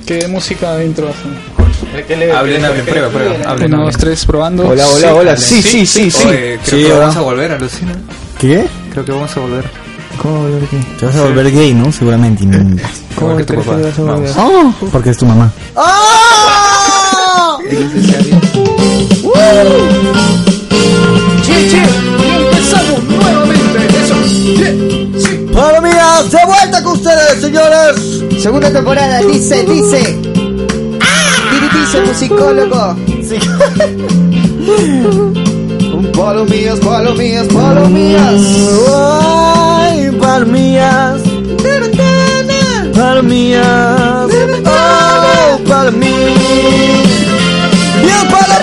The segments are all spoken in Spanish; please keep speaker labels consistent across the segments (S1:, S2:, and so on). S1: este, música de intro. así.
S2: Hablen, hablen, prueba, prueba. Hablen,
S1: Uno,
S2: hablen.
S1: dos, tres, probando.
S3: Hola, hola, hola. Sí, sí, sí, sí.
S2: Oye, creo
S3: Sí,
S2: que
S3: ¿verdad?
S2: vamos a volver, alucina.
S3: ¿Qué?
S2: Creo que vamos a volver.
S3: ¿Cómo volver qué? Te vas a volver gay, ¿no? Seguramente.
S2: ¿Cómo que tu papá? Vamos.
S3: Oh, porque es tu mamá. ¡Oh!
S4: Che, che, y empezamos nuevamente. Eso, che, sí.
S5: Bueno, amigos, de vuelta con ustedes, señores. Segunda temporada, dice, dice. Diritizo, musicólogo. Polo mías, polo mías, polo mías.
S3: Ay, palmillas,
S5: De ventana.
S3: palmillas. Oh, palmillas.
S5: ¡Bien para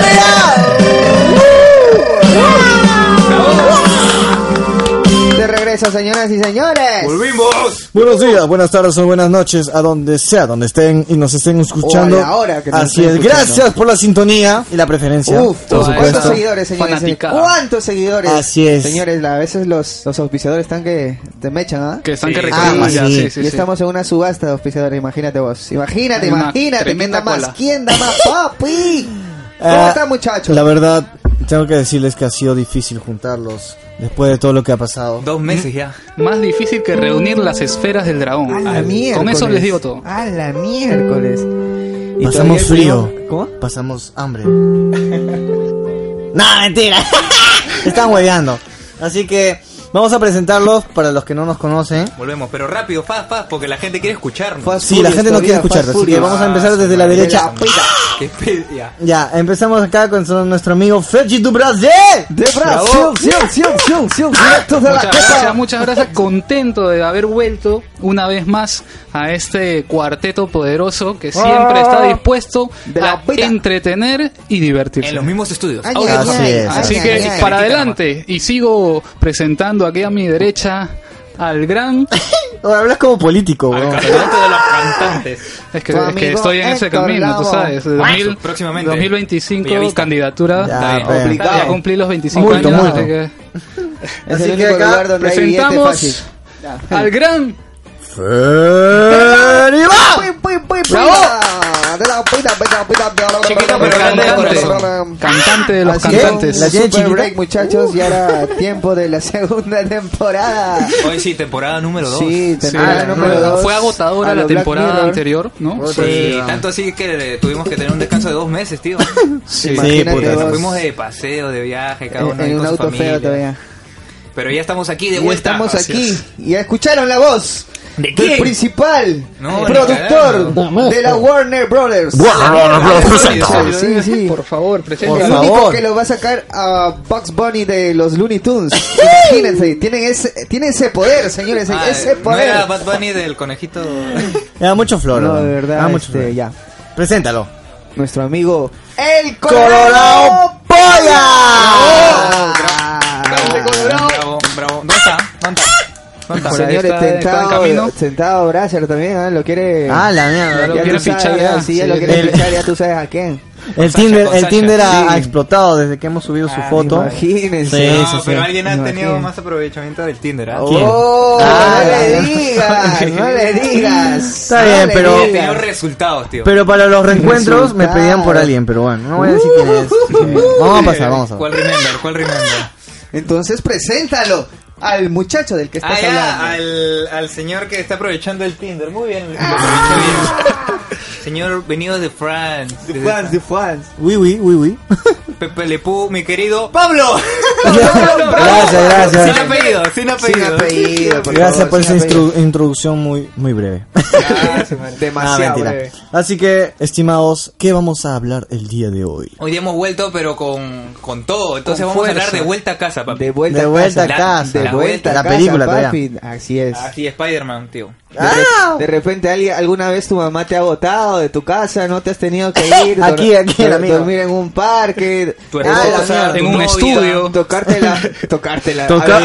S5: arriba! De regreso, señoras y señores.
S2: ¡Volvimos!
S3: Buenos días, buenas tardes o buenas noches, a donde sea, donde estén y nos estén escuchando.
S5: O a la hora que nos
S3: Así
S5: estén
S3: es,
S5: escuchando.
S3: gracias por la sintonía y la preferencia.
S5: Uf,
S3: por
S5: ¿cuántos
S3: supuesto.
S5: seguidores, señores?
S1: Fanaticada.
S5: ¿Cuántos seguidores?
S3: Así es.
S5: Señores, la- a veces los, los auspiciadores están que te mechan, ¿ah?
S1: Que están que
S2: Sí.
S1: reclaman.
S5: Ah,
S1: ya,
S3: sí.
S1: sí, sí,
S5: y
S1: sí.
S5: estamos en una subasta de auspiciadores, imagínate vos. Imagínate,
S1: Hay una
S5: imagínate. ¿Quién
S1: tremenda
S5: da más?
S1: cola.
S5: ¿Quién da más? ¡Papi! ¿Cómo
S3: Ah,
S5: está, muchacho?
S3: La verdad, tengo que decirles que ha sido difícil juntarlos después de todo lo que ha pasado.
S2: Dos meses ya.
S1: Más difícil que reunir las esferas del dragón.
S5: A la
S1: Al-
S5: miércoles.
S1: Con eso les digo todo.
S5: A la miércoles. Y
S3: Pasamos
S5: todavía el
S3: frío.
S5: ¿Cómo?
S3: Pasamos hambre. no, mentira. Están hueveando. Así que vamos a presentarlos para los que no nos conocen.
S2: Volvemos, pero rápido, fast, fast, porque la gente quiere escucharnos.
S5: Fast
S3: Sí, la
S5: Furious
S3: gente no quiere
S5: todavía,
S3: escuchar,
S5: Fast
S3: así que
S5: Furious.
S3: vamos a empezar desde la
S5: De
S3: derecha.
S5: pita.
S2: Qué pe- ya.
S3: Ya, empezamos acá con so- nuestro amigo Fergie du Brasil.
S5: De
S2: Bravo.
S5: Brasil, siu, siu, siu, siu, directo de la
S1: Muchas gracias,
S5: casa.
S1: muchas gracias. Contento de haber vuelto una vez más a este cuarteto poderoso que siempre está dispuesto
S5: Oh, De la
S1: a
S5: vida.
S1: entretener y divertirse.
S2: En los mismos estudios.
S5: Ay,
S1: Ahora
S3: sí.
S5: ay, ay,
S1: Así
S5: ay,
S1: que
S5: ay, ay.
S1: para adelante y sigo presentando aquí a mi derecha al gran
S3: Ahora hablas como político,
S2: Al
S3: weón.
S2: campeonato de los cantantes.
S1: es que,
S5: Tu
S1: es que
S5: amigo
S1: estoy en ese
S5: Héctor
S1: camino, tú
S5: Lavo.
S1: sabes, de
S2: Ah,
S1: 2000
S2: próximamente.
S1: 2025
S2: Bellavista.
S1: candidatura.
S3: Ya,
S5: pues.
S1: Ya,
S3: pe.
S1: ya cumplí los 25
S3: Multo,
S1: años,
S3: multo.
S1: así que
S5: Es
S3: Así
S5: el
S3: que
S5: único
S3: acá
S5: lugar donde hay billete fácil.
S1: presentamos al gran
S3: Fergie va.
S5: Pui, pui, pui, pui.
S1: Bravo.
S5: Ah, De la pita, pita, pita, pita.
S2: Chiquito, pero grande de corazón.
S1: cantante de los
S5: Así es,
S1: cantantes.
S3: La
S5: la
S3: tiene
S5: super
S3: chiquita.
S5: break muchachos y ahora tiempo de la segunda temporada
S2: Hoy sí, temporada número 2.
S5: sí
S1: Sí,
S5: temporada
S1: la-
S5: número dos
S1: fue agotadora
S5: a
S1: la
S5: lo Black
S1: temporada
S5: Mirror.
S1: anterior, ¿no?
S3: Otra
S2: Sí,
S3: vez.
S2: tanto así que eh, tuvimos que tener un descanso de dos meses, tío.
S1: Sí.
S5: Imagínate
S3: puta,
S5: vos
S2: Nos fuimos de paseo, de viaje, cada
S5: en,
S2: uno ahí
S5: en
S2: con
S5: un
S2: su
S5: auto feo
S2: familia.
S5: todavía
S2: Pero ya estamos aquí de
S5: Y
S2: vuelta.
S5: estamos
S2: Así
S5: aquí
S2: es.
S5: y escucharon la voz
S2: ¿De
S5: del
S2: quién?
S5: principal
S2: No, ni
S5: productor
S3: cagando.
S5: de la Warner Brothers
S2: presenta.
S5: Sí, sí.
S1: Por favor, presenta.
S3: Por
S5: el
S3: favor.
S5: único que lo va a sacar a Bugs Bunny de los Looney Tunes imagínense tienen ese, tienen ese poder señores
S2: Ah,
S5: ese
S2: ¿No
S5: poder
S2: era Bad Bunny del conejito?
S3: Me da mucho flor.
S5: no
S3: weón.
S5: de
S3: Me da
S5: verdad
S3: mucho
S5: este,
S3: flor.
S5: ya
S3: Preséntalo.
S5: nuestro amigo el
S3: Colorado
S5: Ah,
S3: Polla.
S2: Bravo, bravo, bravo. ¿Dónde está? ¿Dónde está? ¿Dónde está?
S1: Por ahí
S5: Señores,
S1: está, está en camino.
S5: tentado, tentado Brasher también, ¿eh? lo quiere.
S3: Ah,
S1: Ya
S3: la
S1: lo
S3: mierda.
S5: ya
S1: quiere
S5: tú sabes,
S1: fichar,
S5: ya,
S1: ya.
S5: sí, ya
S1: Sí,
S5: lo quiere
S3: el-
S5: fichar, ya tú sabes a quién.
S3: El
S2: Sacha,
S3: Tinder,
S2: con
S3: el
S2: Sacha.
S3: Tinder ha,
S5: Sí. Ah,
S3: ha explotado desde que hemos subido su foto.
S5: Imagínense.
S3: Sí,
S2: No,
S3: sí, sí.
S2: pero alguien ha tenido
S5: Imagínate.
S2: más aprovechamiento del Tinder, ¿ah?
S3: Oh, ¿Quién?
S5: Oh,
S3: Ah,
S5: no
S3: ya.
S5: le digas, no le digas.
S3: Está
S5: no
S3: bien,
S5: le
S3: pero-
S2: Ha
S5: digas.
S2: tenido resultados, tío.
S3: Pero para los reencuentros me
S5: Resultado.
S3: pedían por alguien, pero bueno, no voy a decir quién es. así que Vamos a pasar, vamos a
S2: ¿Cuál
S3: pasar.
S2: remember? ¿Cuál remember?
S5: Entonces, preséntalo al muchacho del que estás
S2: Ah, ya,
S5: hablando.
S2: al, al señor que está aprovechando el Tinder. Muy bien. lo aprovechó bien. señor venido de France.
S5: De
S2: desde
S5: fans, de fans.
S3: Oui, oui, oui, oui.
S2: Pepe Lepú, mi querido Pablo.
S3: Gracias,
S2: Sin
S3: gracias.
S2: apellido, sin
S5: Sin
S2: apellido.
S5: apellido, por
S3: Gracias
S5: favor,
S3: por esa
S5: sin apellido.
S3: instru- introducción muy, muy breve.
S5: Ah, su madre.
S3: Ah,
S5: Demasiado eh.
S3: mentira.
S5: breve.
S3: Así que, estimados, ¿qué vamos a hablar el día de hoy?
S2: Hoy día hemos vuelto, pero con, con todo. Entonces
S5: Con
S2: vamos a hablar
S5: fuerza.
S2: de vuelta a casa, papi.
S5: De vuelta,
S3: De vuelta
S5: a
S3: a
S5: casa.
S3: casa.
S5: De
S2: La
S5: vuelta a
S3: la
S5: casa,
S3: película
S5: papi. Ah. Así es.
S2: Aquí Spider-Man, tío.
S5: De, re- de repente alguien- alguna vez tu mamá te ha botado de tu casa, no te has tenido que ir.
S3: Aquí,
S5: dor-
S3: aquí, el
S5: dor-
S3: amigo.
S5: Dormir en un parque.
S2: Tu
S5: Ah,
S2: esposa,
S5: la
S2: tu
S1: en un
S2: novia.
S1: estudio.
S5: mierda. Tocarte la... Tocarte la...
S3: Toca-
S5: Ay,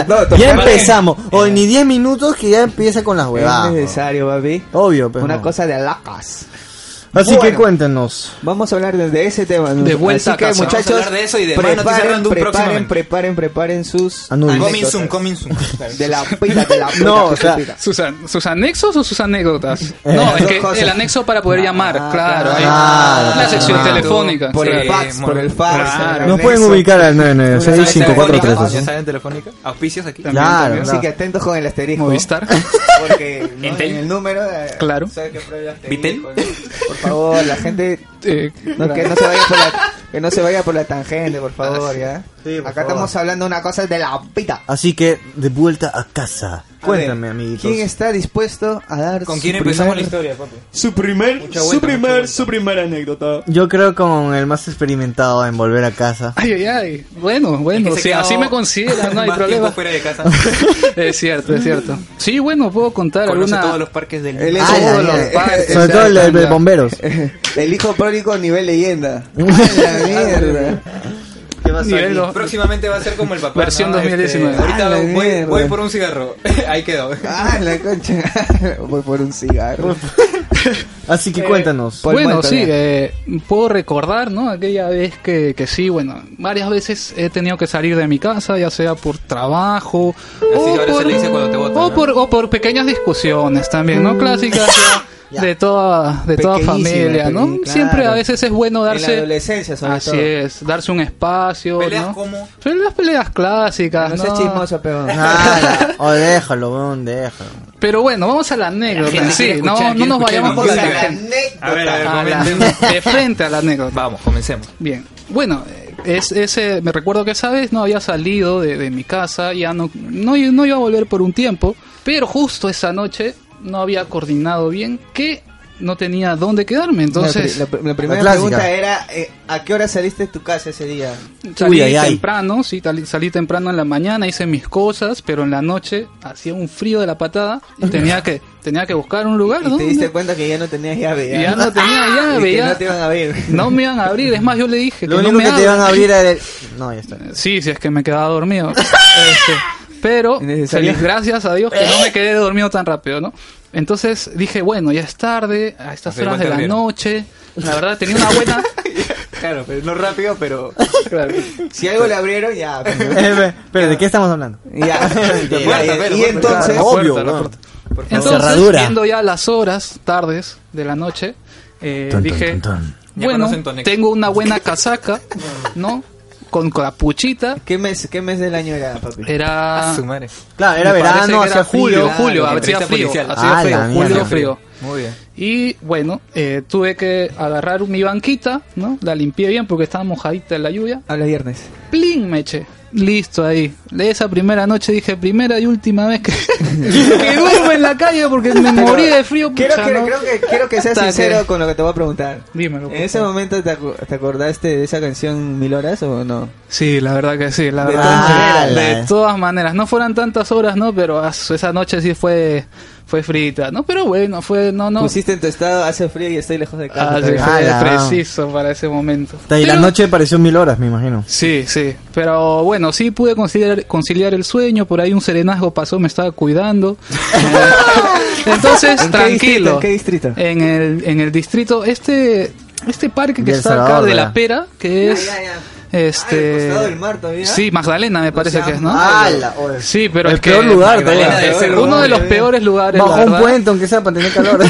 S3: Ah,
S5: no, tocar-
S3: ya empezamos. Hoy ni 10 minutos que ya empieza con las
S5: Es
S3: huevadas. Pues
S5: necesario, papi.
S3: Obvio, pero
S5: Una
S3: no.
S5: cosa de alacas.
S3: Así
S5: Bueno.
S3: que cuéntenos.
S5: Vamos a hablar de, de ese tema. ¿no?
S1: De vuelta
S5: Así que,
S1: a casa.
S5: muchachos,
S2: Vamos a hablar de eso y de más noticias
S5: preparen,
S2: random
S5: preparen,
S2: próximamente.
S5: preparen, preparen sus...
S3: Anulis.
S2: Coming
S5: anécdotas.
S2: soon, coming soon.
S5: De la pila, de la pila.
S3: Ah, No,
S5: de
S3: o sea,
S5: la pila.
S1: ¿Sus, an- sus anexos o sus anécdotas?
S3: Eh,
S1: No,
S3: las
S1: es
S5: dos
S1: que
S5: cosas.
S1: el anexo para poder llamar,
S5: Ah,
S1: claro.
S5: claro.
S1: ahí.
S3: Ah,
S1: la sección
S3: claro.
S1: telefónica.
S5: Por
S1: sí.
S5: el fax,
S2: Sí,
S5: por el fax.
S2: claro.
S3: Nos pueden
S5: Nexo.
S3: ubicar al
S2: ¿Ya saben
S3: 996-5432.
S2: Telefónica? ¿Ya saben telefónica? ¿Auspicios aquí?
S1: También,
S3: Claro,
S1: también.
S5: Así que atentos con el asterisco.
S1: Movistar.
S5: Porque ¿no?
S2: Entel.
S5: en el número... eh,
S1: Claro.
S5: sabe que fue el asterisco,
S2: Vitel.
S5: ¿no? Por favor, la gente...
S1: Eh,
S5: no, que, no se vaya por la, que no se vaya por la tangente, por favor, ¿ya?
S3: Sí, por
S5: Acá
S3: favor.
S5: estamos hablando una cosa de la pita.
S3: Así que, de vuelta a casa.
S5: A
S3: Cuéntame,
S5: ver,
S3: amiguitos.
S5: ¿Quién está dispuesto a dar
S2: ¿Con
S5: su
S2: quién empezamos la
S5: primer-
S2: historia, papi?
S6: Su primer,
S2: vuelta,
S6: su
S2: mucha
S6: primer,
S2: vuelta.
S6: su primera anécdota.
S3: Yo creo con el más experimentado en volver a casa.
S1: Ay, ay, ay. Bueno, bueno,
S2: Es que
S1: si
S2: se quedó
S1: así me consideran, no hay
S2: más
S1: problema.
S2: tiempo fuera de casa.
S1: Es cierto, es cierto. Sí, bueno, puedo contar
S2: Conoce
S1: alguna.
S2: todos los parques del
S5: Él es-
S3: Ah,
S5: Sobre
S3: la-
S5: todo
S3: la-
S5: los parques,
S3: Sobre todo el de- de bomberos.
S5: El hijo pródigo nivel leyenda. A la mierda.
S3: ¿Qué pasó
S1: Nivel
S3: aquí?
S1: dos.
S2: Próximamente va a ser como el papá.
S1: Versión
S2: ¿no?
S1: 2019.
S2: Este,
S5: Ah,
S2: ahorita
S5: la
S2: voy,
S5: mierda.
S2: voy por un cigarro. Ahí quedó.
S5: Ah, la concha. Voy por un cigarro.
S3: Así que cuéntanos.
S5: Paul
S1: Eh, bueno,
S5: Walter,
S1: sí,
S5: ya.
S1: eh, puedo recordar, ¿no? Aquella vez que, que sí, bueno, varias veces he tenido que salir de mi casa, ya sea por trabajo, o,
S2: ahora se
S1: por,
S2: le dice cuando te botan,
S1: o,
S2: ¿no?
S1: por, o por pequeñas discusiones también, ¿no? Clásicas ya, de toda, de toda
S5: Mm. Pequeñísima,
S1: familia, ¿no?
S5: pequeña, claro.
S1: Siempre a veces es bueno
S5: En la
S1: darse...
S5: adolescencia, sobre
S1: Así
S5: todo.
S1: es, darse un espacio.
S2: ¿Peleas
S1: ¿no?
S2: cómo?
S1: Son las peleas clásicas.
S5: No seas chismoso, peón.
S3: Nada. O Oh, déjalo, weón, déjalo.
S1: Pero bueno, vamos a la anécdota. en sí, no, no nos vayamos por la
S2: escuchar.
S1: tangente.
S2: A ver, a ver,
S1: A la-
S2: comentemos.
S1: De frente a la anécdota.
S2: Vamos, comencemos.
S1: Bien, bueno, eh, es, ese, me recuerdo que esa vez no había salido de, de mi casa, ya no, no, i- no iba a volver por un tiempo, pero justo esa noche no había coordinado bien que no tenía dónde quedarme, entonces
S5: la, pri- la primera
S3: clásica.
S5: pregunta era: eh, ¿a qué hora saliste de tu casa ese día?
S1: salí
S3: Uy, ay, ay.
S1: temprano, sí, tal- salí temprano en la mañana, hice mis cosas, pero en la noche hacía un frío de la patada y tenía que, tenía que buscar un lugar,
S5: Y
S1: ¿no?
S5: te diste cuenta que ya no tenías llave.
S1: Ya no tenía
S5: Y
S1: llave,
S5: que
S1: ya-
S5: no te iban a ver.
S1: No me iban a abrir, es más, yo le dije
S3: Lo
S1: que
S3: único
S1: no me Eh,
S3: que te van
S1: abran.
S3: a abrir era el... No, ya está.
S1: Sí, si es que me quedaba dormido. Este, pero,
S5: Innecesario.
S1: feliz gracias a Dios que no me quedé dormido tan rápido, ¿no? Entonces dije, bueno, ya es tarde, a estas
S2: Pero
S1: horas
S2: igual
S1: de
S2: te
S1: la
S2: abrieron.
S1: noche. La verdad, tenía una buena.
S5: Claro, pero no rápido, pero. Si algo le abrieron, ya. pues, ¿no?
S3: Eh, ve, Pero, ¿de qué estamos hablando?
S5: Ya.
S2: puerta,
S5: Ya,
S2: pero,
S5: y
S2: puerta,
S5: entonces.
S1: la
S3: Ah, Obvio,
S1: puerta, la
S3: weón.
S1: puerta. Entonces,
S3: Cerradura.
S1: viendo ya las horas tardes de la noche, eh,
S3: Tun, tun,
S1: dije,
S3: tun, tun.
S2: Ya
S1: bueno,
S2: conocen tu anécdota.
S1: tengo una buena casaca, ¿no? Con capuchita.
S5: ¿Qué mes, ¿Qué mes del año era, papi?
S1: Era...
S2: A su madre.
S3: Claro, era
S1: me parece
S3: verano,
S1: que era
S3: hacía Ah,
S1: julio,
S3: julio.
S1: julio,
S2: claro,
S1: hacía
S2: entrevista
S1: frío,
S2: policial.
S1: hacía
S3: Ah,
S1: frío,
S3: la
S1: julio
S3: mierda.
S1: frío.
S2: Muy bien.
S1: Y bueno, eh, tuve que agarrar mi banquita, ¿no? La limpié bien porque estaba mojadita en la lluvia.
S5: Habla viernes.
S1: ¡Plin! Me eché. Listo ahí. De esa primera noche dije, primera y última vez que, que duermo en la calle porque me morí de frío.
S5: Quiero
S1: pucha,
S5: que,
S1: ¿no?
S5: creo que, quiero que seas
S1: Hasta
S5: sincero
S1: que-
S5: con lo que te voy a preguntar.
S1: Dímelo.
S5: ¿En
S1: por
S5: ese
S1: favor.
S5: momento te, acu- te acordaste de esa canción Mil Horas o no?
S1: Sí, la verdad que sí, la
S5: De
S1: verdad.
S3: Ah,
S1: De
S3: la-
S1: todas maneras, no fueran tantas horas, ¿no? Pero as- esa noche sí fue fue frita, ¿no? Pero bueno, fue, no, no.
S5: Pusiste en tu estado, hace frío y estoy lejos de casa.
S1: Ah, sí,
S5: todavía.
S1: fue
S3: Ah, la-
S1: preciso para ese momento.
S3: Ta, Y la
S1: Pero-
S3: noche pareció mil horas, me imagino.
S1: Sí, sí, pero bueno, sí pude conciliar, conciliar el sueño, por ahí un serenazgo pasó, me estaba cuidando. Eh, Entonces,
S5: ¿En qué distrito,
S1: tranquilo.
S5: en qué distrito?
S1: En el, en el distrito, este, este parque que
S3: Del
S1: está acá
S3: Salvador,
S1: de la
S3: ¿verdad?
S1: Pera, que es...
S5: ya, ya. Ah, al
S1: Este...
S5: costado del mar todavía.
S1: Sí, Magdalena me parece
S5: sea,
S1: que es, ¿no?
S3: ¡Hala! o el-
S1: Sí, pero
S3: El
S1: es que
S3: peor lugar,
S1: Magdalena
S3: todavía.
S1: debe ser
S5: El peor
S1: uno
S5: lugar,
S1: de los
S5: eh.
S1: peores lugares, la
S3: Bajo un
S1: verdad.
S3: puente, aunque sea para tener calor.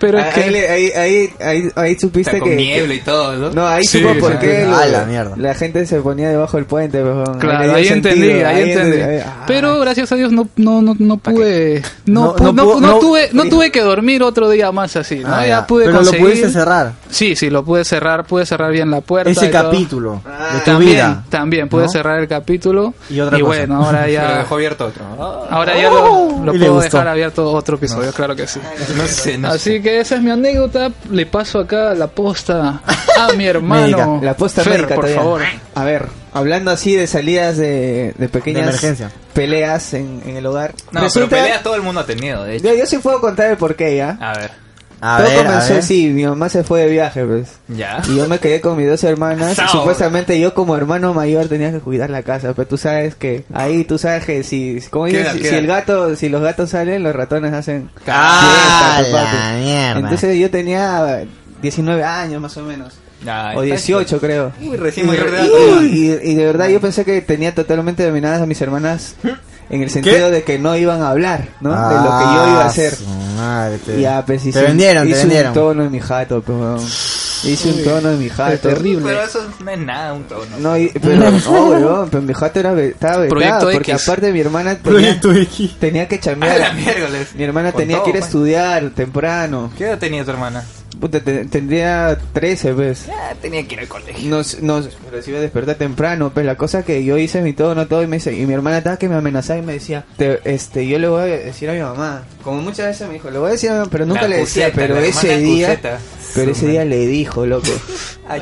S1: Pero
S5: Ah, ahí,
S1: es que...
S5: le- ahí, ahí, ahí, ahí supiste
S2: Está
S5: que...
S2: con niebla y todo, ¿no?
S5: que- No, ahí
S1: Sí,
S5: supo
S1: sí,
S5: por
S1: sí.
S5: qué
S3: Ah,
S5: lo-
S3: la mierda.
S5: la gente se ponía debajo del puente. pues, bueno, le
S1: Claro,
S5: dio
S1: ahí
S5: sentido,
S1: entendí, ahí entendí.
S5: entendí, ahí- ah.
S1: Pero gracias a Dios no, no, no, no pude, no,
S3: No-
S1: pu-
S3: no
S1: no-
S3: pudo-
S1: no
S3: no-
S1: tuve, no tuve que dormir otro día más así, ¿no?
S3: Ah,
S1: ya,
S3: ya.
S1: pude
S3: Pero
S1: conseguir.
S3: lo pudiste cerrar.
S1: Sí, sí, lo pude cerrar, pude cerrar bien la puerta.
S3: Ese
S1: y todo. Ah,
S3: capítulo de tu
S1: También,
S3: vida.
S1: también pude
S3: ¿no?
S1: cerrar el capítulo.
S3: Y otra cosa. ¡Uh!
S1: bueno, ahora
S2: Pero
S1: ya,
S2: dejó abierto otro.
S5: Ah,
S2: ¿no?
S1: ahora ya lo, lo
S3: Y le
S1: puedo
S3: gustó.
S1: dejar abierto otro episodio, claro que sí.
S2: No sé, no sé.
S1: Así que esa es mi anécdota. Le paso acá la posta a mi hermano.
S3: Médica.
S5: La posta
S1: Fer,
S5: médica
S1: por
S5: todavía.
S1: favor.
S5: A ver, hablando así de salidas de, de pequeñas
S3: De emergencia.
S5: peleas en, en el hogar.
S2: No, pero peleas todo el mundo ha tenido, de hecho.
S5: yo, yo sí puedo contar el porqué, ¿ya?
S2: A ver.
S3: A
S5: Todo
S3: ver, a
S5: comenzó
S3: ver.
S5: así, mi mamá se fue de viaje, pues.
S2: Ya.
S5: Y yo me quedé con mis dos hermanas. y
S2: Sao.
S5: supuestamente yo como hermano mayor tenía que cuidar la casa, pero tú sabes que ahí tú sabes que si ¿cómo dices?
S2: Queda,
S5: si,
S2: queda.
S5: si el gato, si los gatos salen, los ratones hacen
S3: Ah,
S5: fiesta, pues,
S3: la
S5: papi.
S3: mierda.
S5: Entonces yo tenía 19 años más o menos.
S2: Ah,
S5: O
S2: está
S5: 18 creo.
S2: Uy, recién mayor de edad.
S5: Y, y de verdad yo pensé que tenía totalmente dominadas a mis hermanas en el sentido de que no iban a hablar, ¿no? de lo que yo
S2: Ah,
S5: iba a hacer.
S3: Ah, su madre, te-
S5: Ya, pues,
S3: te
S5: hice un-
S3: vendieron, te
S5: hice
S3: vendieron.
S5: un tono de mi jato, pues, weón. Hice un tono de mi
S1: Es
S5: jato.
S2: Pero
S1: terrible.
S2: eso no es nada, un tono.
S5: No, y- pero, no, weón, pero mi jato era, ve- estaba vetada,
S1: Proyecto
S5: porque
S1: X.
S5: aparte mi hermana tenía,
S3: Proyecto X.
S5: tenía que
S2: A la
S5: chambear.
S2: miércoles.
S5: Mi hermana
S2: Con
S5: tenía
S2: todo,
S5: que ir a
S3: pues.
S2: man.
S5: estudiar temprano.
S2: ¿Qué edad tenía tu hermana?
S5: Puta, te- tendría 13, pues.
S2: Ah, tenía que ir al colegio.
S5: Nos, nos, pero se iba a despertar temprano, pues la cosa que yo hice mi todo, no todo, y me dice, y mi hermana estaba que me amenazaba y me decía, te- este, yo le voy a decir a mi mamá, como muchas veces me dijo, le voy a decir a mi mamá, pero nunca
S2: La
S5: le decía,
S2: cuseta,
S5: pero
S2: la
S5: ese
S2: hermana
S5: día,
S2: cuseta.
S5: pero
S2: Su
S5: ese día le dijo, loco. Ah,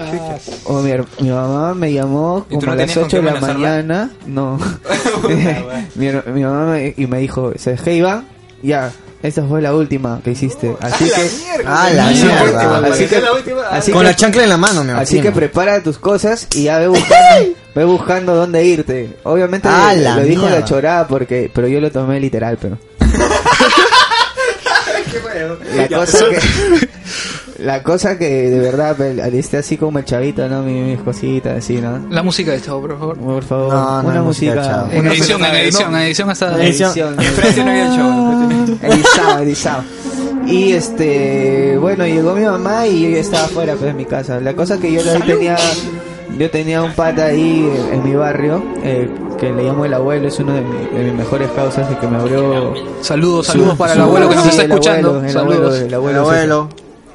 S5: o mi, her- mi mamá me llamó
S2: ¿Y tú
S5: como
S2: no
S5: a las
S2: tenías con
S5: 8 de
S2: qué
S5: la
S2: amenazarla?
S5: mañana, no,
S2: Puta, weón.
S5: mi, her- mi mamá me- y me dijo, ¿sabes qué, Iván? Ya, esa fue la última que hiciste, así
S2: A la
S5: que...
S2: miércoles.
S3: A la
S5: Así que-
S3: mierda.
S5: así que-
S2: La última. Ah,
S5: así
S3: Con
S5: que-
S3: la chancla en la mano, me
S5: Así que
S3: imagino.
S5: prepara tus cosas y ya ve buscando, ve buscando dónde irte. Obviamente
S3: Ah,
S5: le-
S3: la
S5: lo dijo
S3: mierda.
S5: la chorada porque, pero yo lo tomé literal, pero. la cosa que, la cosa que de verdad, pe, diste así como el chavito, ¿no? Mi- Mis cositas, así, ¿no?
S1: La música de chavo, por favor.
S5: Por favor,
S3: No, no
S5: una
S3: hay música,
S5: música.
S3: chavo.
S5: una
S1: En edición,
S2: persona
S1: en
S2: de-
S1: edición, en edición hasta...
S3: Edición.
S2: Enfrente no había el show.
S5: Erizado, erizado. Y este, bueno, llegó mi mamá y yo ya estaba afuera pues, de mi casa. La cosa que yo ahí tenía, yo tenía un pata ahí en, en mi barrio, eh, que le llamo el abuelo, es uno de, mi- de mis mejores causas y que me abrió.
S1: Saludos, saludos para el
S5: Sí,
S1: abuelo que nos
S5: sí,
S1: está
S5: el abuelo,
S1: escuchando.
S5: el abuelo,
S1: Saludos.
S5: el
S3: El
S5: abuelo,
S3: abuelo.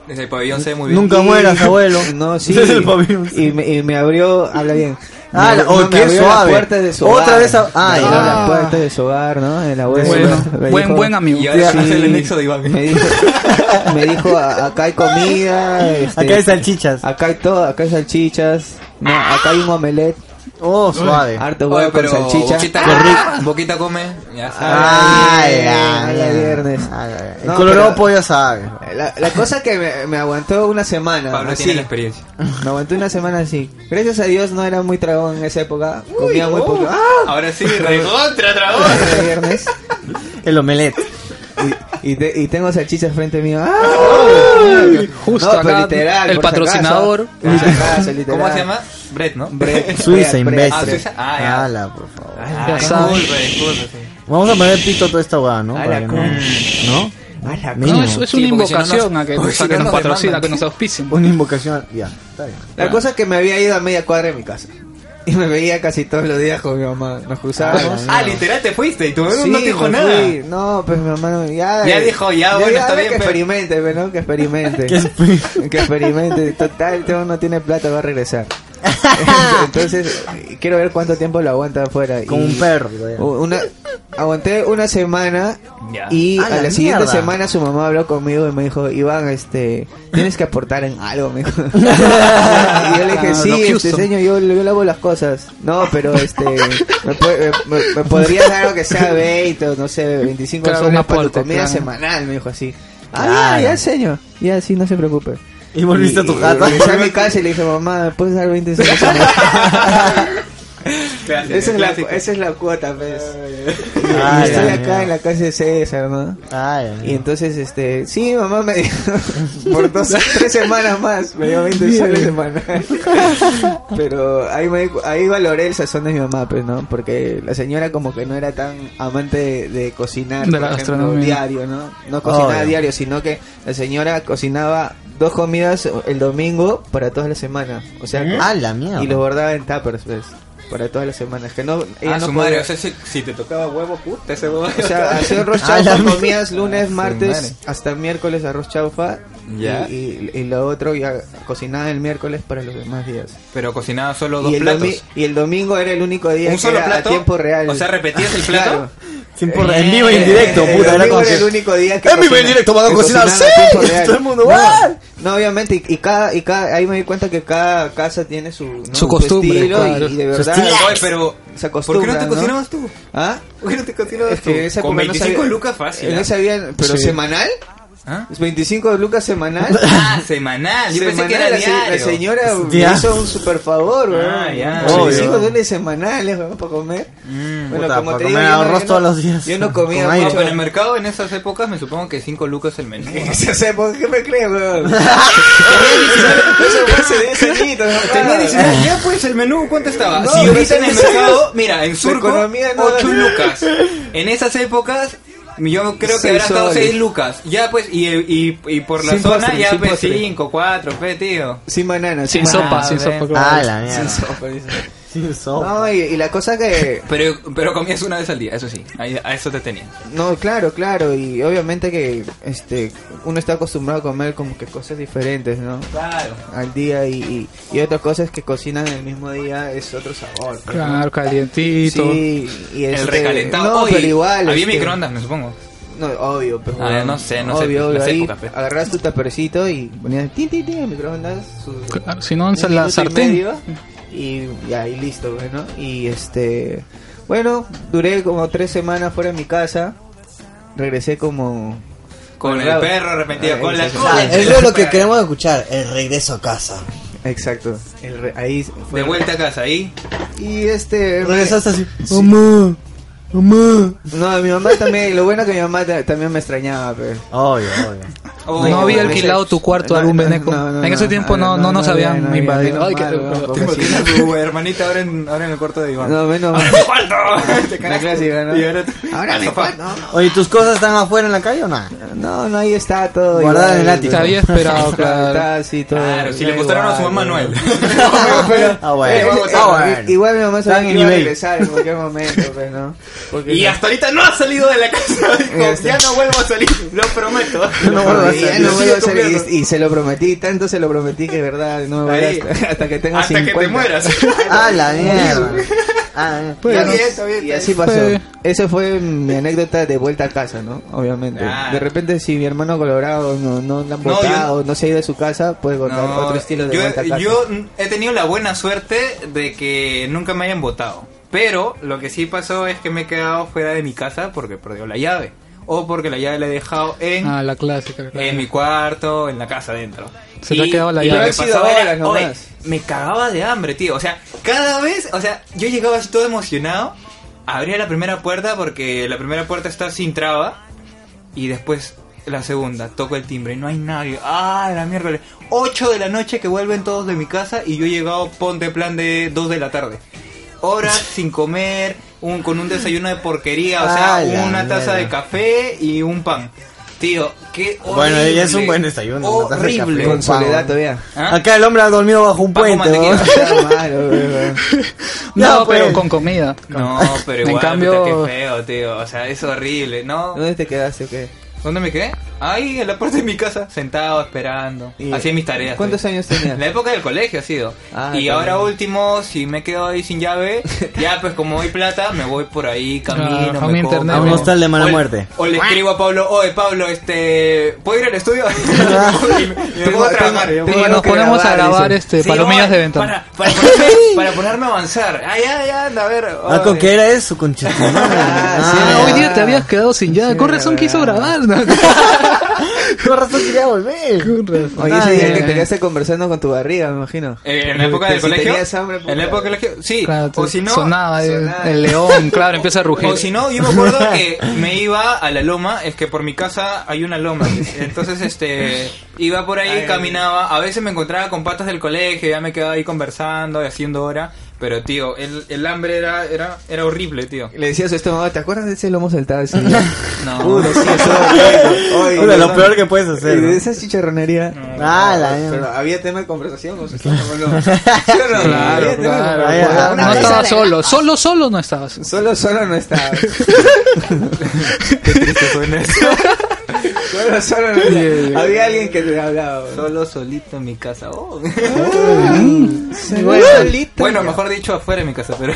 S2: Desde el pabellón se ve muy bien.
S3: Nunca
S5: Y-
S3: mueras, abuelo.
S5: No, sí.
S3: Ese es el pabellón.
S5: Y me, y me abrió, habla bien. Me
S3: Ah, la-
S5: abrió-
S3: oh,
S5: no, me
S3: qué
S5: abrió las
S3: suave.
S5: puertas de su
S3: Otra
S5: hogar.
S3: vez a- ah,
S5: Me abrió
S3: ya.
S5: las puertas de su hogar, ¿no? El abuelo.
S1: Bueno,
S5: me
S1: buen,
S5: dijo-
S1: buen amigo.
S2: Y ahora
S5: Sí.
S2: hace el anexo de Iván.
S5: Me dijo, me dijo "A- acá hay comida. este,
S3: Acá hay salchichas.
S5: Acá hay todo, acá hay salchichas. No, acá hay un omelette.
S3: Oh, suave.
S5: Harto
S2: Oye,
S5: huevo con salchicha.
S2: Boquita,
S5: Qué rico. Ah,
S2: Boquita come. Ya sabes.
S3: Ay,
S5: ay,
S3: ay,
S5: ay, viernes.
S3: ay, ay. El
S5: No,
S3: colorado
S5: pero-
S3: pollo sabe.
S5: La, la cosa que me, me aguantó una semana.
S2: Pablo
S5: así.
S2: tiene la experiencia.
S5: Me aguantó una semana así. Gracias a Dios no era muy tragón en esa época. Comía
S2: oh.
S5: muy poco. ¡Ah!
S2: Ahora sí, recontra trabajo.
S5: Era viernes.
S3: El omelette.
S5: Y, te- y tengo salchichas frente mío. ¡Ah!
S1: Justo
S5: No, pero
S1: acá,
S5: literal,
S1: el
S5: por si acaso.
S1: patrocinador.
S5: Por si acaso, literal.
S2: ¿Cómo se llama? Brett, ¿no?
S5: Bre-
S3: Suiza,
S5: bre-
S2: Ah,
S3: imbécil.
S2: Suiza. Ah, ya.
S3: Ala, por favor.
S2: Ah,
S1: Ya
S2: disculpa, disculpa, sí.
S3: Vamos a poner pito a toda esta hueá, ¿no?
S5: Ala,
S3: Para que no-
S5: con-
S3: ¿No?
S5: A la
S3: Mínimo.
S1: No, es, es
S2: Sí,
S1: una
S2: porque si no nos-
S1: invocación a que,
S2: porque si
S1: a que
S2: no
S1: nos
S2: nos
S1: patrocina,
S2: demandan.
S1: que nos auspicien.
S3: Una invocación. Ya, está bien.
S5: La cosa es que me había ido a media cuadra de mi casa. Y me veía casi todos los días con mi mamá. Nos cruzábamos.
S2: Ah, literal te fuiste y tu bebé
S5: Sí,
S2: no te dijo
S5: me
S2: nada.
S5: fui. No, pues mi mamá no- ya.
S2: Ya dijo, ya, bueno, está
S5: ve
S2: bien,
S5: Que
S2: pero-
S5: experimente, pues, ¿no? Que experimente. que experimente. Total, el tema no tiene plata, va a regresar. Entonces, quiero ver cuánto tiempo lo aguanta afuera.
S3: Como
S5: Y-
S3: un perro. güey.
S5: una aguanté una semana
S2: Ya.
S5: y
S3: A
S5: a
S3: la
S5: la, siguiente
S3: mierda.
S5: semana su mamá habló conmigo y me dijo Iván este tienes que aportar en algo me dijo y yo le dije
S1: Ah,
S5: sí
S1: lo
S5: este
S1: Houston".
S5: señor yo, yo lavo las cosas no pero este me, puede- me- me- me podrías dar algo que sea 20 o no sé 25
S1: Claro,
S5: soles
S1: un
S5: para tu
S1: aporte,
S5: comida
S1: claro.
S5: semanal me dijo así ah
S3: Claro.
S5: ya, ya señor ya sí no se preocupe
S3: Y volviste a tu
S5: Y-
S3: casa.
S5: y regresé a mi casa y le dije mamá ¿me puedes dar 20 soles
S2: Clásico,
S5: esa, es la,
S2: clásico.
S5: esa es la cuota, pues. Y
S3: Ay,
S5: estoy
S3: ay,
S5: acá
S3: ay.
S5: en la casa de César, ¿no?
S3: Ay,
S5: Y entonces, este, sí, mamá me dio por dos, tres semanas más, me dio 20 soles semana. Pero ahí, me, di cu- ahí valoré el sazón de mi mamá, pues, ¿no? Porque la señora como que no era tan amante de, de cocinar,
S1: De
S5: por
S1: la
S5: ejemplo,
S1: gastronomía.
S5: diario, ¿no? No cocinaba
S3: Obvio.
S5: diario, sino que la señora cocinaba dos comidas el domingo para toda la semana. O sea,
S2: ¿Eh?
S3: A la mierda.
S5: y los guardaba en tuppers, pues, para todas las semanas. Que no, ella
S2: Ah,
S5: no
S2: su
S5: podía-
S2: madre, o sea, si, si te tocaba huevo, puta, ese huevo.
S5: o sea, hacía arroz
S3: A la
S5: chaufa,
S3: mierda.
S5: comías lunes, martes,
S2: madre.
S5: hasta miércoles arroz chaufa. y-
S2: Ya.
S5: Y, y lo otro ya cocinaba el miércoles para los demás días.
S2: Pero cocinaba solo dos
S5: Y el, domi-
S2: platos.
S5: y el domingo era el único día
S2: ¿Un
S5: que
S2: solo
S5: era
S2: plato?
S5: a tiempo real.
S2: O sea, ¿repetías el plato?
S5: Claro.
S3: Tiempo re- en vivo y en directo,
S5: Eh,
S3: puta.
S5: el
S3: Era
S5: domingo
S3: como
S5: era el
S3: que.
S5: único día que
S3: ¡En vivo y en
S5: cocina-
S3: directo van a
S5: que
S3: cocinar!
S5: cocinaba a
S3: ¡Sí!
S5: tiempo real.
S3: Todo el mundo,
S5: no,
S3: ¡guau!
S5: no, obviamente, y, y cada, y cada, ahí me di cuenta que cada casa tiene su, ¿no?
S1: Su costumbre,
S5: estilo y-
S1: claro.
S5: y, de verdad
S2: Oye, pero.
S5: se
S2: ¿Por qué no
S5: acostumbran,
S2: te cocinabas tú?
S5: ¿Ah?
S2: ¿Por qué no te cocinabas
S5: Es que en
S2: tú?
S5: esa
S2: Con
S5: época no
S2: 25
S5: sabía-
S2: lucas fácil.
S5: en
S2: ¿ah?
S5: esa vida- pero
S1: Sí.
S5: semanal.
S2: ¿Ah?
S5: Es 25 lucas semanal.
S2: Ah, semanal. Yo pensé que era
S5: Semanal, la, se-
S2: diario.
S5: la señora
S3: Ya.
S5: me hizo un super favor, weón.
S2: Ah, ya.
S5: 25
S3: Obvio.
S5: dólares semanales, weón, para comer. Bueno,
S3: Puta,
S5: como
S3: para
S5: te digo,
S3: comer
S5: yo no-
S3: arroz
S5: yo no-
S3: todos los días.
S5: Yo no comía
S3: Con
S2: No,
S3: aire.
S5: mucho.
S2: pero en el mercado en esas épocas me supongo que 5 lucas el menú.
S5: O sea, ¿por qué me crees, weón? Eso fue hace 10 añitos, ¿no?
S2: Tenía 19, ya pues el menú, ¿cuánto estaba?
S5: Ah. No,
S2: si
S5: pero
S2: ahorita en el
S5: esa-
S2: mercado, mira, en Surco,
S5: economía no
S2: 8
S5: da-
S2: lucas. En esas épocas, yo creo que
S5: Seis
S2: habrá estado
S5: soles.
S2: 6 lucas. Ya pues, y, y, y por la
S5: Sin
S2: zona,
S5: postre,
S2: ya
S5: sin
S2: pues
S5: postre.
S2: 5, 4, fe, tío.
S5: Sin banana,
S1: Sin
S5: banana.
S1: sopa, sin sopa. claro.
S3: Ah, la mierda.
S5: sopa, dice.
S3: Sin sopa.
S5: No, y, y la cosa que...
S2: Pero, pero comías una vez al día, eso sí, ahí- a eso te tenías.
S5: No, claro, claro, y obviamente que este uno está acostumbrado a comer como que cosas diferentes, ¿no?
S2: Claro.
S5: Al día y, y, y otras cosas que cocinan el mismo día es otro sabor. pues, ¿no?
S1: Claro, calientito.
S5: Sí, y
S2: El
S5: este-
S2: recalentado.
S5: No,
S2: Oye,
S5: pero igual.
S2: Había
S5: este,
S2: microondas, me supongo.
S5: No, obvio, pero.
S2: Ah,
S5: bueno,
S2: no sé, no sé,
S5: obvio,
S2: pues, las
S5: ahí
S2: épocas, pues.
S5: Agarras tu tapercito y ponías tin, tin, tin, en microondas. su-
S1: Claro, si no, en
S5: un
S1: la
S5: minuto y
S1: sartén.
S5: medio, Y, y ahí listo, pues, ¿no? Y este. Bueno, duré como tres semanas fuera de mi casa. Regresé como.
S2: Con el
S5: Colgado.
S2: perro arrepentido,
S5: Ah,
S2: con la
S5: exacto.
S3: O sea,
S2: cola.
S3: eso es lo que queremos escuchar, el regreso a casa.
S5: Exacto. el re- ahí fue-
S2: De vuelta a casa, ahí.
S5: Y este.
S3: Regresaste así, mamá, mamá.
S5: No, mi mamá también. Lo bueno que mi mamá ta- también me extrañaba, pero.
S3: Obvio, obvio.
S2: Oh,
S1: no había
S2: ese-
S1: alquilado tu cuarto
S5: No,
S1: algún
S5: no,
S1: veneco.
S5: no, no,
S1: en ese
S5: no,
S1: tiempo no, no, nos
S5: había,
S1: habían
S5: no había,
S1: invadido.
S5: menos
S1: Ay, qué-
S5: mal, weón,
S2: ¿Te
S5: porque sí.
S2: imaginas tu hermanita ahora en, ahora en el cuarto de Iván?
S5: No, menos mal.
S2: ¡Cuarto! Te
S5: La
S2: cagaste.
S5: clásica, ¿no?
S2: Y ahora
S5: Ahora
S2: al
S5: me
S2: sofá.
S5: cuento.
S3: Oye, ¿tus cosas están afuera en la calle o nada?
S5: No, no, ahí está todo.
S3: Guardadas
S5: igual,
S3: en el ático.
S1: Te había esperado, claro.
S5: Está así todo.
S2: Claro, si le
S5: Da
S2: mostraron a su
S5: igual,
S2: mamá Manuel.
S5: No, pero-
S3: Ah, bueno.
S5: eh, eh,
S3: Ah, bueno.
S5: i- Igual mi mamá
S3: Está
S5: sabía
S3: en
S5: que iba a
S3: eBay.
S5: regresar en cualquier momento, pues, ¿no. Porque
S2: Y
S5: no-
S2: hasta ahorita no ha salido de la casa. Dijo,
S5: Este.
S2: ya no vuelvo a salir, lo prometo.
S5: no vuelvo a
S2: Lo
S5: salir, no
S2: sigo
S5: vuelvo a salir,
S2: cumpliendo.
S5: y, y se lo prometí, tanto se lo prometí que de verdad no me voy a
S2: Ahí.
S5: ir hasta, hasta que tenga
S2: Hasta que te
S5: 50.
S2: mueras.
S3: Ah, la mierda. Ah, eh.
S5: Está
S2: Bueno.
S5: bien, está bien, Pues, y así pasó.
S1: Fue-
S5: Pues, Esa fue mi anécdota de vuelta a casa, ¿no? Obviamente.
S2: Claro.
S5: De repente, si mi hermano colorado no, no le han
S2: No,
S5: votado, no, se ha ido de su casa, puede contar
S2: No,
S5: otro estilo de
S2: yo,
S5: vuelta a casa.
S2: yo he tenido la buena suerte de que nunca me hayan votado. Pero lo que sí pasó es que me he quedado fuera de mi casa porque perdió la llave. O porque la llave la he dejado en,
S1: Ah, la clásica. claro.
S2: en mi cuarto, en la casa adentro.
S1: Se te ha quedado la
S2: y lo
S1: llave.
S2: que
S5: Pero han sido
S2: pasaba era,
S5: horas nomás.
S2: oye, me cagaba de hambre, tío. O sea, cada vez, o sea, yo llegaba así todo emocionado, abría la primera puerta porque la primera puerta está sin traba y después la segunda, toco el timbre, no hay nadie. Ah, la miércoles. 8 de la noche que vuelven todos de mi casa y yo he llegado ponte plan de 2 de la tarde. Horas sin comer, un, con un desayuno de porquería, o sea,
S3: Ah, la
S2: una taza
S3: mierda.
S2: de café y un pan. Tío, qué horrible.
S3: Bueno, ella es un buen desayuno, una taza de café
S2: Horrible.
S3: con
S5: Con soledad
S3: Pau.
S5: todavía.
S2: ¿Ah?
S3: Acá el hombre ha dormido bajo un
S2: Bajo
S3: puente.
S2: mantequilla.
S3: ¿no?
S5: Está malo, weón.
S1: No,
S3: No,
S1: pero
S3: pues.
S1: con comida.
S2: No, pero
S1: En
S2: igual,
S1: cambio- eh,
S2: puta, qué feo, tío. O sea, es horrible, ¿no?
S5: ¿Dónde te quedaste o qué?
S2: ¿Dónde me quedé? Ahí, en la parte de mi casa, sentado, esperando.
S5: Y-
S2: Hacía mis tareas.
S5: ¿Cuántos
S2: tío.
S5: años tenías?
S2: La época del colegio ha sido.
S5: Ah,
S2: y
S5: está
S2: ahora
S5: bien.
S2: último, si me quedo ahí sin llave, ya pues como hay plata, me voy por ahí, camino,
S1: Ah, a un
S2: me
S1: internet.
S2: como.
S1: A un
S3: hostal de mala
S2: O le-
S3: muerte.
S2: O le escribo a Pablo, oye Pablo, este, ¿puedo ir al estudio? y me, y me
S5: Tengo-
S2: pongo a trabajar.
S5: tengo-
S1: Y
S5: Tengo algo
S1: nos
S5: que
S1: ponemos a
S5: grabar,
S1: grabar
S5: dice.
S1: este
S2: Sí,
S1: palomillas
S2: oye,
S1: de ventana.
S2: Para, para, ponerme, para ponerme a avanzar. Ah, ya, ya, anda, a ver.
S3: Ah, ¿con
S2: oye.
S3: qué era eso, conchita?
S5: Ah,
S1: Ah,
S5: sí,
S1: hoy día
S5: ah,
S1: te habías quedado sin llave.
S5: sí,
S1: Con razón quiso
S5: verdad.
S1: grabar. ¿no?
S3: Con razón quería volver.
S1: Con razón.
S5: Oye,
S3: Ah,
S5: ese día
S3: bien,
S5: que te
S1: bien.
S5: quedaste conversando con tu barriga, me imagino.
S2: Eh, en la época
S5: Que
S2: del
S5: si
S2: colegio.
S5: tenías hambre, puta.
S2: en la época del colegio, sí.
S1: Claro,
S2: o si no,
S1: sonaba, el-
S5: sonaba.
S1: el león, claro, empieza a rugir.
S2: o si no, yo me acuerdo que me iba a la loma, es que por mi casa hay una loma. Entonces, este, iba por ahí, caminaba, a veces me encontraba con patas del colegio, ya me quedaba ahí conversando y haciendo hora, pero tío, el, el hambre era, era, era horrible, tío.
S5: Le decía a su estómago, ¿te acuerdas de ese lomo saltado? ese día?"
S2: No.
S5: sí, eso, bueno. Oye,
S3: Uno de lo
S5: perdón.
S3: peor que puedes hacer.
S5: Y
S3: ¿no?
S5: de esa chicharronería.
S3: Ah, la
S5: Pero
S3: mierda.
S5: había tema de conversación con su estómago, ¿no? ¿Sí o no? Había
S1: Claro,
S5: tema de
S1: claro.
S3: Ahí,
S5: conversación.
S3: ah,
S5: Una
S1: No
S5: vez
S1: estaba solo, solo, solo no estabas.
S5: Solo, solo no estaba. Solo, solo no estaba. Había alguien que te hablaba.
S2: Solo solito en mi casa. oh.
S5: Bueno,
S2: Bueno, mejor dicho, afuera de mi casa, pero.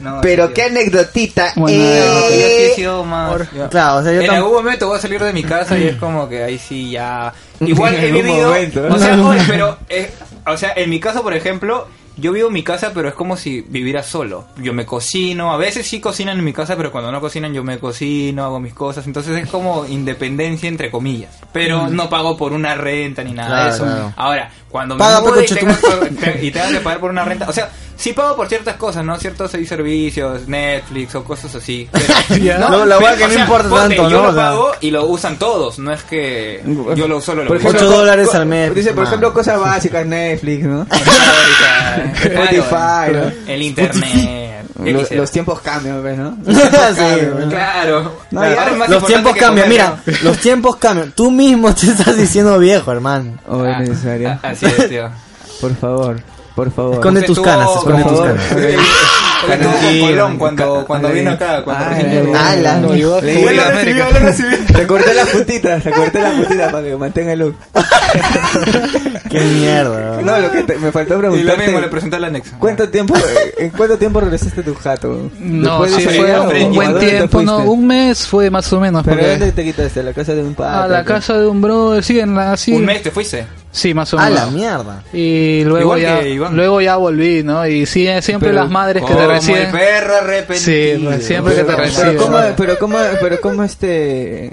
S2: No,
S5: Pero
S2: tío.
S5: qué anecdotita.
S1: Bueno,
S2: No, pero yo sí he
S5: eh.
S2: sido más- yo-
S3: Claro, o sea, yo
S2: en
S3: tampoco.
S2: algún momento voy a salir de mi casa y es como que ahí sí ya. Igual
S5: En
S2: he
S5: algún
S2: vivido.
S5: momento.
S2: O sea, oye, pero. eh, o sea, en mi caso, por ejemplo, yo vivo en mi casa, pero es como si viviera solo. Yo me cocino, a veces sí cocinan en mi casa, pero cuando no cocinan yo me cocino, hago mis cosas. Entonces es como independencia entre comillas. Pero no pago por una renta ni nada
S3: Mm. Claro,
S2: de eso.
S3: claro.
S2: Ahora, cuando
S3: Paga,
S2: me mude y
S3: pecoche,
S2: tengas,
S3: tu
S2: que- y tengas que pagar por una renta, o sea, sí pago por ciertas cosas, ¿no? Ciertos hay servicios, Netflix o cosas así. Pero-
S1: Ya.
S3: No, la
S2: pero,
S3: verdad que
S2: Ah, o
S3: no
S2: sea,
S3: importa
S2: ponte,
S3: tanto,
S2: Yo
S3: ¿no?
S2: lo
S3: O sea.
S2: pago y lo usan todos, no es que yo lo solo lo
S5: Por
S2: uso.
S5: ejemplo,
S3: Ocho
S5: co-
S3: dólares
S5: co-
S3: al mes,
S5: Dice, por
S3: man.
S5: ejemplo, cosas básicas, Netflix, ¿no?
S2: Claro,
S5: Spotify,
S2: el internet, el
S5: Los,
S2: ICER.
S5: los tiempos cambian, pues, ¿no?
S3: Ah. Sí.
S2: Claro.
S5: No,
S2: Claro,
S5: ya,
S2: ahora es más
S3: Los
S2: importante
S3: tiempos
S2: que
S3: cambian,
S2: comer,
S3: mira, los tiempos cambian. Tú mismo te estás diciendo viejo, hermano.
S5: O Oh, es necesario.
S2: ¿no? Ah, Así es, tío.
S5: Por favor, por favor.
S3: Esconde tus
S2: Estuvo-
S3: canas,
S2: por
S3: esconde tus
S2: favor.
S3: canas.
S2: Él- él estuvo con
S5: Tranquilo.
S2: Colón cuando, cuando
S5: Ay,
S2: vino acá. Cuando
S5: ay,
S2: recién llegó.
S5: ay, la-
S3: No, yo-
S5: le-
S2: Yo
S5: le-
S2: lo
S5: le-
S2: recibí,
S5: le-
S2: yo lo recibí.
S5: Te corté las puntitas, te corté las puntitas para que mantenga el look.
S3: Qué mierda. bro.
S5: No, lo que te- me faltó
S2: Y lo mismo le
S5: preguntarte.
S2: presenté al anexo.
S5: ¿Cuánto tiempo, ¿En cuánto tiempo regresaste a tu jato?
S1: No,
S5: ¿Después de
S1: sí,
S5: ese
S2: se
S1: fue
S5: día
S2: fueron,
S1: un
S2: hombre,
S5: o- o a
S1: buen
S5: dónde te
S1: tiempo, no,
S5: fuiste?
S1: un mes fue más o menos.
S5: ¿Pero
S1: porque
S5: dónde te quitaste? ¿A la casa de un padre?
S1: a la casa de un brother, sí, en la, sí,
S2: Un mes te fuiste.
S1: sí, más o
S3: A
S1: menos.
S3: Ah, la mierda.
S1: Y luego
S2: Igual
S1: ya,
S2: que Iván.
S1: luego ya volví, ¿no? Y sí, eh, siempre
S5: Pero,
S1: las madres que
S2: Como
S1: te
S2: el
S1: reciben.
S2: perro arrepentido.
S1: Sí, pues, siempre que te
S5: Pero,
S1: reciben.
S5: ¿cómo,
S1: ¿no?
S5: pero cómo, pero cómo este...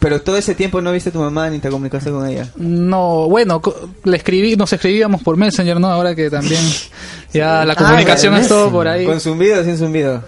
S5: Pero todo ese tiempo no viste a tu mamá ni te comunicaste con ella.
S1: No, bueno, co- le escribí, nos escribíamos por Messenger, ¿no? Ahora que también ya la
S3: Ah,
S1: comunicación
S3: bueno,
S1: es todo
S3: Messenger.
S1: por ahí.
S5: ¿Con zumbido o sin zumbido?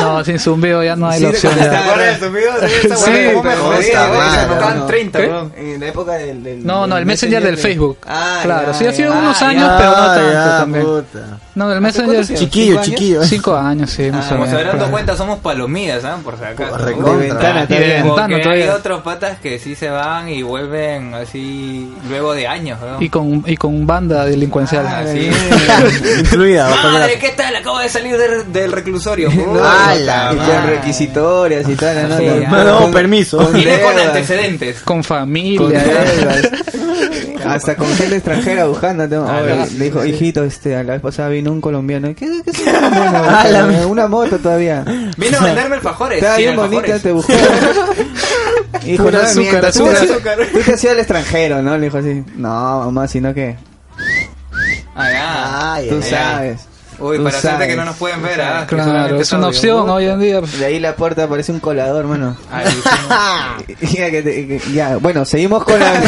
S1: No, sin zumbido ya no hay
S5: Sí,
S1: la
S5: te
S1: opción.
S5: contestaba.
S2: ¿Te acuerdas de tu video? Sí, esa
S1: Sí,
S2: huevada, ¿cómo me
S5: pero
S2: jodía,
S5: esta
S2: güey?
S3: madre,
S2: Se tocaban
S5: no.
S2: 30,
S1: ¿Qué?
S2: weón.
S5: En la época del... del-
S1: No, no, el Messenger del Facebook.
S5: Ah,
S1: Claro,
S5: ya,
S1: sí, ha sido
S5: ya.
S1: unos
S5: Ah,
S1: años,
S5: ya.
S1: pero no
S3: Ah,
S1: tanto
S3: ya,
S1: también.
S3: puta.
S1: No, el
S5: ¿Hace cuántos
S1: Messenger,
S5: años?
S3: Chiquillo,
S5: ¿Cinco años?
S3: chiquillo.
S1: cinco años, sí, más o
S2: Como se
S1: menos,
S2: habrán dado
S1: pero-
S2: cuenta, somos palomidas, ¿saben? Por si acaso.
S3: Por
S5: De
S3: recontra.
S5: ventana
S1: Y de
S5: también.
S1: ventana
S2: Porque hay
S1: todavía.
S2: otros patas que sí se van y vuelven así luego de años, weón.
S1: Y con, y con banda delincuencial.
S2: Ah, sí.
S3: Eh, Incluida, bajo
S2: Madre,
S3: brazo.
S2: ¿qué tal? Acabo de salir del, del reclusorio.
S5: No,
S3: Ah,
S5: y
S3: la
S5: con
S3: madre.
S5: requisitorias y tal, ¿no?
S2: Sí,
S5: Con-
S2: ya.
S5: con-
S3: No,
S5: con-
S3: permiso.
S2: Vine con
S5: deudas,
S2: antecedentes.
S1: Con
S5: con
S1: familia.
S5: deudas. Hasta con gente extranjera buscando. ¿no?
S2: Ah,
S5: Oye,
S2: ya.
S5: le dijo, hijito, este, a la vez pasada vino un colombiano. ¿Qué, qué es un
S3: Ah, la
S5: colombiano?
S3: mierda.
S5: eh, Una moto todavía.
S2: Vino a venderme alfajores.
S5: Estaba
S2: sin
S5: bien bonita,
S2: alfajores.
S5: te buscó. Hijo,
S1: Pura
S5: no me
S1: azúcar,
S5: mientas, tú
S1: azúcar,
S5: te has-
S2: azúcar.
S5: Tú te has ido al extranjero, ¿no? Le dijo así. No, mamá, sino que.
S2: Ah, ya.
S3: Ay, eh.
S5: Tú
S3: ay,
S5: sabes.
S2: Uy,
S5: Tú
S2: para hacerte
S5: sabes.
S2: que no nos pueden ver, ah. que
S1: Claro,
S2: solamente
S1: es una
S2: audio.
S1: opción hoy en día.
S5: De ahí la puerta parece un colador, mano.
S2: Ay, sí.
S5: ya, que te- que- ya, bueno, seguimos con la.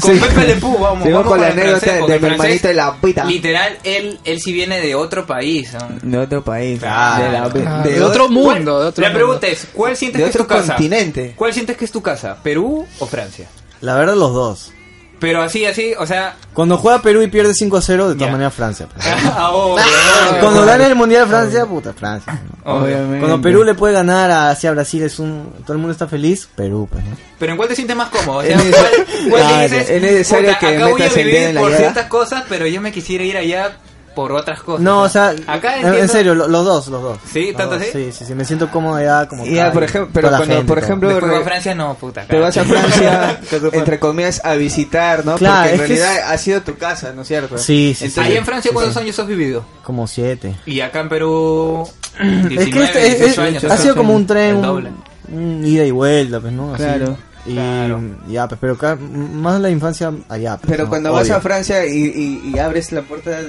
S2: Con
S5: Sí.
S2: Pepe Le Pew, vamos.
S5: Seguimos
S2: vamos
S5: con la
S2: el
S5: anécdota
S2: francés, porque
S5: de mi
S2: el francés,
S5: hermanito de la pita.
S2: Literal, él, él sí viene de otro país. ¿no?
S5: De otro país.
S2: Claro.
S5: De, la-
S1: Ah,
S5: de
S1: de otro mundo. de otro
S2: La
S1: mundo.
S2: pregunta es, ¿cuál sientes
S5: de
S2: que es tu
S5: otro
S2: casa?
S5: continente.
S2: ¿Cuál sientes que es tu casa? ¿Perú o Francia?
S3: La verdad, los dos.
S2: Pero así, así, o sea...
S3: Cuando juega Perú y pierde 5 a 0, de todas
S2: Ya.
S3: maneras Francia. pues.
S2: ah, obvio, obvio.
S3: Cuando gana el Mundial Francia, puta, Francia.
S2: Obvio.
S5: Obviamente.
S3: Cuando Perú le puede ganar hacia Brasil, es un todo el mundo está feliz. Perú, pues, ¿no?
S2: Pero ¿en cuál te sientes más cómodo? O sea,
S5: Es
S2: ¿cuál,
S5: necesario-
S2: cuál
S5: Claro,
S2: dices,
S5: es necesario
S2: puta,
S5: que
S2: acá voy a
S5: metas el dedo
S2: vivir
S5: en la
S2: por
S5: llaga?
S2: ciertas cosas, pero yo me quisiera ir allá por otras cosas?
S3: No, o sea,
S2: acá
S3: en-
S2: entiendo-
S3: en serio, lo- los dos, los dos.
S2: Sí,
S3: Los
S2: ¿tanto
S3: dos,
S2: así?
S3: Sí, sí, sí, me siento cómodo ya como
S5: Y ya,
S3: acá,
S5: por
S3: y
S5: ejemplo,
S3: toda
S5: pero
S3: la
S5: cuando,
S3: gente,
S5: por
S3: todo.
S5: ejemplo,
S2: Después
S5: re-
S2: a Francia, no, puta.
S5: te vas a
S2: acá.
S5: Francia, entre comillas, a visitar, ¿no?
S3: Claro,
S5: Porque en
S3: es que es-
S5: realidad ha sido tu casa, ¿no es cierto?
S3: Sí, sí, sí.
S2: Ahí en Francia, ¿cuántos años has vivido?
S3: Como siete.
S2: Y acá en Perú... 19,
S3: es que este- es-
S2: 18
S3: es-
S2: años,
S3: ha sido
S2: 18
S3: como un
S2: años,
S3: tren,
S2: el doble.
S3: un, un ida y vuelta, pues, ¿no? Así.
S5: Claro,
S3: Y
S2: claro.
S3: ya, pues, pero acá, m- más la infancia allá. pues,
S5: Pero
S3: ¿no?
S5: cuando vas
S3: Obvio.
S5: a Francia y, y- y abres la puerta de,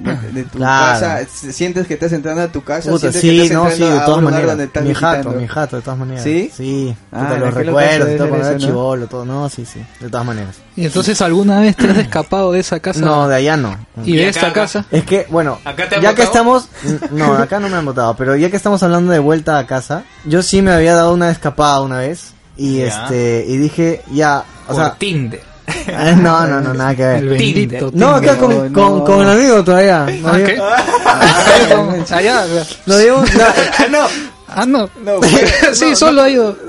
S5: de- de tu
S3: Claro.
S5: casa, s- sientes que estás entrando a tu casa,
S3: Puta,
S5: sientes que
S3: sí,
S5: estás
S3: no, sí,
S5: entrando
S3: de
S5: a
S3: todas
S5: un lugar donde
S3: maneras.
S5: estás
S3: Mi jato,
S5: visitando.
S3: mi jato, de todas maneras.
S5: ¿Sí?
S3: Sí.
S5: Ah,
S3: Puta, los
S5: qué loco
S3: recuerdos,
S5: debe
S3: todo
S5: ser
S3: cuando era
S5: eso, ¿no?
S3: chivolo, todo, no, sí, sí, de todas maneras.
S1: Y entonces, ¿alguna vez te has escapado de esa casa?
S3: No, de allá no.
S1: ¿Y
S2: Y
S1: de
S2: acá,
S1: esta
S2: acá.
S1: casa?
S3: Es que, bueno,
S2: ¿Acá te han
S3: ya que
S2: votado?
S3: estamos. No, acá no me han votado, pero ya que estamos hablando de vuelta a casa, yo sí me había dado una escapada una vez. Y
S2: Ya.
S3: este, y dije, ya, o
S2: Por
S3: sea.
S2: Tinder.
S3: No, no, no, nada que
S1: El
S3: ver.
S1: bendito.
S3: Eh. No, acá
S1: Tinder.
S3: con,
S5: No,
S3: con,
S5: no.
S3: con un amigo todavía. Nos
S1: Ah,
S3: dio-
S1: ¿qué?
S5: Allá,
S3: nos dio una-
S1: Ah, no. sí, solo ha ido.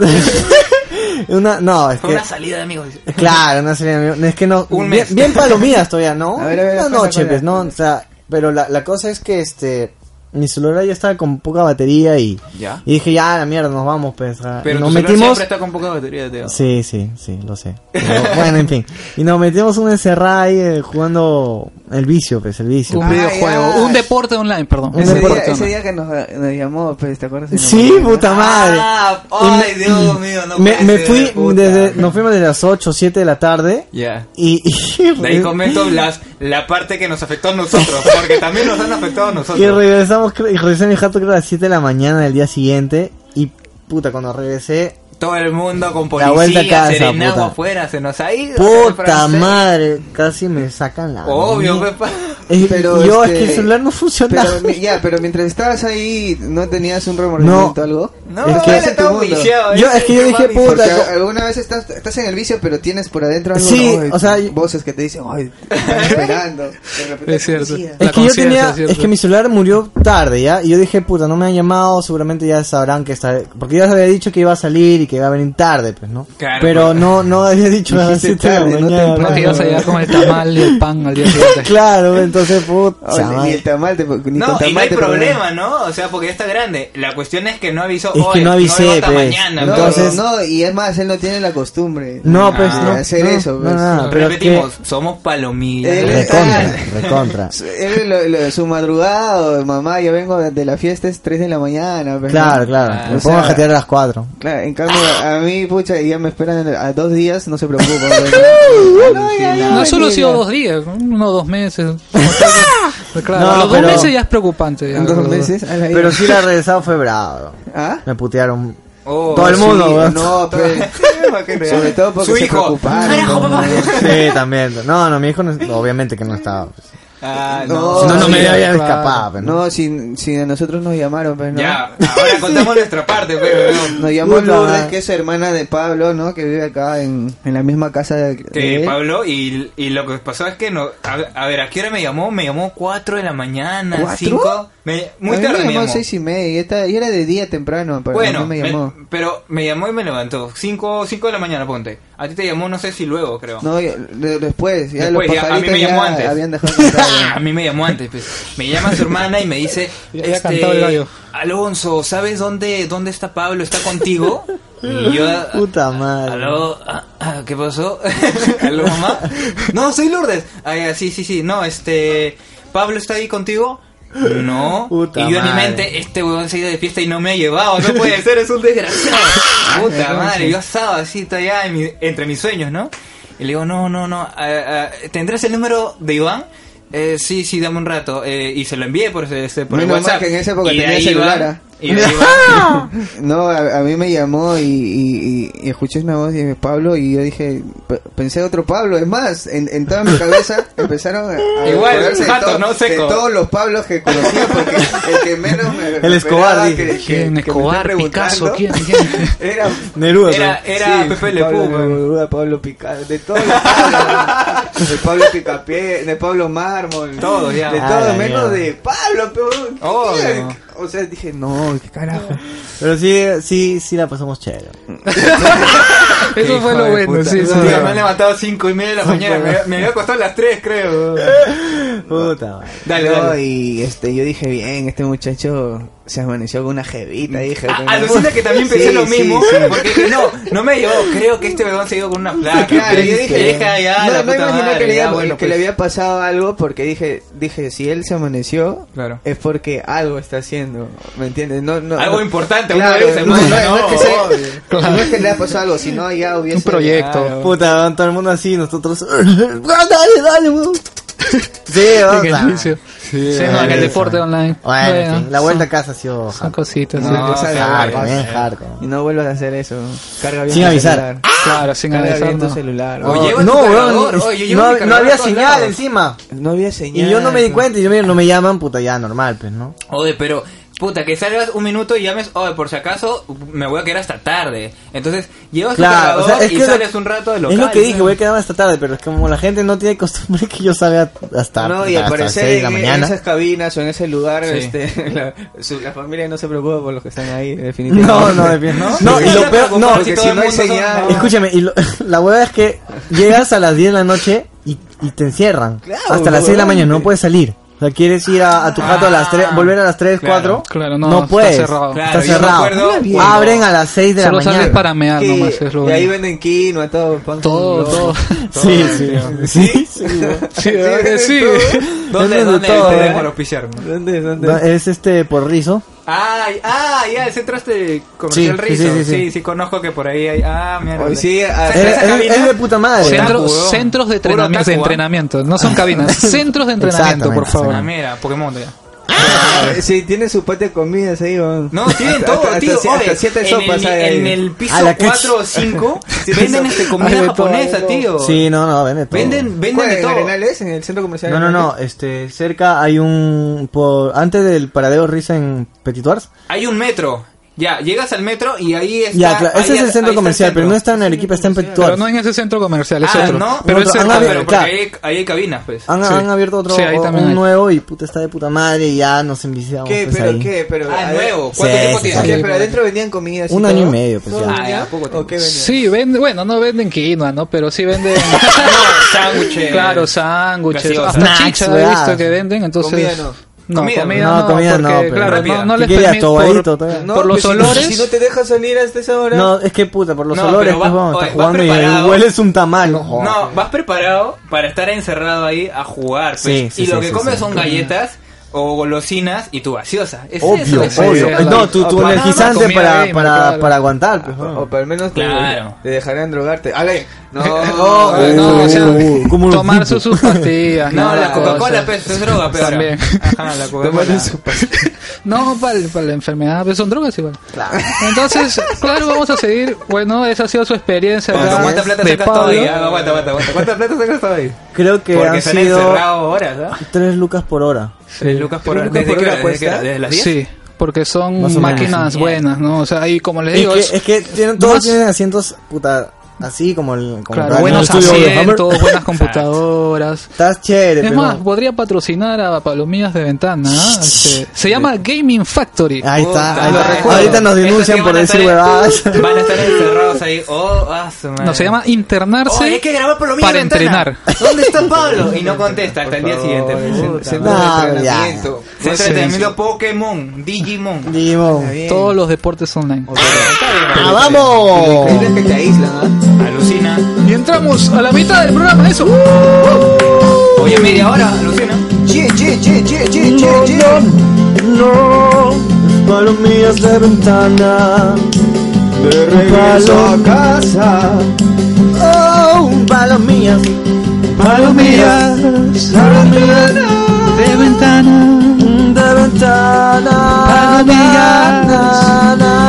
S3: una- no, es
S2: Fue
S3: que.
S2: una salida de amigos.
S3: Claro, una serie de amigos. Es que no.
S2: Un
S3: bien,
S2: mes.
S3: bien palomidas todavía, ¿no?
S5: A ver, a ver,
S3: una
S5: cuenta,
S3: noche,
S5: cuenta.
S3: pues, ¿no? O sea, pero la, la cosa es que este. mi celular ya estaba con poca batería y,
S2: Ya.
S3: y dije, ya, la mierda, nos vamos, pues. ah".
S2: Pero
S3: y
S2: tu
S3: nos
S2: celular
S3: metimos...
S2: siempre está con poca batería, tío.
S3: Sí, sí, sí, lo sé. Pero, bueno, en fin. Y nos metimos una encerrada ahí eh, jugando el vicio, pues, el vicio.
S1: Un
S5: Ah,
S1: videojuego,
S5: ya.
S1: un deporte online, perdón.
S3: Un
S1: Un
S5: Ese día,
S1: deporte
S5: ese
S1: online.
S5: día que nos, nos llamó, pues, ¿te acuerdas?
S3: Sí, puta madre. mm,
S2: Ah, ay, Dios mío, no
S3: me,
S2: puede
S3: me
S2: ser,
S3: fui,
S2: puta.
S3: desde, nos fuimos desde las 8 o 7 de la tarde.
S2: Ya.
S3: Y, y-
S2: De ahí comento las, la parte que nos afectó a nosotros, porque también nos han afectado a
S3: y
S2: nosotros.
S3: regresamos, creo- y regresé a mi jato creo a las 7 de la mañana del día siguiente. Y puta, cuando regresé,
S2: Todo el mundo con
S3: La vuelta a
S2: policía,
S3: casa,
S2: serenagua
S3: puta.
S2: afuera, se nos ha ido. el
S3: puta
S2: francés.
S3: madre, casi me sacan la.
S2: Obvio,
S3: mierda.
S2: pepa.
S3: Eh,
S5: Pero,
S3: yo,
S5: este,
S3: es que el celular no funciona.
S5: Pero, mi- ya, pero mientras estabas ahí, ¿no tenías un remordimiento
S3: No.
S5: o algo?
S2: No,
S3: Es
S2: es
S3: que-
S2: que
S5: Estás en tu
S2: estaba
S5: mundo.
S2: viciado.
S3: Yo-
S2: ese
S3: es que yo
S2: tema
S3: dije,
S2: viciado.
S5: Porque
S3: puta, co-
S5: alguna vez estás, estás en el vicio, pero tienes por adentro algo,
S3: Sí,
S5: ¿no?
S3: o sea, yo-
S5: voces que te dicen, ay, te están esperando. De repente
S1: Es cierto.
S5: policía.
S1: La
S3: Es que yo
S1: conciencia,
S3: tenía,
S1: ¿cierto?
S3: es que mi celular murió tarde, ¿ya? Y yo dije, puta, no me han llamado, seguramente ya sabrán que está... Porque ya les había dicho que iba a salir y que iba a venir tarde, pues, ¿no?
S2: Claro,
S3: Pero
S2: pues.
S3: no, no había dicho a las
S5: Dijiste
S3: 7 de la
S5: tarde, no
S3: mañana.
S5: temprano.
S1: No, que ibas a llegar con el tamal y el pan al día
S3: ¿no?
S1: siguiente.
S3: Claro, pues, entonces, puta,
S5: Ay, ni- ni
S3: madre.
S5: el tamal te, ni con
S2: No,
S5: tamal
S2: y no hay
S5: te
S2: problema, ¿no? O sea, porque ya está grande. La cuestión es que no avisó
S3: Es
S2: hoy.
S3: que no avisé,
S2: llegó hasta
S3: pues.
S2: mañana.
S5: No,
S2: Entonces,
S3: Entonces-
S5: no, y es más, él no tiene la costumbre.
S3: No, pues,
S2: Ah,
S3: no.
S5: hacer
S3: no,
S5: eso, pues.
S3: no, nada, pero es que...
S2: repetimos, somos palomillas.
S5: Él es-
S3: Recontra, recontra.
S5: Él, lo- lo- su madrugado, mamá, yo vengo de, de la fiesta, es 3 de la mañana. pues, ¿no?
S3: Claro, claro.
S2: Ah,
S3: me
S5: o
S3: pongo a
S5: sea-
S3: jatear a las 4.
S5: Claro, en cambio, a mí, pucha, ya me esperan a dos días, no se pues, preocupen.
S1: No solo ha sido dos días, uno o dos meses. Claro,
S3: No,
S1: a los
S3: pero-
S1: dos meses ya es preocupante. ya.
S5: En dos meses. a la
S3: Pero si la regresado fue bravo.
S5: ¿Ah?
S3: Me putearon...
S2: Oh,
S3: Todo el
S5: Sí,
S3: mundo, weón.
S5: No, pero... Sobre todo porque
S2: Su
S5: se
S2: hijo.
S5: preocuparon.
S2: Carajo,
S5: ¿no?
S2: papá.
S3: Sí, también. No, no, mi hijo no- obviamente que no estaba. pues.
S2: Ah,
S5: No,
S2: no.
S3: No, no me
S5: sí,
S3: había
S1: claro.
S3: escapado, pues, ¿no?
S5: Ah, No, si, si a nosotros nos llamaron, pues, ¿no? eh.
S2: Ya, ahora contamos nuestra parte, pues, pero no.
S5: Nos llamó
S3: Puta
S5: Lourdes,
S3: madre.
S5: que es hermana de Pablo, ¿no? Que vive acá en, en la misma casa de, de
S2: Que
S5: él.
S2: Pablo, y, y lo que pasó es que no. A, a ver, ¿a qué hora me llamó? Me llamó 4 de la mañana,
S5: ¿Cuatro?
S2: 5. Me, muy
S5: a mí
S2: tarde
S5: me
S2: me
S5: llamó
S2: llamó.
S5: seis y media. Y, esta- y era de día temprano, pero a
S2: Bueno,
S5: mí me llamó.
S2: me- pero me llamó y me levantó. 5 cinco de la mañana, ponte. A ti te llamó, no sé si luego, creo.
S5: No, yo- de- después. Ya
S2: Después,
S5: los
S2: ya, a mí
S5: pajaritos
S2: me llamó
S5: ya
S2: antes.
S5: habían dejado de cantar, ya.
S2: a mí me llamó antes, pues. Me llama su hermana y me dice,
S1: Ya había
S2: este,
S1: cantado el gallo.
S2: Alonso, ¿sabes dónde, dónde está Pablo? ¿Está contigo? Y yo,
S3: Puta madre.
S2: ¿Aló? Ah, ah, ¿Qué pasó? ¿Aló, mamá? No, soy Lourdes. Ah, ya, sí, sí, sí. No, este... ¿Pablo está ahí contigo? No.
S3: Puta
S2: y yo en mi
S3: madre.
S2: mente, este huevón se ha ido de fiesta y no me ha llevado. No puede ser, es un desgraciado. Puta madre, yo estaba así, todavía en mi- entre mis sueños, ¿no? Y le digo, no, no, no. ah, ah, ¿Tendrás el número de Iván? Eh, sí, sí, dame un rato. Eh, y se lo envié por, este, por el
S5: Menos mal
S2: WhatsApp.
S5: que en esa época
S2: Y de
S5: tenía
S2: ahí
S5: celular,
S2: Iván-
S5: ¿ah?
S2: y de ahí Iván-
S5: No, a, a mí me llamó y, y- y- y escuché una voz de Pablo y yo dije, "P- pensé otro Pablo. Es más, en, en toda mi cabeza empezaron a, a
S2: Igual,
S5: acordarse de
S2: jato,
S5: todo-
S2: ¿no? Seco.
S5: de todos los Pablos que conocía, porque el que menos me
S3: El Escobar,
S5: esperaba
S3: dije.
S1: ¿Quién?
S5: me
S1: Escobar,
S5: esté
S1: Picasso, ¿quién?
S5: preguntando
S1: ¿Quién?
S5: Era...
S3: Neruda.
S2: Era, era
S5: sí,
S2: Pepe Le
S5: Pablo
S2: Pew, weón.
S5: Neruda, Pablo Picasso, de todos los Pablos, de Pablo Picapié, de Pablo Mármol,
S2: Todos, ya.
S5: de
S3: Ah,
S5: todos,
S3: la mierda.
S5: menos de Pablo, pero,
S2: Oh,
S5: ¿quién?
S2: no.
S5: o sea, dije, no, qué carajo.
S3: Pero sí, sí, sí la pasamos chévere.
S1: Eso fue lo
S5: de
S1: bueno,
S5: puta.
S1: Pues sí, sí.
S2: Sí, me han levantado 5 y media de la mañana. Me, me había costado las 3, creo. Mm.
S3: Puta madre.
S2: Dale,
S5: No,
S2: dale.
S5: y este, yo dije, bien, este muchacho se amaneció con una jevita, dije.
S2: A-
S5: bueno.
S2: Alucina ah, que también pensé
S5: Sí,
S2: lo
S5: sí,
S2: mismo.
S5: sí.
S2: Porque dije, no, no me llevó. Creo que este bebón se ido con una placa.
S5: Claro,
S2: yo dije,
S5: yo dije,
S2: deja ya,
S5: no,
S2: la
S5: no
S2: puta
S5: imaginé
S2: madre,
S5: que, le,
S2: ya,
S5: había-
S2: bueno,
S5: que
S2: pues.
S5: le había pasado algo porque dije, dije, si él se amaneció,
S2: Claro.
S5: es porque algo está haciendo, ¿me entiendes? No, no,
S2: Algo
S5: no-
S2: importante, una
S5: claro,
S2: vez se
S5: no, no,
S2: manda,
S5: no es que
S2: no,
S5: sea-
S2: obvio.
S5: no es que le haya pasado algo, sino ya hubiese...
S1: Un proyecto.
S2: Claro.
S3: Puta, todo el mundo así, nosotros. ¡Ah, dale, dale, weón! Sí, vamos.
S1: En el vicio.
S3: Sí,
S1: Sí, no, en el deporte online.
S3: Bueno, en
S1: Bueno,
S3: fin, la vuelta a casa ha sido.
S1: Son cositas.
S2: No,
S1: sí.
S2: o sea,
S3: Hardcore,
S2: bueno.
S3: bien hardcore.
S5: Y no vuelvas a hacer eso. Carga bien
S3: Sin
S5: tu
S3: avisar.
S5: celular.
S2: Ah,
S1: Claro, sin
S5: Carga
S1: avisar.
S5: bien tu
S1: no.
S5: celular.
S2: Oye, lleva tu
S3: no,
S2: cargador,
S3: weón,
S2: oye, yo llevo mi
S3: no, no
S2: cargador a
S3: había
S2: todos
S3: señal
S2: lados.
S3: encima.
S5: No había señal.
S3: Y yo no me di cuenta, y yo mira, no me llaman, puta, ya, normal, pues, ¿no?
S2: Oye, pero puta, que salgas un minuto y llames, oye, por si acaso me voy a quedar hasta tarde. Entonces, llevas tu
S3: Claro, o sea,
S2: cargador
S3: es que
S2: y
S3: es lo-
S2: sales un rato de local.
S3: es lo que dije,
S2: ¿no?
S3: voy a quedarme hasta tarde, pero es que como la gente no tiene costumbre que yo salga hasta,
S5: No, y
S3: puta,
S5: al
S3: hasta las
S5: parecer
S3: seis de la
S5: en-
S3: mañana.
S5: en esas cabinas o en ese lugar,
S2: Sí.
S5: este, la, su- la familia no se preocupa por los que están ahí, definitivamente.
S3: No, no, de pie, no. No, y lo peor, no,
S5: Porque
S2: todo
S5: si
S2: el
S5: no hay
S2: mundo son-
S5: señal...
S3: Escúchame, y lo- la hueá es que llegas a las 10 de la noche y, y te encierran.
S5: Claro,
S3: hasta las 6 de la
S5: huevón.
S3: mañana, no puedes salir. O sea, quieres ir a, a tu jato a las 3, volver a las 3,
S2: Ah, Claro,
S3: 4.
S1: claro, no, está
S3: puedes.
S1: cerrado.
S2: Claro, yo
S3: está
S2: me
S3: cerrado.
S2: acuerdo cuando-
S3: Abren a las 6 de
S1: Solo
S3: la
S1: sales
S3: mañana.
S1: para mear
S5: Que-
S1: nomás, es lo
S5: y ahí
S1: único.
S5: venden quinoa, todo. pan
S1: Todo,
S5: con huevo.
S1: todo.
S3: Sí, sí. Sí.
S1: Sí, de verdad que sí.
S2: ¿Dónde,
S3: Es de
S2: dónde
S3: todo,
S2: te
S3: ¿eh?
S2: den para auspiciarnos?
S5: ¿Dónde? ¿Dónde?
S3: No, Es este por rizo.
S2: Ay, ah, ya, el centro este comercial
S3: Sí, sí,
S2: Rizzo. Sí sí,
S3: sí, sí, sí.
S2: conozco que por ahí hay. Ah, mierda.
S5: Hoy sí, ah,
S3: Es,
S2: esa
S3: es-
S2: cabina-
S3: es de puta madre.
S1: Centro-
S2: Otaku, weón.
S1: centros de
S2: Puro
S1: entrenamiento,
S2: otaku,
S1: de
S2: ¿ah?
S1: entrenamiento, no son cabinas, centros de entrenamiento, por
S3: Exactamente,
S1: favor.
S2: Ah, mira, Pokémon ya.
S5: Sí, tiene su patio de comidas ahí, weón.
S2: No, tienen
S5: Hasta-
S2: todo,
S5: hasta-
S2: tío.
S5: Hasta,
S2: oye,
S5: hasta siete
S2: en
S5: sopas
S2: el,
S5: hay ahí.
S2: En el
S3: A
S2: piso
S3: la que-
S2: 4 o 5 venden este comida
S3: Hay de todo,
S2: japonesa, tío.
S3: Sí, no, no, vende todo.
S2: Venden,
S5: ¿Cuál,
S2: venden de
S5: en
S2: todo.
S5: Arenales? ¿En el centro comercial?
S3: No, no, no, este, cerca hay un, por, antes del paradero Risa en Petit Tuars.
S2: Hay un metro. Ya, llegas al metro y ahí está.
S3: Ya, claro, ese
S2: ahí-
S3: es el centro
S2: ahí está
S3: comercial, pero no está en Arequipa, está en Petit
S1: Pero
S3: Tuars.
S1: no en ese centro comercial, es
S2: ah,
S1: otro.
S2: ¿no?
S1: Pero
S3: No,
S1: es
S3: otro- Ah,
S2: Ah,
S1: cerca,
S3: han
S2: pero porque
S3: claro.
S2: ahí, ahí hay cabinas, pues.
S3: Han,
S1: Sí.
S3: han abierto otro,
S1: Sí, ahí también
S3: un
S1: hay.
S3: nuevo y puta, está de puta madre y ya nos enviciamos
S5: ¿Qué?
S3: pues
S5: ¿Pero
S3: ahí.
S5: qué? Pero,
S2: Ah,
S5: a
S2: es
S5: ver,
S2: nuevo.
S3: Sí,
S2: ¿Cuánto tiempo
S3: sí,
S2: tiene?
S5: ¿Qué?
S3: sí.
S5: ¿Pero adentro vendían comidas?
S3: Un año y medio, pues
S5: ¿Todo
S3: ya.
S5: vendían?
S2: Ah, ya, poco
S5: ¿O qué vendían?
S1: Sí, venden, bueno, no venden quinoa, ¿no? Pero sí venden
S2: Sándwiches.
S1: claro, sándwiches,
S2: Gaseosa.
S1: hasta
S3: Snacks,
S1: chicha he
S3: weón.
S1: visto que venden, entonces
S5: Comida no.
S1: No,
S2: Comida
S1: comida,
S3: no.
S1: no,
S3: No, comida no,
S1: porque
S3: pero-
S1: claro, no, no
S3: ¿Qué
S1: les
S3: querías,
S1: permite
S3: tobadito,
S1: por,
S3: todavía?
S5: No,
S1: por los
S5: pues si no-
S1: olores.
S5: Si no te dejas salir hasta esa hora.
S3: No, es que puta, por los
S2: No,
S3: olores,
S2: pero
S3: pues
S2: va-
S3: vamos,
S2: oye,
S3: está
S2: vas
S3: jugando
S2: preparado.
S3: y hueles un tamal.
S2: No, vas preparado para estar encerrado ahí a jugar. pues.
S3: Sí, sí,
S2: y lo
S3: sí,
S2: que
S3: sí,
S2: comes
S3: sí.
S2: son galletas o golosinas y tu gaseosa. Es
S3: Obvio,
S2: eso,
S1: obvio.
S2: es
S3: obvio.
S2: eso.
S3: No, tu, tu
S2: Para-
S3: energizante
S1: comida
S3: para,
S1: gamer,
S3: para,
S1: claro.
S3: para aguantar, pues.
S5: O o al menos te,
S2: Claro.
S5: te dejarán drogarte. Ale, no,
S2: No,
S5: no,
S1: no, o sea,
S3: Uh, ¿cómo lo
S1: tomar
S3: digo?
S1: sus, sus pastillas,
S2: No, la
S1: Las
S2: Coca-Cola
S1: cosas.
S2: pues, es droga, pero.
S1: También.
S2: Ajá, la Coca-Cola.
S1: No, para, el- para la enfermedad, pues son drogas igual. Entonces, claro, vamos a seguir. Bueno, esa ha sido su experiencia
S2: Bueno,
S1: acá
S2: ¿Cuánta plata
S1: de
S2: sacas todo
S1: Pablo.
S2: ahí? Ah, Aguanta, aguanta, aguanta. ¿Cuánta plata sacas todo ahí?
S3: Creo que
S2: Porque
S3: han
S2: están
S3: sido
S2: encerrados horas, ¿ah?
S3: 3 lucas por hora.
S2: Tres lucas por
S5: Tres
S2: hora.
S5: lucas
S2: ¿Desde
S5: por
S2: qué
S5: hora
S2: hora? ¿Desde qué hora?
S5: cuesta.
S2: ¿Desde las 10?
S1: Sí, porque son
S3: Más o menos.
S1: máquinas buenas, ¿no? O sea, ahí como les
S3: Es
S1: digo,
S3: que,
S1: es-
S3: es que tienen, todos
S1: más-
S3: tienen asientos, puta, así como el. Como
S1: claro,
S3: el
S1: buenos
S3: estudio de Hammer.
S1: asientos, buenas computadoras.
S3: Estás chévere,
S1: Es
S3: pero-
S1: más, podría patrocinar a Palomillas de Ventana. ¿ah? Este, se llama Gaming Factory.
S3: Ahí
S2: Puta, Este
S3: está, ahí
S2: lo
S3: está.
S2: recuerdo.
S3: ahorita nos
S2: Estos
S3: denuncian
S2: sí
S3: por
S2: van a
S3: decir
S2: estar-
S3: huevadas.
S2: Van a estar encerrados ahí. Oh, ah, su madre.
S1: No, se llama Internarse.
S2: Oh, hay que grabar por lo menos
S1: para
S2: ventana.
S1: entrenar.
S2: ¿Dónde está Pablo? Y no contesta hasta el día siguiente.
S5: Centro
S3: eh, No,
S5: de
S3: ya.
S5: entrenamiento.
S2: Se está terminando Pokémon, Digimon.
S3: Digimon.
S1: Todos los deportes online.
S3: ¡Ah, vamos!
S5: Es que te aíslan, ¿ah?
S2: Alucina.
S1: Y entramos a la mitad del programa, eso.
S2: Oye, media hora, alucina.
S5: Che, che, che, che, che, che, che.
S3: No, palomillas de ventana.
S6: De regreso a casa.
S3: Oh, palomillas, palomillas, palomillas de ventana, de ventana, palomillas de ventana.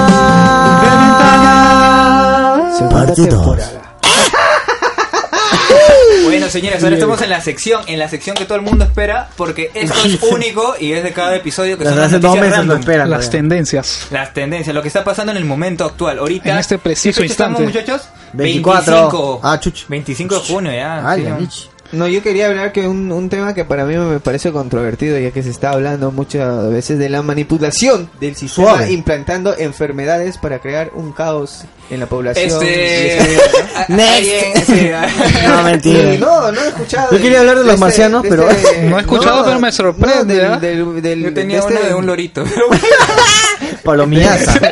S2: Bueno, señores, ahora estamos en la sección, en la sección que todo el mundo espera, porque esto es único y es de cada episodio que son
S3: Desde
S2: las
S3: hace dos
S2: noticias
S3: meses lo
S2: random.
S3: esperan.
S1: Las
S3: todavía.
S1: tendencias.
S2: Las tendencias, lo que está pasando en el momento actual. Ahorita.
S1: En este preciso
S2: ¿qué fecha estamos,
S1: instante.
S2: muchachos?
S3: 24.
S2: 25.
S3: Ah, chuch.
S2: 25 de junio, ya.
S3: Ay,
S2: sí,
S3: la
S2: ¿no?
S3: bicha.
S5: No, yo quería hablar que un, un tema que para mí me parece controvertido, ya que se está hablando muchas veces de la manipulación del sistema
S3: Suave.
S5: implantando enfermedades para crear un caos en la población.
S2: Este.
S3: Next.
S2: Alguien- sí.
S3: No, mentira.
S5: Sí, no, no he escuchado. este,
S3: Yo quería hablar de los marcianos, pero-
S1: No he escuchado, pero me sorprende,
S5: del-
S1: ¿ah?
S5: del- del-
S2: Yo tenía
S5: de
S2: uno
S5: este-
S2: de un lorito.
S3: Palomillas.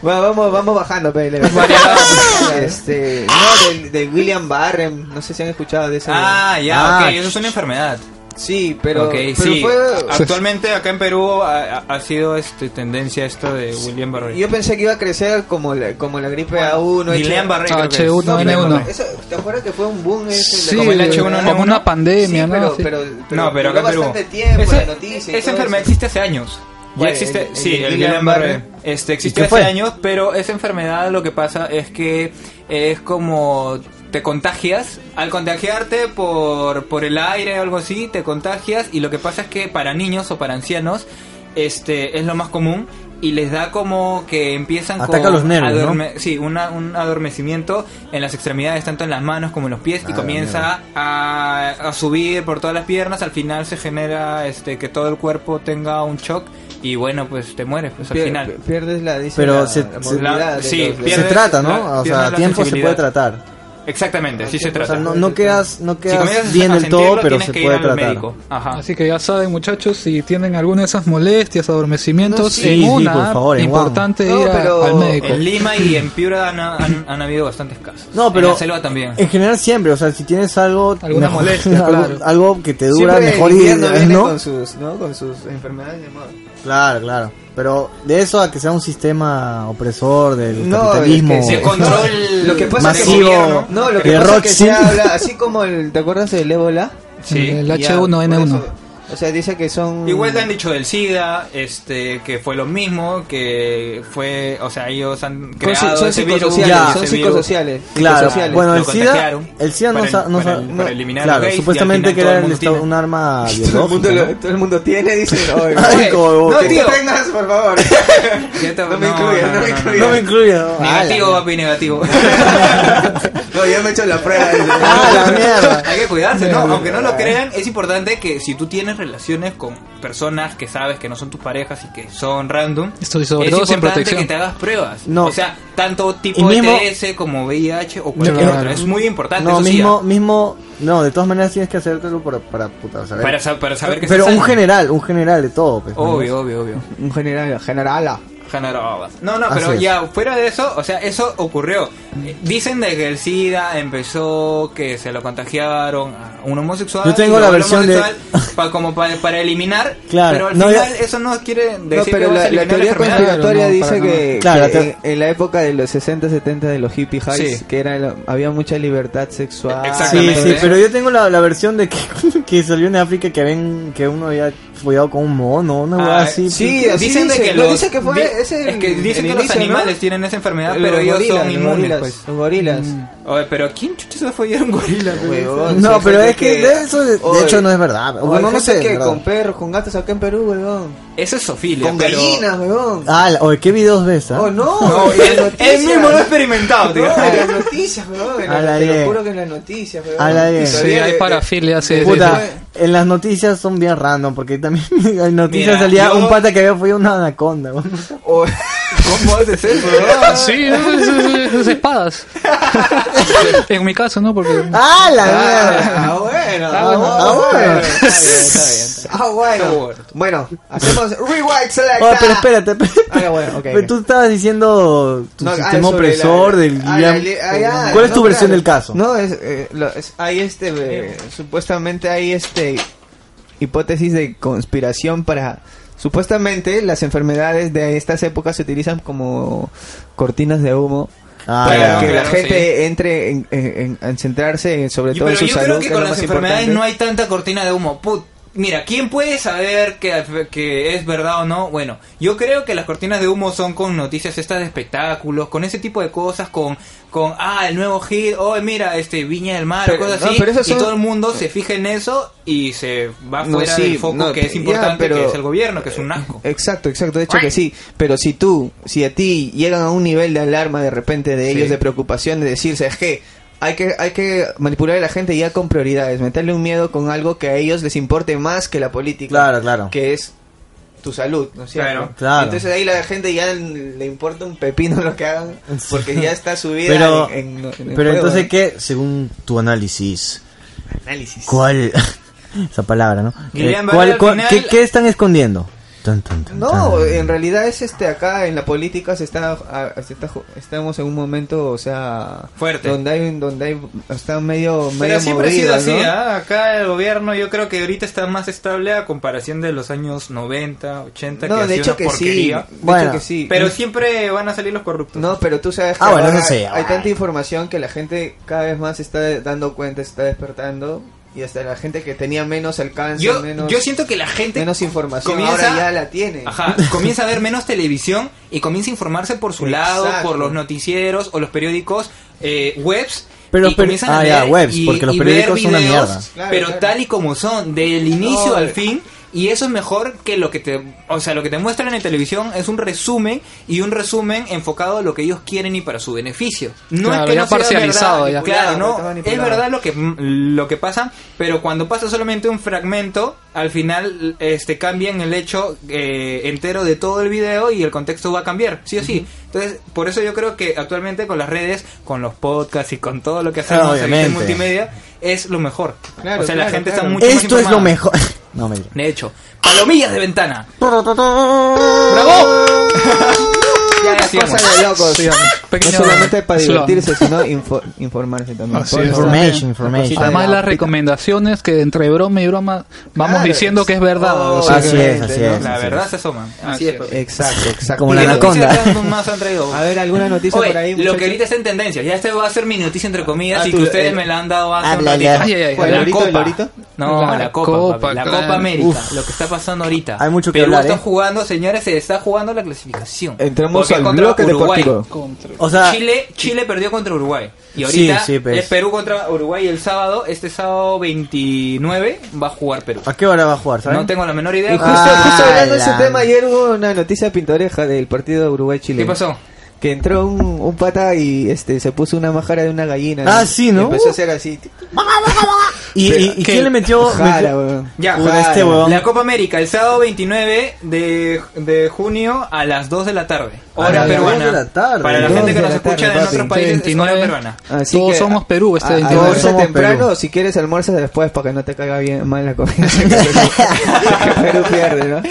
S5: Bueno, vamos, vamos bajando, pero le- este, no, del, del William Barren, no sé si han escuchado de ese.
S2: ah, ya,
S3: Ah,
S2: ok, eso es una enfermedad.
S5: sí, pero,
S2: ok,
S5: pero
S2: sí. Ah,
S5: fue-
S2: Actualmente acá en Perú ha, ha- ha sido este, tendencia esto de William Barré.
S5: yo pensé que iba a crecer como la, como la gripe A1.
S2: William
S5: H-
S2: Barré. creo que es.
S1: H1N1.
S2: No,
S5: Eso, ¿Te acuerdas que fue un boom ese?
S1: Sí,
S2: Como el H1N1.
S1: como una pandemia,
S5: Sí,
S1: ¿no?
S5: pero,
S1: Sí.
S5: pero,
S2: No, pero acá en
S5: duró
S2: Perú.
S5: bastante tiempo
S2: Ese-
S5: la noticia y
S2: esa
S5: todo
S2: enfermedad
S5: eso.
S2: existe hace años. Ya
S5: Bueno,
S2: existe,
S5: el-
S2: sí,
S5: el
S2: el
S5: Guillain
S2: Guillain Barré. Este, existe
S3: qué
S2: hace
S3: fue?
S2: años, pero esa enfermedad lo que pasa es que es como te contagias. Al contagiarte por, por el aire o algo así, te contagias. Y lo que pasa es que para niños o para ancianos este es lo más común. Y les da como que empiezan
S3: Ataca
S2: con
S3: los nervios, ¿no?
S2: adorme- sí, una- un adormecimiento en las extremidades, tanto en las manos como en los
S3: Ah,
S2: pies, y comienza a, a subir por todas las piernas. Al final se genera este que todo el cuerpo tenga un shock y bueno, pues te mueres pues, al
S5: Pier-
S2: final.
S5: Pierdes la dice
S3: Pero
S5: la-
S3: se-
S5: la
S3: se-
S5: movilidad
S2: la-
S5: de
S2: sí,
S5: los-
S3: Se
S2: pierdes-
S3: trata, ¿no?
S2: la-
S3: o
S2: pierdes
S3: sea,
S2: la
S3: a tiempo se
S2: sensibilidad.
S3: puede tratar.
S2: Exactamente, así se
S3: O
S2: trata.
S3: sea, no, no quedas, no
S2: Si
S3: quedas
S2: comienzas
S3: bien
S2: a
S3: del todo,
S2: sentirlo,
S3: pero
S2: tienes
S3: se
S2: que
S3: puede
S2: ir al
S3: tratar.
S2: médico. Ajá.
S1: Así que ya saben, muchachos, si tienen alguna de esas molestias, adormecimientos,
S3: No, sí,
S1: en
S3: sí,
S1: una,
S3: por favor, en
S1: importante
S5: Guam.
S1: ir
S5: No,
S1: a-
S5: pero
S1: al médico.
S2: En Lima y en Piura han, han- han habido bastantes casos.
S3: No, pero
S2: En la selva también.
S3: En general siempre, o sea, si tienes algo
S1: Alguna molestia,
S3: algo,
S1: claro.
S3: algo que te dura
S5: Siempre el
S3: mejor y
S5: invierno viene
S3: ¿no?
S5: con sus, ¿no? Con sus enfermedades de moda.
S3: Claro, claro. Pero de eso a que sea un sistema opresor del
S5: No,
S3: capitalismo.
S5: es que
S2: De control
S5: Lo que pasa es que-
S3: Masivo.
S2: gobierno.
S5: No, lo que
S3: De
S5: pasa es que se
S3: Rothschild.
S5: habla, así como el, ¿te acuerdas del ébola?
S2: Sí.
S1: El
S5: Ya,
S1: H1N1.
S5: por eso, O sea, dice que son...
S2: Igual te han dicho del SIDA, este, que fue lo mismo, que fue, o sea, ellos han
S5: Son,
S2: creado
S5: son
S2: ese virus,
S5: psicosociales,
S3: Ya.
S5: son
S2: ese virus.
S5: psicosociales.
S3: Claro,
S5: psicosociales.
S3: bueno, el
S2: Lo
S3: SIDA,
S2: contagiaron
S3: el SIDA no
S2: para-
S3: sa- no
S2: para-
S3: sa-
S2: para
S3: no-
S2: eliminar
S3: claro,
S2: los gays, y al
S3: supuestamente
S2: final
S3: que
S2: todo
S3: era
S2: el
S3: el
S2: mundo
S3: estado-
S2: tiene.
S3: un arma
S5: Todo el, mundo
S3: biológica.
S5: lo-
S3: ¿no?
S5: todo el mundo tiene, dice. "Oye,
S3: Ay,
S5: oye,
S3: como-
S5: no
S3: que-
S5: te tengas, por favor.
S2: Ya te-
S5: No me incluyas, no me incluyas.
S3: No me incluyo.
S2: Negativo, papi, negativo.
S5: no, ya me he hecho la prueba. dice.
S3: Ah, la mierda.
S2: Hay que cuidarse, ¿no? Aunque no lo crean, es importante que si tú tienes relaciones con personas que sabes que no son tus parejas y que son random,
S1: Esto y sobre
S2: es
S1: todo sin
S2: importante
S1: protección.
S2: que te hagas pruebas.
S3: No.
S2: O sea, tanto
S3: Y
S2: tipo
S3: mismo-
S2: ETS como VIH o cualquier
S1: Claro.
S2: otra. Es muy importante,
S3: No,
S2: eso sí,
S3: mismo,
S2: ah.
S3: mismo, no, de todas maneras tienes que hacértelo para, para puta, saber.
S2: para, sa- para saber que
S3: Pero
S2: estás
S3: un
S2: sano.
S3: general, un general de todo. pues, ¿no?
S2: Obvio, obvio, obvio.
S5: Un general, generala.
S2: Generaba. No, no,
S3: Así
S2: pero
S3: es.
S2: ya fuera de eso, o sea, eso ocurrió. Eh,
S5: Mm.
S2: Dicen de que el SIDA empezó, que se lo contagiaron a un homosexual.
S3: Yo tengo
S2: y
S3: la
S2: luego el
S3: versión de-
S2: homosexual Pa, como pa- para eliminar,
S3: Claro,
S2: pero al
S3: no,
S2: final
S3: ya-
S2: eso no quiere decir
S5: No, pero
S2: que vas a
S5: la, la
S2: eliminar
S5: teoría
S2: enfermedad.
S5: conspiratoria
S1: Claro, no,
S5: dice
S1: para
S5: que,
S3: nada.
S5: que
S3: Claro,
S5: en, en la época de los 60, 70 de los hippie highs,
S2: Sí.
S5: que era lo- había mucha libertad sexual.
S3: Sí,
S2: Exactamente.
S3: sí, pero yo tengo la, la versión de que, que salió en África que ven que uno había follado con un mono, una weá
S2: Ah,
S3: así.
S5: sí,
S3: puta.
S5: así
S2: dicen de
S5: dice.
S2: que
S5: No,
S2: los,
S5: dice que fue
S2: di-
S5: ese
S2: es que
S5: el-
S2: dicen
S5: el
S2: que los
S5: inicio, ¿no?
S2: animales tienen esa enfermedad,
S5: Los
S2: pero ellos
S5: gorilas,
S2: son
S5: los
S2: inmunes.
S5: gorilas, Mm.
S2: pues.
S5: Los gorilas.
S2: Oye, pero ¿quién chucha se fue a un gorila? pues?
S5: Huevón,
S3: No,
S5: sí,
S3: pero
S5: gente
S3: es que, de eso, de
S5: Oye,
S3: hecho, no es verdad.
S5: oye,
S3: Bueno, no
S5: gente
S3: sé.
S5: que
S3: ¿verdad?
S5: con perros, con gatos acá en Perú, huevón.
S2: Eso es sofilia.
S5: Con
S2: pero-
S5: gallinas, huevón.
S3: Ah, la- oye, ¿qué videos ves? ah?
S5: Oh, no.
S2: No,
S5: en
S2: él,
S5: las
S2: él
S5: noticias.
S2: mismo lo ha experimentado,
S5: No,
S2: tío.
S5: en las noticias, huevón. en
S3: A
S5: las-
S3: la
S5: Te
S3: bien.
S5: lo juro que en las noticias, huevón.
S3: A
S5: eh,
S3: la bien.
S5: Y
S3: Sí,
S1: Sí,
S5: todavía
S1: hay
S5: le-
S1: parafilia, sí, sí,
S3: Puta,
S1: sí.
S3: en las noticias son bien random, porque también en noticias
S2: Mira,
S3: salía
S2: yo-
S3: un pata que había follado una anaconda. weón.
S5: O- eh, oh, ¿Cómo haces eso?
S1: Ah, Sí, es, es- es espadas. en mi caso, ¿no? Porque...
S3: ¡Ah, la mierda!
S5: Ah, bueno.
S1: Ah, bueno,
S3: ah, bueno.
S5: Está bien, está bien. está bien. Ah, bueno. Bueno, hacemos Rewind Select.
S3: Oye, Oh, pero espérate,
S5: Ah, ya, bueno, ok,
S3: espérate.
S5: ok.
S3: Tú estabas diciendo tu
S5: No, ah,
S3: sistema
S5: sobre
S3: opresor
S5: la-
S3: del...
S5: ah, la- ah, ya,
S3: ¿Cuál es tu
S5: no,
S3: versión
S5: claro.
S3: del caso?
S5: No, es, eh, lo- es- hay este, eh, supuestamente hay este hipótesis de conspiración para... Supuestamente las enfermedades de estas épocas se utilizan como cortinas de humo
S3: Ah,
S5: para
S2: Claro,
S5: que
S3: ya.
S5: la
S2: claro,
S5: gente entre en, en- en- en centrarse en- sobre
S2: Y-
S5: todo en
S2: pero
S5: su
S2: yo
S5: salud.
S2: creo
S5: que
S2: que
S5: es
S2: con
S5: lo
S2: las
S5: más
S2: enfermedades
S5: importante.
S2: no hay tanta cortina de humo. Put, mira, ¿quién puede saber que, que es verdad o no? Bueno, yo creo que las cortinas de humo son con noticias estas de espectáculos, con ese tipo de cosas, con, con ah, el nuevo hit, oh, mira, este Viña del Mar,
S5: Pero-
S2: cosas
S5: no,
S2: así.
S5: pero esas
S2: y
S5: son-
S2: todo el mundo se fija en eso y se va
S5: No,
S2: fuera
S5: sí,
S2: del foco
S5: no,
S2: que es
S5: ya,
S2: importante, que
S5: pero-
S2: es el gobierno, que es un asco.
S5: Exacto, exacto, de hecho que sí, pero si tú, si a ti llegan a un nivel de alarma de repente de ellos,
S2: Sí.
S5: de preocupación, de decirse, es que hay que, hay que manipular a la gente ya con prioridades, meterle un miedo con algo que a ellos les importe más que la política,
S3: Claro, claro.
S5: que es tu salud, ¿no es cierto?
S2: Claro.
S3: Claro.
S5: Entonces ahí la gente ya le importa un pepino lo que hagan, porque ya está su vida
S3: Pero,
S5: en, en-
S3: pero
S5: en juego, ¿eh?
S2: ¿eh?
S3: entonces,
S5: ¿no?
S3: ¿qué? Según tu análisis,
S5: análisis.
S3: ¿cuál... esa palabra, ¿no?
S2: Guillain
S3: Eh, ¿cuál-
S2: Barré al
S3: cuál-
S2: final-
S3: ¿qué, qué están escondiendo? Tan, tan, tan,
S5: No,
S3: tan.
S5: en realidad es este acá en la política se está, a- se está ju- estamos en un momento, o sea,
S2: Fuerte.
S5: donde hay un- donde hay está medio medio
S2: Pero siempre ha sido
S5: movido,
S2: así,
S5: ¿no?
S2: ¿ah? acá el gobierno yo creo que ahorita está más estable a comparación de los años 90, 80,
S5: No,
S2: que ha
S5: de
S2: sido
S5: hecho
S2: una
S5: que sí,
S2: porquería.
S5: de
S3: Bueno,
S5: hecho que sí.
S2: Pero siempre van a salir los corruptos.
S5: no, pero tú sabes que
S3: Ah, bueno,
S5: ahora
S3: eso sí,
S5: hay- hay
S3: ah.
S5: tanta información que la gente cada vez más se está dando cuenta, se está despertando y hasta la gente que tenía menos alcance,
S2: yo,
S5: menos
S2: yo siento que la gente
S5: menos información
S2: comienza-
S5: ahora ya la tiene.
S2: Ajá, comienza a ver menos televisión y comienza a informarse por su lado,
S5: Exacto.
S2: por los noticieros o los periódicos, eh, webs.
S3: Pero
S2: y
S3: per-
S2: comienzan
S3: ah,
S2: a
S3: ya,
S2: leer
S3: webs,
S2: y-
S3: porque los
S2: y
S3: periódicos
S2: ver
S3: son una
S2: videos,
S3: mierda.
S5: Claro,
S2: pero
S5: claro.
S2: tal y como son, del inicio
S5: No,
S2: al
S5: eh.
S2: fin, Y eso es mejor que lo que te, o sea, lo que te muestran en televisión es un resumen y un resumen enfocado a lo que ellos quieren y para su beneficio. No
S1: Claro,
S2: es que
S1: ya
S2: no sea
S1: parcializado,
S2: verdad,
S1: ya.
S2: Claro,
S5: Está
S2: no, es
S5: manipulado.
S2: verdad lo que lo que pasa, pero cuando pasa solamente un fragmento, al final este cambian el hecho eh, entero de todo el video y el contexto va a cambiar, sí o sí. Entonces, por eso yo creo que actualmente con las redes, con los podcasts y con todo lo que hacemos
S3: Obviamente.
S2: en este multimedia es lo mejor.
S5: Claro,
S2: o sea, la
S5: claro,
S2: gente
S5: claro.
S2: está mucho más
S3: Esto es lo
S2: informada.
S3: mejor. No, mentira.
S2: De hecho, palomillas de ventana.
S3: ¡Bravo!
S2: Ya decíamos.
S5: Cosa de locos. no
S1: Pequeño-
S5: solamente para
S1: Slogan.
S5: divertirse, sino info- informarse también.
S1: Así
S5: Por
S1: es.
S5: favor.
S3: Information, information.
S1: Además
S5: de la
S1: las
S5: pica.
S1: recomendaciones que entre broma y broma vamos
S5: Claro,
S1: diciendo que es verdad.
S2: Oh,
S1: o sea,
S3: Así es, así es.
S2: La
S3: así
S2: verdad
S3: es.
S2: se asoman.
S1: Así es.
S5: Exacto, exacto.
S3: Como
S2: ¿Y
S3: la
S2: qué noticias
S3: anaconda.
S2: más- más han traído?
S5: A ver, ¿alguna noticia
S2: Oye,
S5: por ahí?
S2: lo
S5: muchachos?
S2: que ahorita está en tendencia, ya este va a ser mi noticia entre comillas
S5: Ah,
S2: y
S5: tú,
S2: que ustedes
S5: eh,
S2: me la han dado hace un
S3: háblale.
S2: ratito.
S1: Ay, ay, ay.
S5: ¿Cuál,
S2: la
S5: el lorito, el
S2: copa.
S5: lorito?
S2: No,
S1: La
S2: la, copa,
S1: copa,
S2: papi, la
S1: claro.
S2: Copa América,
S3: Uf.
S2: lo que está pasando ahorita.
S3: Hay mucho que
S2: Perú
S3: hablar,
S2: está
S3: ¿eh?
S2: jugando, señores, se está jugando la clasificación.
S5: Entramos
S2: Porque
S5: al
S2: contra
S5: bloque
S2: Uruguay.
S5: deportivo.
S3: O sea,
S2: Chile, Chile perdió contra Uruguay. Y ahorita
S3: Sí, sí, pues.
S2: es Perú contra Uruguay el sábado. Este sábado 29 va a jugar Perú.
S3: ¿a qué hora va a jugar? ¿saben?
S2: No tengo la menor
S5: Y
S2: idea.
S5: justo,
S3: Ah,
S5: justo hablando de ese
S3: la-
S5: tema, ayer hubo una noticia pintoreja del partido Uruguay-Chile.
S2: ¿Qué pasó?
S5: Que entró un, un pata y este se puso una majara de una gallina.
S3: Ah, sí, ¿no?
S5: Y empezó a hacer así.
S3: ¿Y, y, y quién le metió?
S5: Jara,
S3: metió-
S5: weón.
S2: Ya,
S3: Puta,
S5: Jara.
S3: este huevón.
S2: La Copa América, el sábado 29 de, de junio a las 2 de la tarde.
S3: A
S2: Hora
S3: las
S2: peruana.
S3: 2 de la tarde.
S2: Para la
S5: 2
S2: gente que
S5: de
S2: nos
S5: la tarde,
S2: escucha en
S5: papi.
S2: otros países, es hora
S1: 29.
S2: peruana.
S5: Así
S1: Todos
S5: que,
S1: somos Perú este
S5: a-
S1: 29.
S5: almuerza
S3: Todos somos
S5: temprano,
S3: Perú.
S5: si quieres almuerza después para que no te caiga bien mal la comida. Que Perú pierde, ¿no?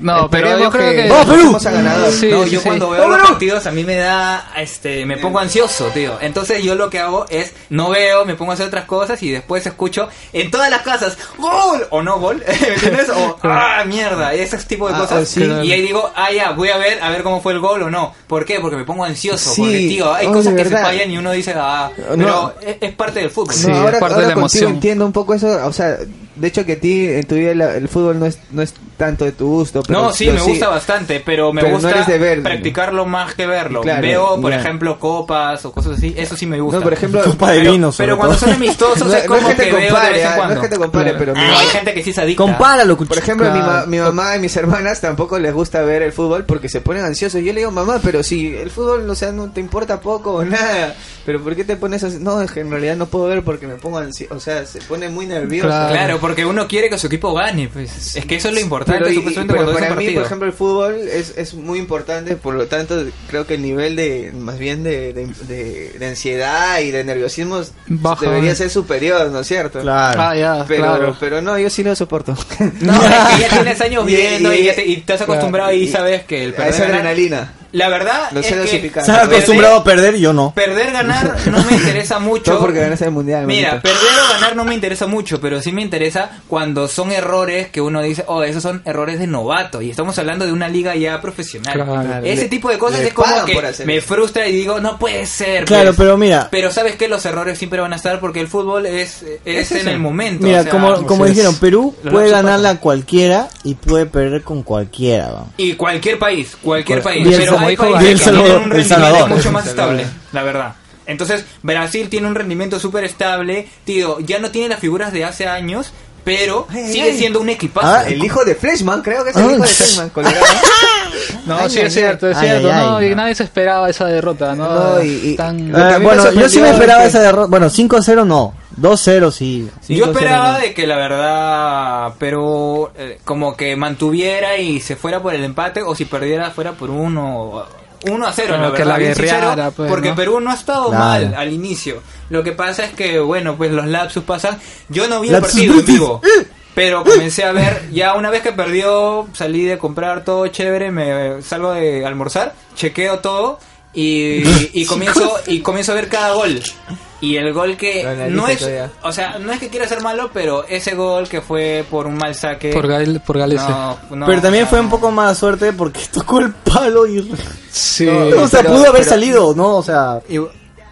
S1: No, pero yo
S5: Esperemos
S1: creo que...
S3: ¡Oh, Perú!
S5: pasemos a ganador.
S1: Sí,
S2: no,
S1: sí,
S2: yo
S1: sí.
S2: cuando veo los partidos a mí me da, este, me pongo ansioso, tío. Entonces yo lo que hago es, no veo, me pongo a hacer otras cosas y después escucho en todas las casas, ¡gol! O no gol, ¿me entiendes? O, ¡ah, mierda! Ese tipo de
S5: Ah,
S2: cosas.
S5: o sí.
S2: Y ahí digo, ah, ya, voy a ver, a ver cómo fue el gol o no. ¿Por qué? Porque me pongo ansioso.
S5: Sí.
S2: Porque, tío, hay
S5: Oh,
S2: cosas
S5: de
S2: que se
S5: verdad.
S2: fallan y uno dice, ah, pero
S5: No.
S2: es, es parte del fútbol.
S1: Sí,
S5: no,
S1: es
S5: ahora,
S1: parte
S5: ahora
S1: de la
S5: contigo
S1: emoción.
S5: entiendo un poco eso, o sea, de hecho que a ti en tu vida la- el fútbol no es no es tanto de tu gusto, pero
S2: No, sí,
S5: yo
S2: me gusta bastante, pero me
S5: Pero no
S2: gusta
S5: eres de verlo.
S2: practicarlo más que verlo.
S5: Claro,
S2: Veo, por
S5: ya.
S2: ejemplo, copas o cosas así, eso sí me gusta.
S5: No, por ejemplo,
S3: Copa de
S2: pero,
S3: vino, sobre
S2: pero cuando
S3: todo.
S2: son amistosos
S5: No-
S2: es
S5: no
S2: como
S5: es que te
S2: que veo de
S5: compare,
S2: vez en
S5: ah,
S2: cuando.
S5: no es que te compare, pero
S2: Ah,
S5: mi-
S2: hay gente que sí se adicta.
S3: Compáralo, cuch-
S5: Por ejemplo, mi, ma-
S1: Claro.
S5: mi mamá y mis hermanas tampoco les gusta ver el fútbol porque se ponen ansiosos. Yo le digo, mamá, pero si el fútbol, o sea, no te importa poco o nada. Pero ¿por qué te pones así? No, es que en realidad no puedo ver porque me pongo ansioso. O sea, se pone muy nervioso.
S1: Claro.
S2: Claro, porque uno quiere que su equipo gane, pues. Es que eso es lo importante,
S5: Pero, y-
S2: supuestamente,
S5: pero
S2: cuando es
S5: para
S2: un
S5: mí,
S2: partido.
S5: por ejemplo, el fútbol es, es muy importante, por lo tanto, creo que el nivel de, más bien de, de, de- de ansiedad y de nerviosismo
S1: Baja.
S5: debería ser superior, ¿no es cierto?
S3: Claro.
S1: Ah, ya,
S5: Pero,
S1: claro.
S5: pero no, yo sí lo soporto.
S2: No, es que ya tienes años
S5: Y-
S2: viendo y,
S5: y-
S2: ya te, y te has acostumbrado y, sabes que el
S5: A
S2: perder
S5: esa
S2: ganar-
S5: adrenalina.
S2: La verdad
S5: Los
S2: es
S5: ceros y
S2: que
S5: picantes.
S3: Se han acostumbrado a perder, yo no.
S2: perder ganar no me interesa mucho.
S5: Todo porque ganaste el mundial.
S2: Mira,
S5: manito.
S2: perder o ganar no me interesa mucho, pero sí me interesa cuando son errores que uno dice, oh, esos son errores de novato. Y estamos hablando de una liga ya profesional.
S1: Claro.
S2: Ese
S5: Le-
S2: tipo de cosas
S5: le
S2: es como
S5: pagan
S2: que
S5: por hacer
S2: me
S5: eso.
S2: frustra y digo, no puede ser.
S3: Claro,
S2: pues".
S3: pero mira,
S2: Pero sabes que los errores siempre van a estar porque el fútbol es, es,
S5: Es
S2: en
S5: eso.
S2: el momento. o
S3: mira,
S2: sea,
S3: como, como
S1: es.
S3: dijeron, Perú
S2: Los
S3: puede
S2: lapsos
S3: ganarla a cualquiera y puede perder con cualquiera, weón.
S2: Y cualquier país, cualquier
S3: Cual-
S2: país. pero
S3: Bielsa,
S1: como
S2: hay
S1: dijo
S2: países
S3: Bielsa,
S2: que tienen un
S3: El
S2: rendimiento
S3: Salvador.
S2: mucho más
S5: El Salvador.
S2: estable, la verdad. Entonces, Brasil tiene un rendimiento súper estable. Tío, ya no tiene las figuras de hace años, pero
S5: Ay,
S2: sigue
S5: ay.
S2: siendo un equipazo.
S3: Ah,
S5: El hijo de Fleshman, creo que es el
S3: Ah.
S5: hijo de Fleshman, colorado.
S1: No,
S5: Ay,
S1: sí
S5: ay,
S1: es cierto, es
S3: ay.
S1: cierto.
S3: Ay, ay,
S1: no,
S3: ay.
S1: y nadie se esperaba esa derrota, ¿no?
S5: No, y- y-
S1: Tan-
S5: Lo que
S3: Eh,
S5: a mí me
S3: bueno, yo sí me
S5: sorprendió
S3: esperaba
S5: es que-
S3: esa derrota. Bueno, 5-0 no. 2-0 sí.
S2: Yo esperaba
S5: 5-0,
S2: de que la verdad, pero eh, como que mantuviera y se fuera por el empate, o si perdiera fuera por uno. 1 a 0,
S1: Claro,
S2: la
S1: Ah, que
S2: verdad,
S1: la
S2: bien
S1: guerreara,
S2: sincero,
S1: pues,
S2: porque
S1: ¿no?
S2: Perú no ha estado
S3: Claro.
S2: mal al inicio. Lo que pasa es que, bueno, pues los lapsus pasan. Yo no vi el
S3: Lapsus
S2: partido en
S3: brutis.
S2: vivo, pero comencé a ver. Ya una vez que perdió, salí de comprar todo chévere, me salgo de almorzar, chequeo todo y, y comienzo
S3: pues.
S2: y comienzo a ver cada gol. Y el gol que
S5: Lo analiza
S2: no es,
S5: todavía.
S2: o sea, no es que quiera ser malo, pero ese gol que fue por un mal saque.
S1: Por, Gal- por eh. Galese.
S2: eh, no, no,
S3: pero también
S2: o sea,
S3: fue un poco mala suerte porque tocó el palo y...
S1: Sí.
S5: No,
S3: o sea,
S5: pero-
S3: pudo haber
S5: pero-
S3: salido, ¿no? O sea,
S2: y-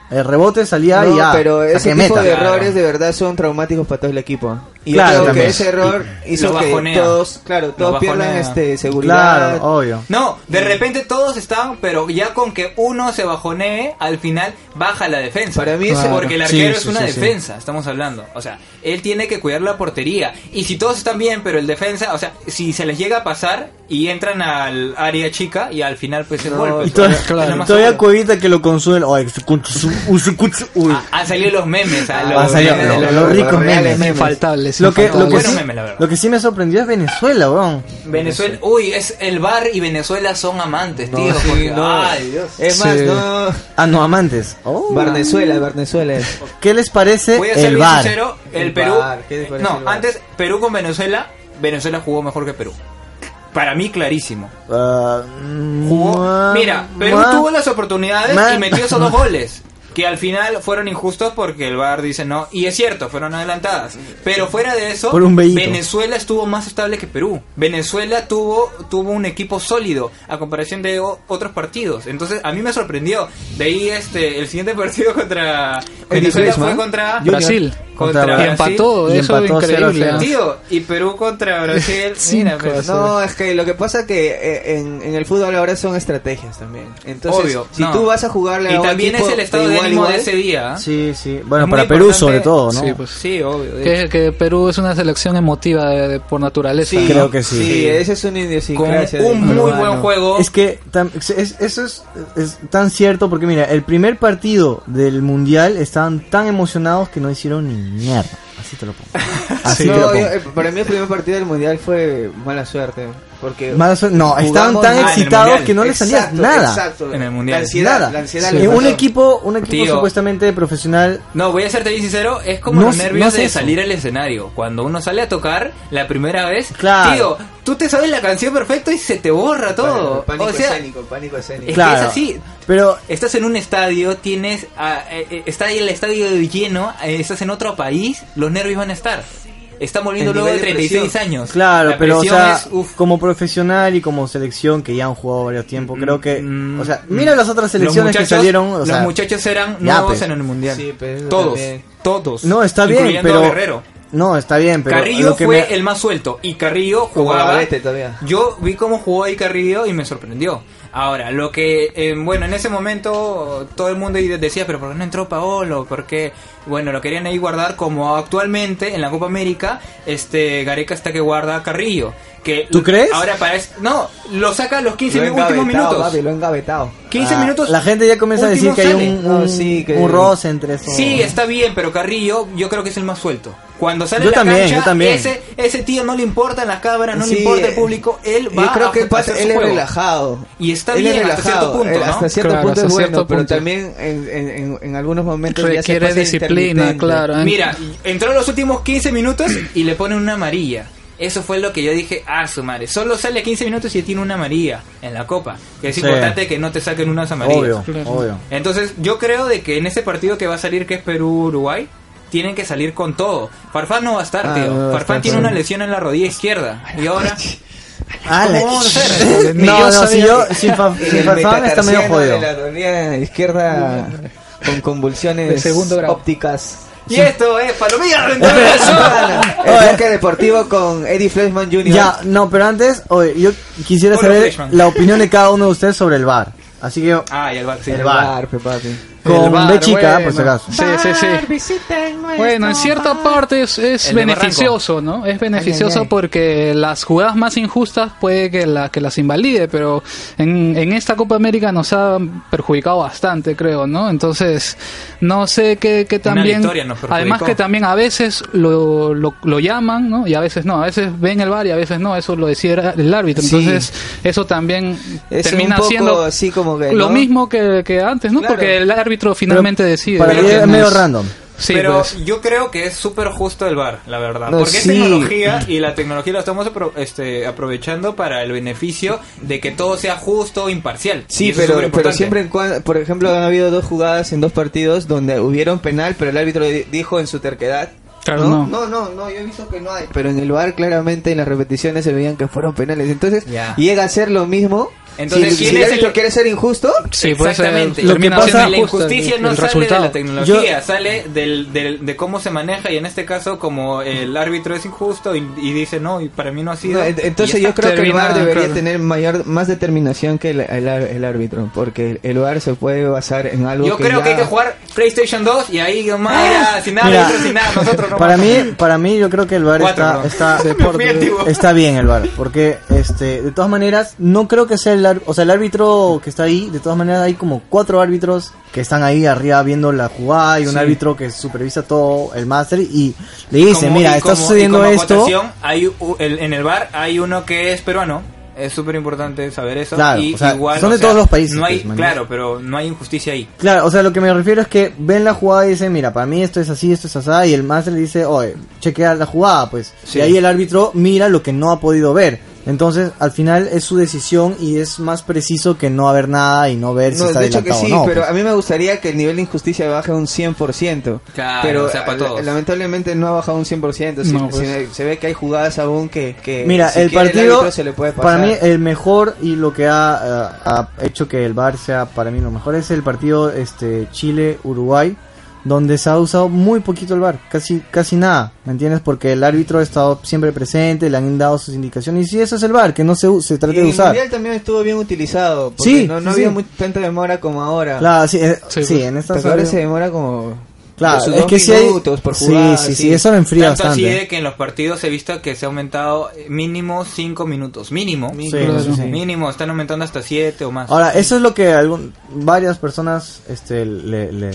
S3: el rebote salía
S5: No,
S3: y ya.
S5: pero
S3: o sea,
S5: ese
S3: que
S5: tipo
S3: meta.
S5: de
S2: Claro.
S5: errores de verdad son traumáticos para todo el equipo. Y
S3: Claro,
S5: yo creo
S3: también.
S5: que ese error hizo
S2: Nos
S5: que
S2: bajonea.
S5: todos, claro,
S2: Nos
S5: todos pierdan
S2: bajonea.
S5: este, seguridad.
S3: Claro, obvio.
S2: No, de repente todos estaban, pero ya con que uno se bajonee, al final baja la defensa.
S5: Para mí es-
S2: Claro. porque el
S3: Sí,
S2: arquero
S3: sí,
S2: es una
S3: sí, sí.
S2: defensa, estamos hablando. O sea, él tiene que cuidar la portería. Y si todos están bien, pero el defensa, o sea, si se les llega a pasar y entran al área chica y al final pues el
S5: No,
S2: golpe.
S3: Y
S2: pues,
S3: to-
S2: es lo
S3: claro,
S2: más
S3: todavía
S2: seguro.
S3: Cuevita que lo consuela. Ay, este su cunchu, su- u- su cunchu, uy.
S2: Ah, Han salido los memes. ah,
S5: Ah,
S2: los
S3: han salido
S2: memes de
S3: los-
S2: los-
S3: los ricos
S5: reales
S3: memes.
S5: memes.
S1: Infaltable,
S3: Lo que, lo, que
S2: Bueno,
S3: sí,
S2: meme, la verdad.
S3: lo que sí me sorprendió es Venezuela, weón.
S2: Venezuela, uy, es el bar y Venezuela son amantes, tío.
S5: sí,
S2: porque-
S5: no.
S2: Ay, Dios.
S5: Es más,
S1: Sí.
S5: no.
S3: Ah, no, amantes. Oh.
S5: Barnezuela, Barnezuela. es.
S3: ¿Qué les parece
S2: Voy a ser
S3: el
S2: bien
S3: bar?
S2: sincero, el,
S5: El
S2: Perú.
S5: VAR, ¿qué te parece
S2: no,
S5: el VAR?
S2: antes Perú con Venezuela, Venezuela jugó mejor que Perú. Para mí clarísimo.
S3: Ah, mm,
S2: Jugó.
S3: mua,
S2: Mira, Perú
S3: mua.
S2: tuvo las oportunidades
S3: ma-
S2: y metió esos dos goles. Que al final fueron injustos porque el VAR dice no. Y es cierto, fueron adelantadas. Pero fuera de eso,
S3: Por un vellito.
S2: Venezuela estuvo más estable que Perú. Venezuela tuvo, tuvo un equipo sólido a comparación de o- otros partidos. Entonces a mí me sorprendió. De ahí este el siguiente partido contra Venezuela
S5: Griezmann.
S2: fue contra
S1: Ah, Brasil.
S2: Contra
S1: Y
S2: Brasil.
S1: empató,
S3: Y
S1: eso es
S3: empató
S1: increíble.
S3: 0-0.
S1: ¿ah?
S2: Tío, y Perú contra Brasil.
S1: Cinco
S2: mira, pues,
S1: a
S2: no.
S5: No, es que lo que pasa que eh, en, en el fútbol ahora son estrategias también. Entonces,
S2: Obvio,
S5: si
S2: no.
S5: tú vas a jugarle
S2: Y
S5: a un
S2: también
S5: equipo
S2: es el estado de
S5: igual,
S2: ánimo de
S5: igual,
S2: ese día. ¿ah?
S3: Sí, sí. Bueno,
S2: Es
S3: para
S2: muy
S3: Perú
S2: importante-
S3: sobre todo, ¿no?
S1: Sí, pues.
S2: Sí, obvio. de hecho.
S1: Que, que Perú es una selección emotiva de- por naturaleza.
S5: Sí,
S1: ¿no?
S3: Creo que sí.
S5: Sí, esa es una
S2: Con
S5: idiosincrasia. del
S2: un muy
S5: peruano.
S2: buen juego.
S3: Es que tam- es- es- eso es, es tan cierto porque mira, el primer partido del mundial estaban tan emocionados que no hicieron ni mierda. Así te lo pongo. Así
S5: No,
S3: te lo
S5: yo,
S3: pongo.
S5: eh, para mí el primer partido del mundial fue mala suerte.
S2: eh,
S5: Porque
S3: Mala suerte- no,
S5: jugamos
S3: estaban tan
S5: mal en el
S3: excitados
S2: Mundial.
S3: que no les salía
S5: Exacto,
S3: nada.
S5: exacto.
S2: En el Mundial.
S5: La ansiedad,
S3: nada.
S5: la ansiedad
S3: Sí.
S5: les
S3: un
S5: mató.
S3: equipo, un equipo
S2: Tío.
S3: supuestamente profesional.
S2: No, voy a serte bien sincero, es como
S3: No
S2: los
S3: sé-
S2: nervios
S3: no sé
S2: de
S3: eso.
S2: salir al escenario. Cuando uno sale a tocar la primera vez,
S3: Claro.
S2: tío, tú te sabes la canción perfecto y se te borra todo.
S5: Pánico
S2: o sea,
S5: escénico, pánico escénico.
S2: es que
S3: Claro.
S2: es así.
S3: Pero
S2: Estás en un estadio, tienes ah, eh, eh, está el estadio lleno, eh, estás en otro país, los nervios van a estar. Están volviendo
S5: El
S2: luego de
S5: nivel de
S2: 36
S5: presión.
S2: años.
S3: Claro,
S2: La
S3: pero o
S2: presión
S3: sea,
S2: es, uf,
S3: como profesional y como selección que ya han jugado varios tiempos, creo que,
S2: Mm,
S3: o sea, mira las otras selecciones
S2: los muchachos-
S3: que salieron, o
S2: los
S3: sea,
S2: muchachos eran
S3: ya,
S2: nuevos
S3: pues.
S2: en el mundial.
S5: Sí, pero eso
S2: todos,
S5: también.
S2: todos.
S3: no está bien,
S2: incluyendo a
S3: pero
S2: Guerrero.
S3: no está bien, pero
S2: Carrillo
S3: lo que
S2: fue
S3: me-
S2: el más suelto y Carrillo
S5: Como
S2: jugaba.
S5: Gavete todavía.
S2: Yo vi cómo jugó ahí Carrillo y me sorprendió. Ahora, lo que, eh, bueno, en ese momento todo el mundo decía, pero ¿por qué no entró Paolo? Porque, bueno, lo querían ahí guardar como actualmente en la Copa América, este Gareca está que guarda a Carrillo. Que
S3: ¿Tú crees?
S2: Ahora para es- No, lo saca a los 15
S5: lo
S2: últimos minutos.
S5: papi, lo he engavetado.
S2: 15
S3: Ah,
S2: minutos.
S3: la gente ya comienza a decir
S2: último
S3: que hay
S2: sale.
S3: un, un,
S5: No, Oh, sí, que-
S3: un roce entre esos.
S2: Sí, está bien, pero Carrillo yo creo que es el más suelto. Cuando sale a
S3: Yo
S2: la
S3: también,
S2: cancha,
S3: yo también.
S2: Ese, ese tío no le importan las cámaras, Ah, no
S5: Sí,
S2: le importa el
S5: eh,
S2: público, él va
S5: Yo creo
S2: a
S5: que
S2: ju- a hacer
S5: pasa,
S2: su
S5: él es
S2: juego.
S5: relajado.
S2: Y está
S5: Él
S2: bien
S5: es
S2: hasta cierto
S5: relajado,
S2: punto,
S5: eh,
S2: ¿no?
S5: Hasta cierto
S1: Claro,
S5: punto
S1: hasta
S5: es bueno,
S1: cierto
S5: pero
S1: punto.
S5: también en, en, en, en algunos momentos ya se
S1: Requiere
S5: pasa
S1: disciplina,
S5: intermitente.
S1: claro. ¿eh?
S2: Mira, entró los últimos 15 minutos y le ponen una amarilla. Eso fue lo que yo dije, ah, su madre. Solo sale 15 minutos y tiene una amarilla en la copa. Que es
S3: Sí.
S2: importante que no te saquen unas amarillas.
S3: obvio,
S1: Claro.
S3: obvio.
S2: Entonces, yo creo de que en este partido que va a salir, que es Perú-Uruguay, tienen que salir con todo. Farfán no va a estar,
S5: Ah,
S2: tío.
S5: no va a
S2: Farfán
S5: estar,
S2: tiene
S5: sí.
S2: una lesión en la rodilla izquierda. Y ahora,
S3: Ah, la-
S2: ¿cómo vamos a hacer?
S1: Ni
S3: no,
S1: yo
S3: no, si
S1: sabía
S3: yo si fa,
S5: Y
S3: si
S5: el
S3: Farfán está medio
S5: metatarsiano
S3: jodido.
S5: de la rodilla izquierda con
S1: De
S5: convulsiones
S1: segundo grado.
S5: ópticas.
S2: Y esto es Palomilla Rentable.
S5: El bloque deportivo con Eddie Fleshman Jr.
S3: Ya, no, pero antes, oye, yo quisiera
S2: Hola,
S3: saber
S2: Freshman.
S3: la opinión de cada uno de ustedes sobre el bar. Así que
S2: Ah, y el bar, sí.
S5: El
S3: El
S5: bar, pe, papi.
S3: con
S1: El bar,
S3: B chica,
S1: bueno.
S3: por si acaso.
S1: Sí, sí, sí. Bueno, en cierta parte es, es
S2: El de
S1: beneficioso, ¿no? Es beneficioso
S5: Ay, ay, ay.
S1: porque las jugadas más injustas puede que, la, que las invalide, pero en, en esta Copa América nos ha perjudicado bastante, creo, ¿no? Entonces, no sé qué, qué también...
S2: victoria nos perjudicó.
S1: además que también a veces lo, lo, lo llaman, ¿no? Y a veces no, a veces ven el VAR y a veces no, eso lo decía el árbitro.
S5: Sí.
S1: Entonces, eso también
S5: Es
S1: termina
S5: un poco
S1: siendo
S5: así como que,
S1: lo
S5: ¿no?
S1: mismo que, que antes, ¿no?
S5: Claro.
S1: Porque el árbitro finalmente decide.
S3: Para
S1: ¿no?
S3: mí
S1: Que
S3: es
S1: no
S3: medio
S1: es-
S3: random.
S1: Sí,
S2: pero
S1: pues.
S2: yo creo que es súper justo el bar, la verdad.
S5: No,
S2: porque es
S5: sí.
S2: tecnología y la tecnología la estamos apro- este, aprovechando para el beneficio de que todo sea justo e imparcial. Y
S5: Sí,
S2: eso es
S5: pero, pero
S2: superimportante.
S5: siempre en cuando, por ejemplo, han habido dos jugadas en dos partidos donde hubieron penal, pero el árbitro di- dijo en su terquedad.
S1: Claro, no.
S5: ¿no? no, no, no, yo he visto que no hay. Pero en el bar claramente en las repeticiones se veían que fueron penales. Entonces
S2: Ya.
S5: llega a ser lo mismo
S2: Entonces,
S5: si,
S2: ¿quién
S5: si
S2: es
S5: el árbitro
S2: el-
S5: quiere ser injusto,
S1: Sí, pues, eh, puede ser.
S2: Exactamente.
S3: Lo que
S1: termina
S3: pasa-
S1: siendo
S2: la
S1: justo el-
S2: injusticia no
S1: el
S2: sale
S1: resultado.
S2: de la tecnología, sale del, del- de cómo se maneja y en este caso como el árbitro es injusto y, y dice no, y para mí no ha sido.
S5: No, en- entonces
S2: Y ya
S5: yo
S2: está.
S5: creo que el VAR
S1: terminada,
S5: debería
S1: claro.
S5: tener mayor más determinación que el, el ar- el árbitro, porque el VAR se puede basar en algo
S2: Yo creo que hay
S5: ya-
S2: que jugar PlayStation 2 y ahí nomás ya, sin nada,
S3: Mira,
S2: árbitro, sin nada, nosotros no
S3: para
S2: vamos.
S3: mí, para mí yo creo que el bar
S2: Cuatro,
S3: está,
S2: ¿no?
S3: está,
S2: Me fui al tiburón.
S3: está bien el bar, porque este, de todas maneras no creo que sea el, ar- o sea, el árbitro que está ahí, de todas maneras hay como cuatro árbitros que están ahí arriba viendo la jugada y un
S2: Sí.
S3: árbitro que supervisa todo el máster y le dice,
S2: Como-
S3: mira,
S2: y
S3: está
S2: como- y
S3: sucediendo
S2: como
S3: esto.
S2: acotación, hay u- el- en el bar hay uno que es peruano. Es súper importante saber eso.
S3: Claro,
S2: y
S3: o sea,
S2: igual,
S3: son de
S2: o sea,
S3: todos los países,
S2: No hay,
S3: pues, man.
S2: claro, pero no hay injusticia ahí.
S3: Claro, o sea, lo que me refiero es que ven la jugada y dicen, mira, para mí esto es así, esto es así, y el máster le dice, oye, chequea la jugada, pues.
S2: Sí.
S3: Y ahí el árbitro mira lo que no ha podido ver. Entonces, al final es su decisión y es más preciso que no haber nada y no ver si
S5: No,
S3: está
S5: de hecho que
S3: adelantado
S5: sí,
S3: o no.
S5: pero
S3: pues.
S5: a mí me gustaría que el nivel de injusticia baje un 100%.
S2: Claro,
S5: pero
S2: o sea, para
S5: eh,
S2: todos.
S5: lamentablemente no ha bajado un 100%. sí,
S1: No, pues.
S5: se, se ve que hay jugadas aún que, que
S3: Mira,
S5: Eh, si
S3: el
S5: quiere
S3: partido,
S5: árbitro se le puede pasar.
S3: para mí, eh, el mejor y lo que ha, eh, ha hecho que el Bar sea para mí lo mejor es el partido este Chile-Uruguay, donde se ha usado muy poquito el Bar, casi, casi nada, ¿me entiendes? Porque el árbitro ha estado siempre presente, le han dado sus indicaciones, y si eso es el Bar, que no se, u- se trate
S5: Y
S3: de
S5: el
S3: usar.
S5: mundial también estuvo bien utilizado. Porque
S3: Sí,
S5: no, no
S3: sí,
S5: había
S3: sí.
S5: muy- tanta demora como ahora.
S3: Claro, sí, eh,
S1: Sí,
S3: sí,
S1: pues.
S3: en estas
S5: Porque ahora
S3: áreas-
S5: se demora como.
S3: Claro,
S5: sus
S3: es
S5: dos
S3: que sí hay-
S5: minutos por
S3: sí,
S5: jugada,
S3: sí, sí,
S5: así. eh.
S3: eso lo enfría
S2: Tanto así
S3: bastante. eh.
S2: de que en los partidos he visto que se ha aumentado eh, mínimo 5 minutos. Mínimo.
S3: Sí,
S1: Claro.
S3: sí, sí.
S2: Mínimo, están aumentando hasta 7 o más.
S3: Ahora, eso es lo que algún- varias personas este, le, le,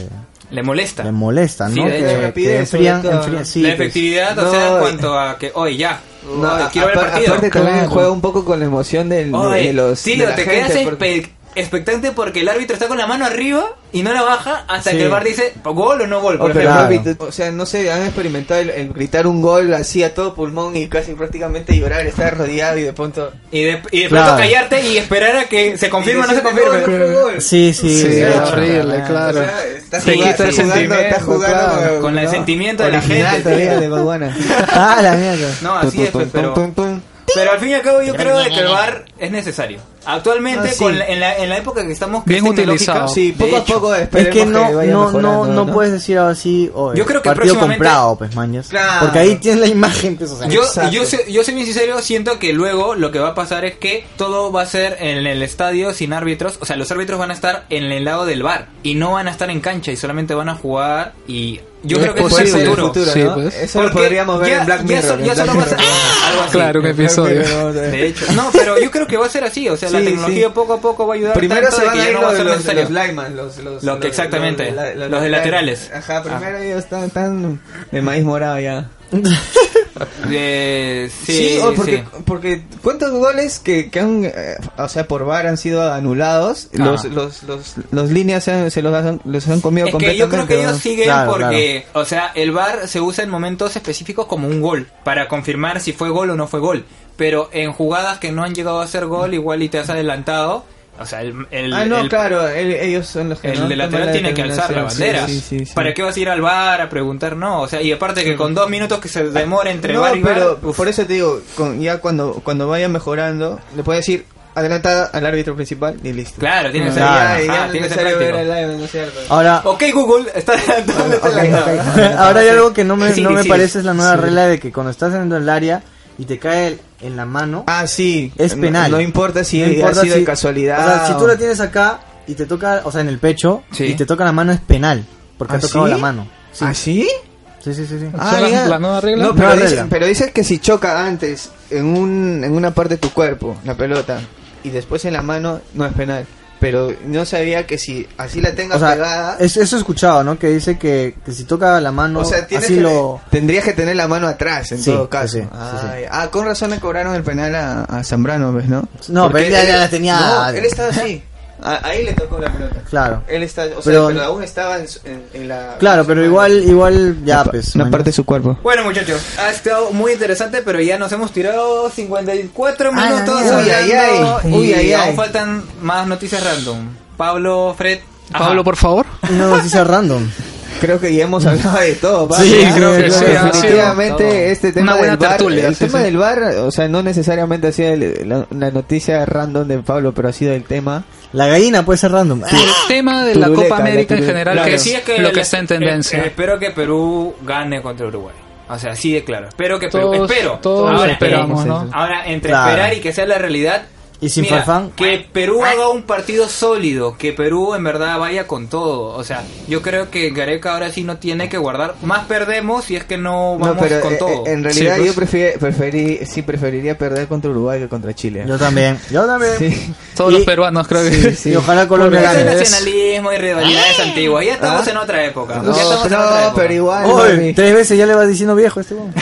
S2: Le molesta.
S3: le molesta,
S2: Sí,
S3: ¿no?
S2: de
S3: que,
S2: la
S3: que
S5: rapidez, sobre
S3: enfrían,
S5: todo,
S3: enfrían-
S5: ¿no?
S3: sí,
S2: la
S3: pues.
S2: efectividad, o
S5: No,
S2: sea, en
S5: eh.
S2: cuanto a que, oye, ya,
S5: No,
S2: ah,
S5: a-
S2: quiero ver el
S5: apar-
S2: partido.
S5: Aparte también
S1: Claro.
S5: juega un poco con la emoción del,
S2: Oye,
S5: de los.
S2: sí,
S5: de
S2: te
S5: la
S2: quedas
S5: gente,
S2: espe-
S5: porque-
S2: expectante porque el árbitro está con la mano arriba y no la baja hasta
S3: Sí.
S2: que el bar dice gol o no gol.
S5: Oh,
S2: Por
S5: pero
S2: ejemplo.
S3: claro.
S5: papi, tú- o sea, no sé, han experimentado el, el gritar un gol así a todo pulmón y casi prácticamente llorar, estar rodeado y de pronto.
S2: Y de, y de
S3: Claro.
S2: pronto callarte y esperar a que se confirme o no se confirme.
S3: Sí, sí,
S1: Sí,
S3: de hecho.
S1: horrible,
S5: O
S1: claro.
S5: sea, estás
S1: Te quita el
S5: jugando, estás
S1: sentimiento,
S5: jugando
S1: claro.
S5: eh,
S2: Con el
S5: ¿no?
S2: sentimiento de la
S5: Original
S2: gente.
S5: todavía de Bad Bunny.
S3: Ah, la mierda.
S2: No, así es,
S5: Tum,
S2: pues,
S5: tum,
S2: pero...
S5: tum, tum, tum.
S2: Pero al fin y al cabo yo creo de que el VAR es necesario. Actualmente,
S5: Ah, sí.
S2: con la- en, la, en la época que estamos... que
S1: Bien
S2: es tecnológica,
S1: utilizado.
S5: Sí,
S2: de
S5: poco a
S2: hecho.
S5: poco
S3: Es
S5: esperemos
S3: que no,
S5: vaya
S3: no, no,
S5: mejorando,
S3: no, puedes decir algo así. o
S2: Yo creo que
S3: partido
S2: próximamente-
S3: comprado, pues, mañas.
S5: Claro.
S3: Porque ahí tienes la imagen, pues, o sea,
S2: Yo,
S5: Exacto.
S2: yo, sé- yo soy bien sincero, siento que luego lo que va a pasar es que todo va a ser en el estadio sin árbitros. O sea, los árbitros van a estar en el lado del bar y no van a estar en cancha y solamente van a jugar. Y yo
S1: Es
S2: creo que eso es
S5: Puede
S2: el
S5: ser en el
S2: futuro.
S5: futuro,
S1: Sí,
S5: ¿no?
S1: pues.
S5: Eso lo
S2: Porque
S5: podríamos ver
S2: ya-
S5: en Black
S2: ya
S5: Mirror.
S2: so-
S5: en
S2: ya
S5: Black
S2: solo va a ser-
S5: Mirror.
S2: algo así.
S1: Claro, un
S5: Black
S1: episodio.
S5: Mirror, eh.
S2: De hecho, no, pero yo creo que va a ser así. O sea, la
S5: Sí,
S2: tecnología
S5: sí.
S2: poco a poco va a ayudar.
S5: Primero
S2: tanto
S5: se
S2: de
S5: van
S2: que
S5: a
S2: ya
S5: ir
S2: no va a
S5: los,
S2: ser
S5: los, los
S2: necesario.
S5: linemen, los, los,
S2: Lo que exactamente,
S5: la- la-
S2: los de
S5: la-
S2: laterales. Ah.
S5: Ajá, primero ellos están, están de maíz morado ya.
S2: Eh, sí,
S5: Sí, o porque,
S2: sí.
S5: porque cuántos goles que, que han, eh, o sea, por VAR han sido anulados,
S2: Ah.
S5: los, los, los, los líneas se, han- se los, han, los han comido
S2: Es que yo
S5: completamente.
S2: creo que
S5: ¿no?
S2: ellos siguen
S3: Claro,
S2: porque, o sea, el VAR se usa en momentos específicos como un gol, para confirmar si fue gol o no fue gol. Pero en jugadas que no han llegado a ser gol, igual y te has adelantado, o sea, el, el-
S5: ah, no,
S2: el-
S5: claro, el- ellos son los que
S2: el
S5: no
S2: de
S5: toman
S2: lateral
S5: la
S2: tiene que alzar la
S5: determinación.
S2: bandera.
S5: Sí, sí, sí.
S2: ¿Para qué vas a ir al VAR a preguntar? No, o sea, y aparte que con dos minutos que se demora entre
S5: Ah, no,
S2: VAR y
S5: pero
S2: VAR, uf,
S5: por eso te digo, con- ya cuando, cuando vaya mejorando, le puedes decir adelantada al árbitro principal y listo.
S2: Claro, tiene que ser,
S3: Claro.
S5: Ah, Ya, ya
S2: ajá,
S5: no
S2: tiene
S5: es
S2: que ser
S5: necesario ver Ah,
S2: práctico.
S5: al live, ¿no es cierto?
S3: Ahora,
S2: Ok, Google, está adelantado. está adelantado.
S3: Ahora hay algo que no me,
S2: Sí,
S3: no me
S2: sí.
S3: parece es la nueva regla de que cuando estás en el área y te cae el- en la mano,
S5: Ah, sí.
S3: es
S5: No-
S3: penal.
S5: No, importa si
S3: No
S5: ha sido
S3: si-
S5: de casualidad.
S3: O sea, si tú
S5: o-
S3: la tienes acá y te toca, o sea, en el pecho
S2: Sí.
S3: y te toca la mano es penal, porque
S5: ¿Ah,
S3: ha tocado
S5: sí?
S3: la mano. Sí,
S5: ¿Ah, sí?
S3: sí, sí, sí. sí.
S1: Ah, ¿Son las-
S5: ya.
S1: la nueva regla?
S5: No, pero,
S3: Nueva
S5: dices,
S3: regla.
S5: pero dices que si choca antes en, un, en una parte de tu cuerpo, la pelota, y después en la mano, no es penal. Pero no sabía que si así la tengas
S3: O sea,
S5: pegada...
S3: es- eso he escuchado, ¿no? Que dice que, que si toca la mano,
S5: o sea, tienes
S3: así
S5: que-
S3: lo...
S5: tendrías que tener la mano atrás, en
S3: Sí,
S5: todo caso.
S3: sí, sí, sí,
S5: Ay, Ah, con razón le cobraron el penal a, a Zambrano, ¿ves, no?
S3: No, pero
S5: Porque
S3: él ya- ya la tenía-
S5: No, él estaba así. A- ahí le tocó la pelota.
S3: Claro.
S5: Él está, o sea,
S3: Pero-
S5: pero, aún estaba en, su- en- en la...
S3: Claro, pero igual, igual ya, pues...
S5: Una
S3: mañana.
S5: parte de su cuerpo.
S2: Bueno muchachos, ha estado muy interesante, pero ya nos hemos tirado 54
S3: la
S2: minutos.
S3: mierda.
S5: Uy, ay,
S2: hablando
S5: ay.
S2: y
S5: Ah, Uy, ay,
S2: aún
S5: ay.
S2: faltan más noticias random. Pablo, Fred, ajá.
S1: Pablo, por favor.
S3: Una noticia random.
S5: Creo que ya hemos hablado de todo, ¿va?
S3: Mm. Sí,
S5: Ya,
S3: creo que
S5: claro,
S3: sí, ha sido
S5: Definitivamente
S1: todo.
S5: este
S1: Una
S5: tema
S1: buena
S5: del bar,
S1: tertulia,
S5: el
S1: sí,
S5: tema
S1: sí.
S5: del bar, o sea, no necesariamente ha sido el- la, la noticia random de Pablo, pero ha sido el tema.
S3: La gallina puede ser random. Ah,
S1: El tema de la
S5: Turuleca,
S1: Copa América
S5: la
S1: en
S5: turule-
S1: general,
S2: Lo
S1: que
S2: que
S1: es
S2: sí es que
S1: lo
S2: el-
S1: que está en tendencia.
S2: eh, espero que Perú gane contra Uruguay. O sea, así de claro. Espero que Perú.
S1: todos
S2: eh, espero.
S1: todos
S2: ahora,
S1: esperamos,
S5: eh,
S1: ¿no?
S2: ahora, entre
S3: Claro.
S2: esperar y que sea la realidad.
S3: Y sin
S2: mira,
S3: farfán.
S2: Que Perú haga un partido sólido. Que Perú en verdad vaya con todo. O sea, yo creo que Gareca ahora sí no tiene que guardar. Más perdemos si es que no vamos
S5: no, pero
S2: con
S5: eh,
S2: todo.
S5: eh, en realidad
S1: Sí, pues.
S5: yo prefiero, preferí, sí preferiría perder contra Uruguay que contra Chile.
S3: Yo también. Yo también.
S5: Sí.
S1: Todos los peruanos creo que
S5: Sí, sí.
S3: Y ojalá Colombia
S2: Ese
S3: gane.
S2: nacionalismo y rivalidades antiguas. Ya estamos
S5: ¿Ah?
S2: en otra época.
S5: No,
S2: ya estamos en
S5: no,
S2: otra época.
S5: pero igual.
S3: Oye,
S5: mami.
S3: tres veces ya le vas diciendo viejo a este weón.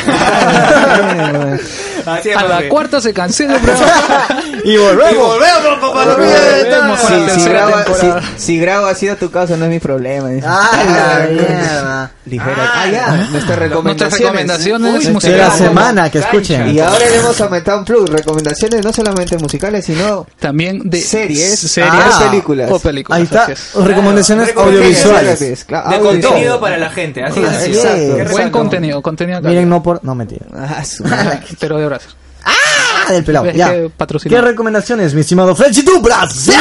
S2: Así es,
S1: a la
S2: profe.
S1: cuarta se cancela el programa.
S3: y
S2: Y
S3: volvemos.
S2: volvemos, papá. lo mismo.
S1: Volvemos a la
S5: si, si,
S1: tercera
S5: grabo,
S1: temporada.
S5: si, si grabo ha sido tu caso, no es mi problema. dice.
S3: Ah, la mierda.
S5: Ligera.
S2: Ah,
S5: Ah, ya. Nuestras recomendaciones.
S1: recomendaciones
S5: Uy,
S3: De la
S1: musicales.
S5: nuestras-
S3: semana, que
S2: Cancha.
S3: escuchen.
S5: Y ahora le hemos aumentado un plus. Recomendaciones no solamente musicales, sino
S1: También de
S5: Series.
S1: series
S3: Ah,
S5: películas.
S1: o películas.
S3: Ahí está.
S1: así es.
S3: Recomendaciones
S2: Claro,
S3: audiovisuales.
S5: Series, claro,
S2: De
S5: audiovisual.
S2: contenido para la gente. Así es.
S5: Sí,
S2: así es.
S5: exacto.
S2: Qué
S5: Buen
S1: Buen
S2: resalto.
S1: contenido, contenido acá.
S3: Miren, no por. No, mentira.
S5: Ah, su madre.
S1: Pero de brazos.
S3: Ah, del pelado.
S1: Ves
S3: Ya.
S1: que patrocina.
S3: ¿Qué recomendaciones, mi estimado Frenchy tú, Brasil?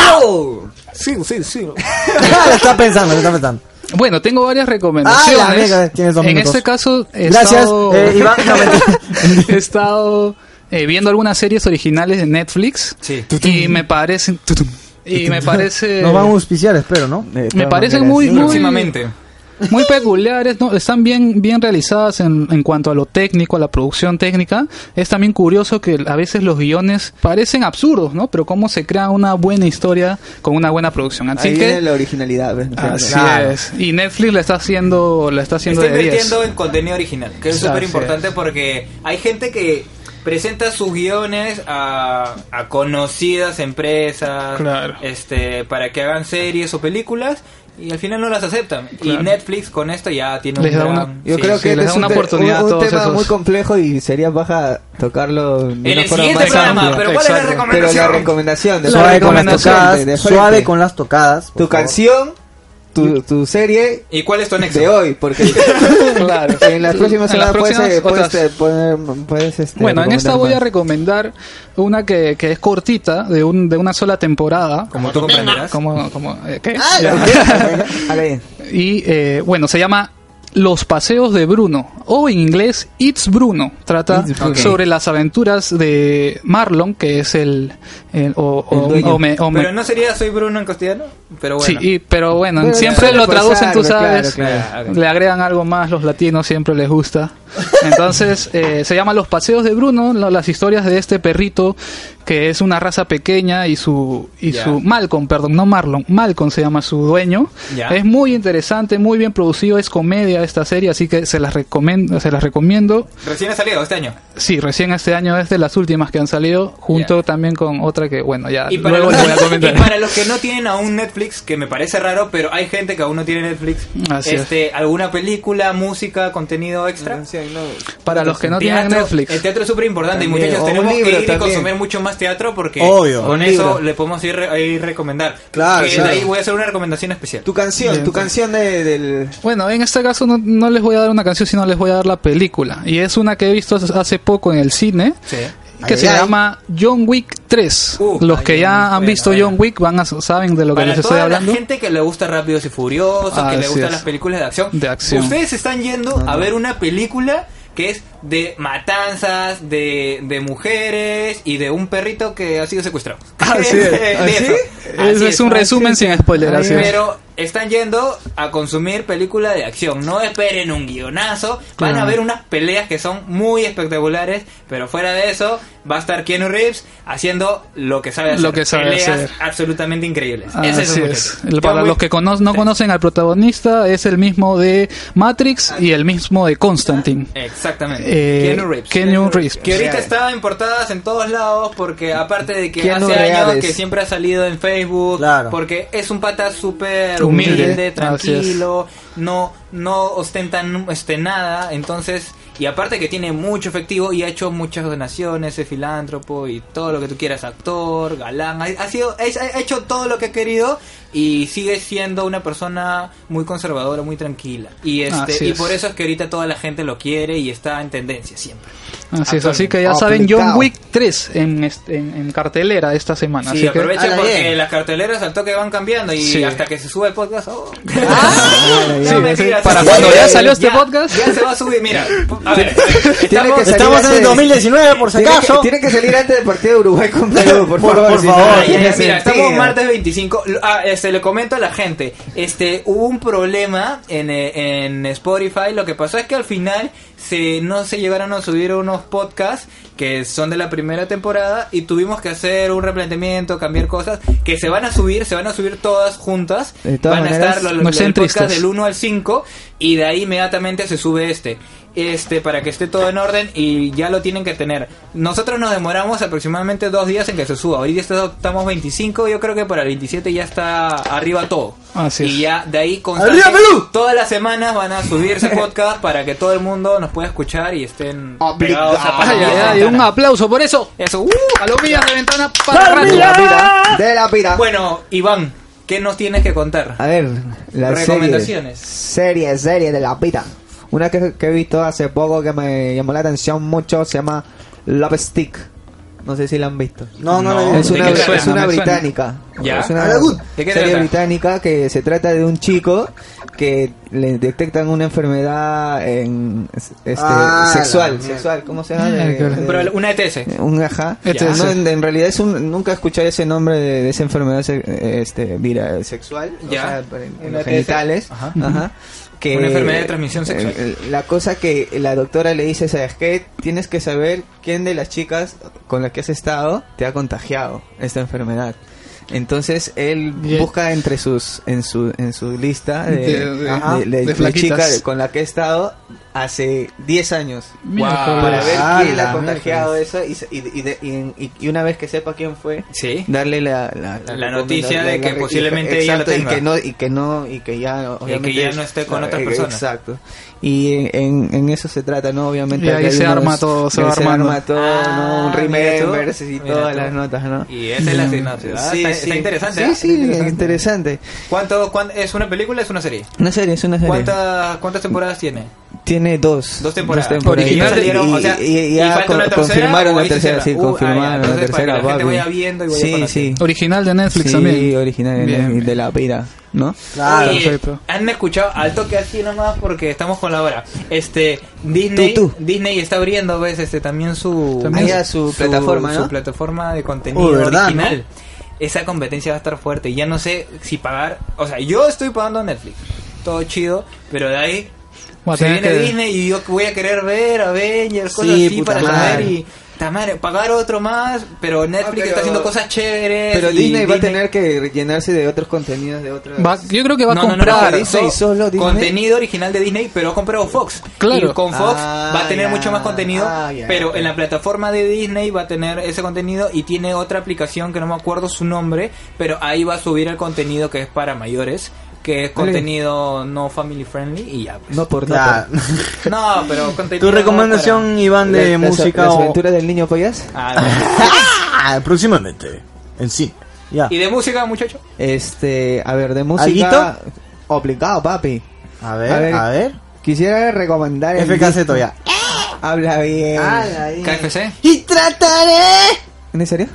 S5: Sí, sí, sí.
S3: lo está pensando, lo está pensando.
S1: Bueno, tengo varias
S3: Ah, la
S1: recomendaciones.
S3: verga, tienes dos
S1: en
S3: minutos.
S1: este caso, he
S3: Gracias,
S1: estado,
S3: eh, Iván. No, mentira.
S1: he estado eh, viendo algunas series originales de Netflix.
S2: Sí.
S1: Y me parecen. Y me parece.
S3: Nos van a auspiciar, espero, ¿no?
S1: Eh, Me parecen muy, muy,
S2: Próximamente.
S1: muy peculiares, ¿no? Están bien, bien realizadas en, en cuanto a lo técnico, a la producción técnica. Es también curioso que a veces los guiones parecen absurdos, ¿no? Pero cómo se crea una buena historia con una buena producción. Así
S5: Ahí
S1: que...
S5: viene la originalidad. ¿ves?
S1: Así
S3: Claro.
S1: es. Y Netflix la está haciendo, la está haciendo
S2: Está
S1: de 10.
S2: invirtiendo en contenido original, que es
S1: Exacto.
S2: súper importante porque hay gente que presenta sus guiones a, a conocidas empresas
S1: Claro.
S2: este para que hagan series o películas y al final no las aceptan.
S1: Claro.
S2: Y Netflix con esto ya tiene
S1: Les
S2: un
S1: da
S2: gran-
S1: una-
S5: Yo
S2: sí,
S5: creo
S1: sí,
S5: que
S1: les
S5: este
S1: da
S5: es
S1: una
S5: un, te-
S1: oportunidad a
S5: un, un
S1: todos
S5: tema
S1: esos.
S5: muy complejo y sería baja tocarlo de
S2: En
S5: una
S2: el
S5: forma
S2: siguiente
S5: más
S2: programa,
S5: amplia.
S2: pero ¿cuál es la
S1: Exacto.
S5: Pero la
S2: recomendación?
S5: recomendación, de
S1: Suave
S5: frente,
S1: con las
S5: de frente,
S1: tocadas,
S5: de frente.
S3: Suave con las tocadas. por
S5: tu
S3: favor.
S5: canción, tu, tu serie
S2: ¿Y cuál es tu anexo?
S5: de hoy, porque
S1: Claro.
S5: en las próximas
S1: En las
S5: semanas puedes,
S1: próximas,
S5: eh, puedes,
S1: otras.
S5: eh, poner- puedes, este,
S1: Bueno, en esta
S5: recomendar
S1: voy a
S5: más.
S1: recomendar una que, que es cortita, de, un, de una sola temporada.
S2: Como tú comprenderás.
S1: Como, como, eh, ¿qué?
S5: Ah, ya, ok. Ahora bien.
S1: Y eh, bueno, se llama Los Paseos de Bruno, o en inglés It's Bruno. Trata
S5: It's Bruno.
S1: sobre las aventuras de Marlon, que es el. el- o, o-
S5: El dueño.
S1: o me- o me-
S2: Pero no sería Soy Bruno en castellano, pero bueno. Ah,
S1: Sí, y- pero bueno,
S5: Bueno,
S1: siempre
S5: suele
S1: lo traducen, tú
S5: pasar,
S1: sabes.
S5: claro,
S2: claro.
S1: Le agregan algo más, los latinos siempre les gusta. Entonces, eh, se llama Los Paseos de Bruno, la- las historias de este perrito que es una raza pequeña y su y
S2: Ya.
S1: su Malcolm, perdón, no Marlon, Malcolm se llama su dueño.
S2: Ya.
S1: Es muy interesante, muy bien producido, es comedia esta serie, así que se las recomiendo, se las recomiendo.
S2: Recién ha salido este año.
S1: Sí, recién este año es de las últimas que han salido, junto
S2: Ya.
S1: también con otra que, bueno, ya
S2: Y para,
S1: Ah, luego
S2: los,
S1: les voy a comentar.
S2: y para los que no tienen aún Netflix, que me parece raro, pero hay gente que aún no tiene Netflix,
S1: Así es.
S2: este, ¿alguna película, música, contenido extra?
S1: Para los que no tienen
S2: Teatro,
S1: Netflix.
S2: El teatro es súper importante y
S5: También,
S2: muchachos
S5: o un
S2: tenemos
S5: libro
S2: que ir y
S5: también.
S2: consumir mucho más teatro porque
S3: Obvio.
S2: con
S5: Un
S2: eso
S5: libro.
S2: le podemos ir re- ir recomendar.
S5: Claro,
S2: Que
S5: claro.
S2: de ahí voy a hacer una recomendación especial.
S5: Tu canción, tu canción de, del...
S1: Bueno, en este caso no, no les voy a dar una canción, sino les voy a dar la película. Y es una que he visto hace poco en el cine,
S2: Sí.
S1: que
S3: Ay,
S1: se
S3: ay, ay.
S1: llama John Wick 3.
S2: Uh,
S1: Los que
S2: ay,
S1: ya
S2: buena,
S1: han visto
S2: buena.
S1: John Wick van a, saben de lo que
S2: Para
S1: les estoy
S2: toda
S1: hablando.
S2: la gente que le gusta Rápidos y Furiosos, que le
S1: Así
S2: gustan
S1: es.
S2: las películas de acción,
S1: De acción.
S2: ustedes están yendo a ver una película que es de matanzas, de, de mujeres y de un perrito que ha sido secuestrado.
S1: Así es.
S2: De eso.
S1: Así
S2: Así
S1: Ese es un resumen sin spoiler, así es.
S2: Pero están yendo a consumir película de acción. No esperen un guionazo. Van
S1: Claro.
S2: a ver unas peleas que son muy espectaculares. Pero fuera de eso, va a estar Keanu Reeves haciendo lo que sabe hacer.
S1: Lo que sabe
S2: peleas
S1: hacer.
S2: absolutamente increíbles. Ese es
S1: Ah, Así
S2: un
S1: es.
S2: muchacho.
S1: Para
S2: John
S1: los
S2: Wick.
S1: que cono- no conocen al protagonista, es el mismo de Matrix y el mismo de Constantine.
S2: Exactamente.
S1: Eh,
S2: Keanu Reeves.
S1: Keanu Reeves.
S2: Que ahorita está en portadas en todos lados porque aparte de que
S5: Keanu
S2: hace años
S5: Reeves.
S2: que siempre ha salido en Facebook,
S3: Claro.
S2: porque es un pata súper
S1: Humilde.
S2: humilde,
S1: Así es.
S2: tranquilo, no, no ostentan este, nada, entonces, y aparte que tiene mucho efectivo y ha hecho muchas donaciones, es filántropo y todo lo que tú quieras, actor, galán, ha, ha sido, es- ha hecho todo lo que ha querido y sigue siendo una persona muy conservadora, muy tranquila. Y
S1: Así
S2: este, y
S1: es.
S2: por eso es que ahorita toda la gente lo quiere y está en tendencia siempre.
S1: Así es,
S2: Actualmente.
S1: así que ya saben, John Wick 3 en, este- en, en cartelera esta semana.
S2: Sí,
S1: así que-
S2: aprovecha
S3: ala,
S2: porque
S3: bien.
S2: las carteleras al toque van cambiando y
S1: Sí.
S2: hasta que se sube el podcast. oh.
S1: Sí,
S2: No, mentira,
S1: sí, para
S2: sí,
S1: cuando
S2: sí,
S1: ya
S2: sí,
S1: salió este
S2: ya,
S1: podcast.
S2: Ya se va a subir, mira. A ver,
S5: Tiene
S2: estamos,
S5: que salir
S3: Estamos en el
S5: antes-
S3: 2019, por si
S5: tiene que-
S3: acaso.
S5: Tiene que salir antes del partido de Uruguay con Perú,
S3: Por-
S5: por favor.
S3: por
S5: si no,
S3: favor.
S5: no
S2: Ah, ya,
S5: tiene
S2: ya, mira,
S5: sentido.
S2: estamos martes 25. Lo- Ah, este, le comento a la gente. Este, hubo un problema en, eh, en Spotify. Lo que pasó es que al final se, no se llegaron a subir unos podcasts que son de la primera temporada y tuvimos que hacer un replanteamiento, cambiar cosas que se van a subir, se van a subir todas juntas.
S5: De todas
S2: van a
S5: maneras,
S2: estar los,
S1: no
S2: los-
S1: estén
S2: el podcast
S1: tristes.
S2: del 1 al 5 y de ahí inmediatamente se sube este. Este, para que esté todo en orden y ya lo tienen que tener. Nosotros nos demoramos aproximadamente dos días en que se suba. Hoy día está- estamos 25, yo creo que para el 27 ya está arriba todo.
S1: Así es.
S2: y ya de ahí constante,
S3: ¡Arriba, Perú!
S2: todas las semanas van a subirse podcast para que todo el mundo nos pueda escuchar y estén pegados a
S1: Ay, ay, ay, un aplauso por eso.
S2: Eso, uh,
S1: Palomillas de ventana para rato.
S5: De la pira. De la pira.
S2: Bueno, Iván, ¿qué nos tienes que contar?
S5: A ver, la
S2: Recomendaciones.
S5: Serie, serie, serie de la pita. Una que, que he visto hace poco que me llamó la atención mucho se llama Love Stick. No sé si la han visto.
S3: No, no,
S2: No.
S3: no.
S5: Es
S1: ¿de
S5: una,
S1: qué trata?
S5: es una
S1: Me suena.
S5: británica.
S2: ¿Ya?
S5: Es una
S3: Ah, good.
S2: ¿De qué
S5: serie
S2: trata?
S5: británica que se trata de un chico que le detectan una enfermedad en, es- este,
S3: Ah, la
S5: sexual.
S3: mierda.
S5: Sexual, ¿cómo se llama? De- de-
S2: Pero una E ETS.
S5: un ajá.
S1: Este es-
S5: No, en, en realidad es un, nunca escuché ese nombre de, de esa enfermedad se- este, vira- sexual, o
S2: Ya.
S5: sea, por- en
S2: Una
S5: los
S2: TS.
S5: genitales.
S2: Ajá.
S5: ajá, que-
S2: Una enfermedad de transmisión sexual.
S5: eh, eh, La cosa que la doctora le dice, ¿sabes qué? Tienes que saber quién de las chicas con las que has estado te ha contagiado esta enfermedad. Entonces él
S1: Y él-
S5: busca entre sus en su en su lista de,
S1: De- de-
S5: ajá,
S1: de
S5: de- de
S1: flaquitas.
S5: chicas con la que he estado hace 10 años
S1: Miércoles.
S5: para ver
S3: Ah,
S5: quién le
S3: la
S5: ha contagiado eso y, se- y, y de- y- y- y una vez que sepa quién fue
S2: Sí.
S5: darle la, la,
S2: La noticia de que
S5: la-
S2: posiblemente
S5: exacto,
S2: ella lo tenga.
S5: y que no y que no y que ya obviamente
S2: ya no esté con
S5: la-
S2: otra
S5: eh,
S2: persona.
S5: exacto y en, en eso se trata no obviamente
S1: Y
S5: acá
S1: ahí
S5: hay
S1: se
S5: unos-
S1: arma todo, se va
S5: se
S1: armando.
S5: arma todo
S2: Ah,
S5: ¿no? un
S2: mira
S5: remembers
S2: tú,
S5: y
S2: mira
S5: todas
S2: tú.
S5: las notas no
S2: Y esa es la sinopsis. Ah,
S5: Sí,
S2: está,
S5: sí.
S2: está interesante.
S5: sí
S2: ¿ah?
S5: sí interesante.
S2: ¿Cuánto, cuán- es una película o es una serie?
S5: una serie es una serie
S2: ¿Cuántas, ¿Cuántas temporadas tiene?
S5: Tiene dos.
S2: Dos temporadas.
S1: Y ya
S2: salieron, o sea,
S5: y, y- y ya
S2: y falta
S5: con-
S2: una tercera,
S5: confirmaron
S2: o
S5: la
S2: ahí se
S5: tercera, sí,
S2: cierra. Uh, ah, ya,
S5: confirmaron la
S2: entonces para que
S5: tercera.
S2: la gente
S5: papi.
S2: vaya viendo y vaya
S5: sí,
S2: conociendo.
S5: sí.
S1: Original de Netflix
S5: sí,
S1: también.
S5: original eh,
S1: Bien,
S5: de, de la pira, ¿no?
S3: Claro.
S2: Oye,
S1: perfecto.
S2: han escuchado al toque así nomás porque estamos con la hora. Este, Disney,
S5: Tú, tú.
S2: Disney está abriendo, ves, este, también su,
S1: También
S5: Ah, ya, su plataforma, ¿no?
S2: su plataforma de contenido
S3: Oh, ¿verdad,
S2: original. Esa competencia va a estar fuerte. Ya no sé si pagar, o sea, yo estoy pagando a Netflix, todo chido, pero de ahí
S1: Voy a
S2: se
S1: tener
S2: viene
S1: que-
S2: Disney y yo voy a querer ver Avengers, cosas
S5: Sí,
S2: así
S5: puta
S2: para
S5: madre.
S2: saber y puta madre, pagar otro más, pero Netflix
S5: Ah, pero-
S2: está haciendo cosas chéveres.
S5: Pero
S2: y
S5: Disney va a tener que rellenarse de otros contenidos, de otras...
S1: Va- yo creo que va a
S2: No, no, no,
S1: comprar.
S2: no,
S5: Disney,
S2: so-
S5: solo Disney.
S2: contenido original de Disney, pero ha comprado Fox.
S1: Claro.
S2: Y con Fox
S5: Ah,
S2: va a tener
S5: ya.
S2: mucho más contenido,
S5: Ah, ya,
S2: pero
S5: ok.
S2: en la plataforma de Disney va a tener ese contenido y tiene otra aplicación que no me acuerdo su nombre, pero ahí va a subir el contenido que es para mayores, que es
S5: Vale.
S2: contenido no family friendly y ya. pues.
S5: No por
S3: Ya.
S5: nada.
S2: No, pero contenido
S3: Tu
S2: no
S3: recomendación, Iván, de música
S5: las,
S3: o-
S5: aventuras del niño pollas?
S2: para- Ah,
S3: Ah, próximamente. En sí. Ya.
S2: ¿Y de música, muchacho?
S5: Este, a ver, de música...
S3: ¿Alguito?
S5: Obligado, papi.
S3: A ver,
S5: A ver.
S3: a ver.
S5: Quisiera recomendar... el
S3: FKZ
S5: disco- Ah,
S3: ya.
S5: Habla bien. Eh,
S2: KFC.
S3: Y trataré.
S5: ¿En serio?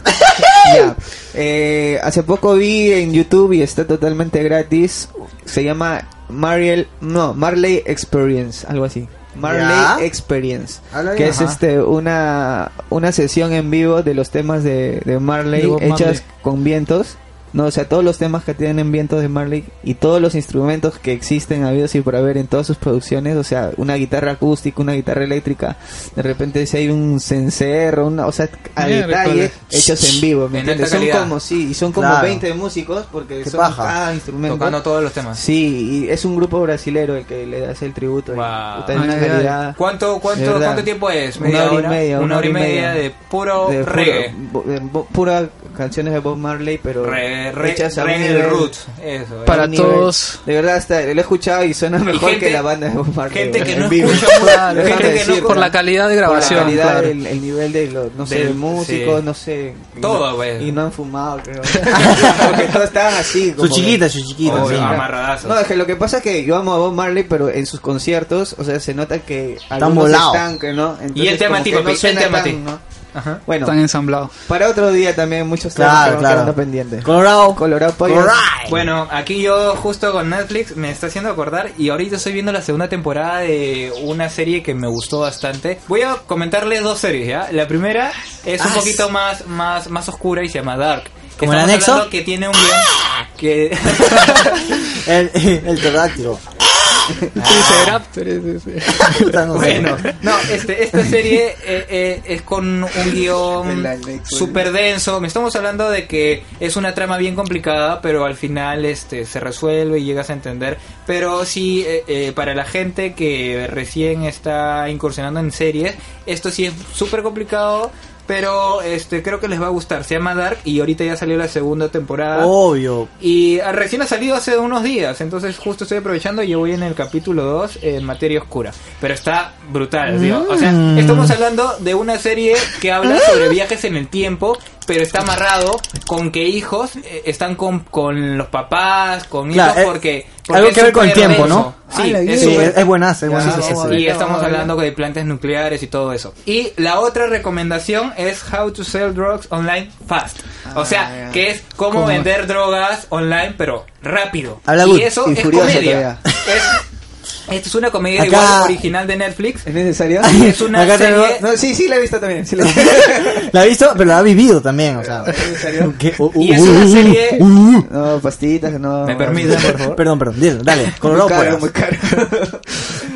S5: Ya. Eh, hace poco vi en YouTube y está totalmente gratis. Se llama Mariel, no, Marley Experience, algo así. Marley
S3: Ya.
S5: Experience,
S3: Habla bien,
S5: que es
S3: ajá.
S5: este una una sesión en vivo de los temas de, de Marley
S1: De Bob
S5: hechas
S1: Marley.
S5: con vientos. No, o sea, todos los temas que tienen vientos de Marley y todos los instrumentos que existen habidos y por haber en todas sus producciones, o sea, una guitarra acústica, una guitarra eléctrica, de repente si hay un cencerro, una, o sea, a
S1: Miércoles.
S5: detalle hechos en vivo, ¿me
S2: En alta
S5: entiendes? Son
S2: calidad.
S5: como sí, y son como
S3: Claro.
S5: 20 músicos porque
S3: Qué
S5: son
S3: paja.
S5: cada instrumento.
S2: Tocando todos los temas.
S5: Sí, y es un grupo brasilero el que le hace el tributo. y
S2: Wow.
S5: puta, es una
S1: Ay, ay, ay.
S5: calidad
S2: ¿Cuánto,
S5: De
S2: cuánto,
S5: verdad.
S2: cuánto tiempo es?
S5: Una hora y media,
S2: Una hora y media de puro
S5: de puro-
S2: reggae.
S5: bo- de bo- puras canciones de Bob Marley, pero
S2: Reggae, eh, Re-
S5: Hechas a un
S2: Reggae
S5: nivel-
S2: Roots. Eso, eh.
S1: Para
S5: un nivel-
S1: todos.
S5: De verdad, hasta lo he escuchado y suena mejor
S2: gente-
S5: que la banda de Bob Marley,
S2: gente que
S5: en
S2: no
S5: vivo.
S2: escucha
S1: Claro,
S5: Déjame
S2: gente que no
S5: decirte.
S1: por la calidad de
S5: Por la
S1: grabación,
S5: calidad,
S1: claro.
S5: el, el nivel de los, no sé,
S2: Del-
S5: de músicos,
S2: sí.
S5: no sé. y
S2: Todo,
S5: no-
S2: pues.
S5: Y no han fumado, creo. Porque todos estaban así.
S3: Su
S5: como
S3: chiquita, su chiquita.
S2: Oh,
S3: sí.
S2: ah, amarradazos.
S5: No, es que lo que pasa es que yo amo a Bob Marley, pero en sus conciertos, o sea, se nota que algunos
S3: volado.
S5: están, que no.
S2: Y el tema
S5: como que
S2: tipo, pues,
S5: no
S2: el
S5: suena
S2: tema
S5: tan,
S2: tipo.
S5: ¿no?
S2: Ajá.
S5: Bueno,
S1: Están ensamblados.
S5: para otro día también muchos temas
S3: Claro,
S5: que
S3: claro.
S5: claro. pendientes.
S3: Colorado.
S5: Colorado Pollos.
S3: Alright.
S2: Bueno, aquí yo justo con Netflix me está haciendo acordar y ahorita estoy viendo la segunda temporada de una serie que me gustó bastante. Voy a comentarles dos series, ¿ya? La primera es un
S3: Ah,
S2: poquito más más más oscura y se llama Dark.
S3: ¿Como el
S2: Estamos
S3: anexo?
S2: hablando que tiene un guión
S5: Ah.
S2: que
S3: El, el pterodáctilo. Puta, no sé.
S2: bueno, no, este, esta serie eh, eh, es con un guión
S5: El anexo.
S2: súper denso. Me estamos hablando de que es una trama bien complicada, pero al final este se resuelve y llegas a entender. Pero sí, eh, eh, para la gente que recién está incursionando en series, esto sí es súper complicado. Pero este creo que les va a gustar. Se llama Dark y ahorita ya salió la segunda temporada.
S3: Obvio.
S2: Y ah, recién ha salido hace unos días, entonces justo estoy aprovechando y yo voy en el capítulo 2 en materia oscura. Pero está brutal, tío. O sea,
S3: Mm.
S2: estamos hablando de una serie que habla sobre viajes en el tiempo, pero está amarrado con que hijos eh, están con, con los papás, con hijos,
S3: Claro, eh,
S2: porque, porque
S3: algo
S2: es
S3: que ver con el
S2: súper
S3: tiempo,
S2: denso.
S3: ¿no?
S2: Sí,
S5: Ah, la
S2: es
S5: idea.
S3: Sí,
S2: súper-
S3: es, es buenazo, es
S5: Ah,
S3: buenazo.
S5: vamos a
S3: sí.
S5: ver.
S2: y estamos
S5: Vamos a
S2: hablando de plantas nucleares y todo eso. Y la otra recomendación es How to Sell Drugs Online Fast. o sea,
S3: Ah,
S5: ya.
S2: que es cómo vender drogas online, pero rápido.
S3: Habla
S2: y
S3: good.
S2: eso
S5: Y
S2: es
S5: furioso
S2: comedia. Es- esto es una comedia
S3: Acá-
S2: igual original de Netflix.
S5: ¿Es necesario?
S2: Es una
S3: Acá
S2: serie-
S3: tenemos-
S5: No, sí, sí, la he visto también. Sí, la he visto.
S3: La ha visto, pero la ha vivido también, o sea.
S5: ¿En serio?
S3: ¿Qué? Uh,
S2: Y es
S3: uh,
S2: una
S3: uh,
S2: serie-
S3: uh, uh.
S5: No, pastillitas, no.
S2: Me permiten, por favor.
S3: Perdón, perdón, dile, dale, colorado
S5: Muy caro,
S3: pues.
S5: muy caro.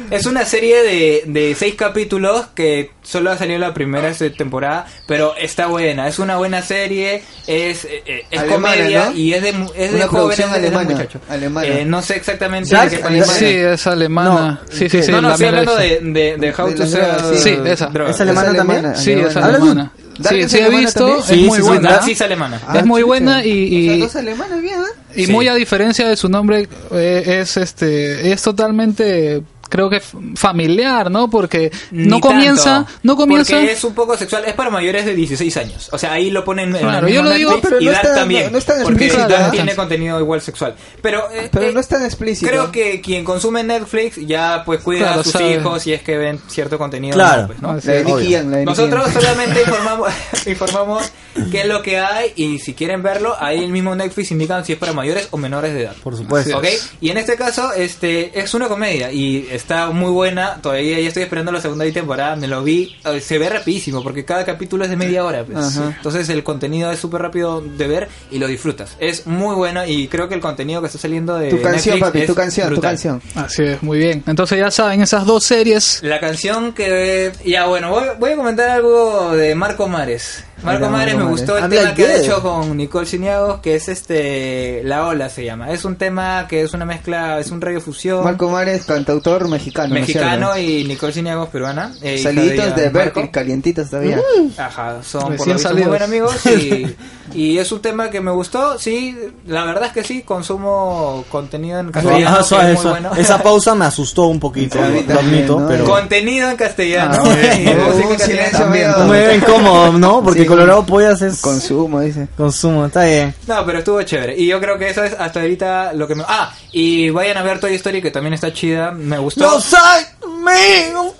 S2: Es una serie de, de seis capítulos que solo ha salido la primera se- temporada, pero está buena. Es una buena serie, es, eh, eh, es
S5: Alemana,
S2: comedia
S5: ¿no?
S2: y es de, mu- es de
S5: Una
S2: jóvenes
S5: producción alemana,
S2: muchachos.
S5: alemana.
S2: Eh, no sé exactamente
S5: Dark
S2: de qué
S5: alemana.
S2: país.
S1: Sí, es alemana.
S3: No,
S1: sí, sí, sí.
S2: no, no,
S1: la
S2: estoy
S1: mira
S2: hablando
S1: esa.
S2: de, de, de How
S5: De
S2: to
S5: las
S2: Sell
S5: drogas.
S1: Sí, esa.
S2: Drugs.
S3: ¿Es alemana también?
S1: Sí, es
S5: alemana.
S1: alemana.
S5: Dark
S1: Sí,
S5: es
S1: sí, he
S5: alemana
S1: visto,
S5: también. Ah,
S1: es
S3: Sí,
S1: muy
S3: sí, sí,
S1: buena.
S3: ¿verdad?
S2: Sí, es alemana.
S1: Es muy
S5: chucha.
S1: buena y- y-
S5: O sea, dos alemanes bien, ¿eh?
S1: Y
S2: Sí.
S1: muy a diferencia de su nombre, eh, es este es totalmente creo que f- familiar, ¿no? Porque no
S2: Ni
S1: comienza,
S2: tanto,
S1: no comienza
S2: Porque es un poco sexual, es para mayores de 16 años. O sea, ahí lo ponen en la
S1: Claro,
S2: misma
S1: yo lo digo-
S2: Netflix
S5: No, pero
S2: y
S5: no
S2: Dark
S5: está-
S2: también.
S5: no- no está en
S2: porque
S1: explícito,
S2: Dark
S1: ¿no?
S2: tiene contenido igual sexual. Pero, eh,
S5: Pero
S2: eh,
S5: no es tan explícito.
S2: Creo que quien consume Netflix ya pues cuida
S1: Claro,
S2: a sus
S1: sabe.
S2: hijos y es que ven cierto contenido.
S3: Claro.
S2: pues, ¿no?
S1: Ah,
S5: La de
S3: Obvio.
S5: Nicky Young, la de Nicky Young.
S2: Nosotros solamente informamos, informamos qué es lo que hay y si quieren verlo, ahí el mismo Netflix indican si es para mayores o menores de edad.
S3: Por supuesto.
S2: ¿Ok? Y en este caso, este es una comedia y está muy buena. Todavía ya estoy esperando la segunda temporada. Me lo vi, eh, se ve rapidísimo porque cada capítulo es de media hora. pues.
S5: Ajá.
S2: Entonces el contenido es súper rápido de ver y lo disfrutas. Es muy bueno y creo que el contenido que está saliendo de
S5: Tu canción,
S2: eh, Netflix
S5: papi,
S2: es
S5: tu canción, tu
S2: brutal.
S5: canción.
S1: Así es, muy bien. Entonces ya saben, esas dos series
S2: La canción que... Ya, bueno, voy, voy a comentar algo de Marco Mares. Marco
S5: Mira,
S2: Mares
S5: Marco
S2: me
S5: Mares.
S2: gustó el
S3: Habla
S2: tema que ha
S3: bien.
S2: hecho con Nicole Cineagos, que es este... La Ola se llama. Es un tema que es una mezcla, es un radio fusión.
S5: Marco Mares, cantautor mexicano. ¿no es
S2: mexicano
S5: cierto?
S2: y Nicole Cineagos peruana. Eh, hija
S5: Saliditos
S2: ella,
S5: de
S2: Marco.
S5: Berkeley, calientitos todavía.
S2: Ajá, son por
S1: Recién
S2: lo visto muy
S1: salidos.
S2: buenos amigos y, y es un tema que me gustó. Sí, la verdad es que sí, consumo contenido en
S3: Ajá,
S1: ah,
S2: castellano. que
S3: eso-
S2: es muy
S3: eso-
S2: bueno.
S3: ah, Esa pausa me asustó un poquito,
S5: Sí, a mí
S3: lo admito,
S5: también, ¿no?
S3: pero...
S2: Contenido en castellano.
S5: Ah,
S2: y música
S5: bueno. Hubo un
S2: en castellano.
S5: silencio
S3: También,
S5: medio-
S3: me veo incómodo, ¿no? Porque
S5: Sí.
S3: Colorado Pollas es
S5: Consumo, dice.
S3: consumo, está bien.
S2: No, pero estuvo chévere. Y yo creo que eso es hasta ahorita lo que me. Ah, y vayan a ver Toy Story, que también está chida. Me gustó.
S3: No soy mío.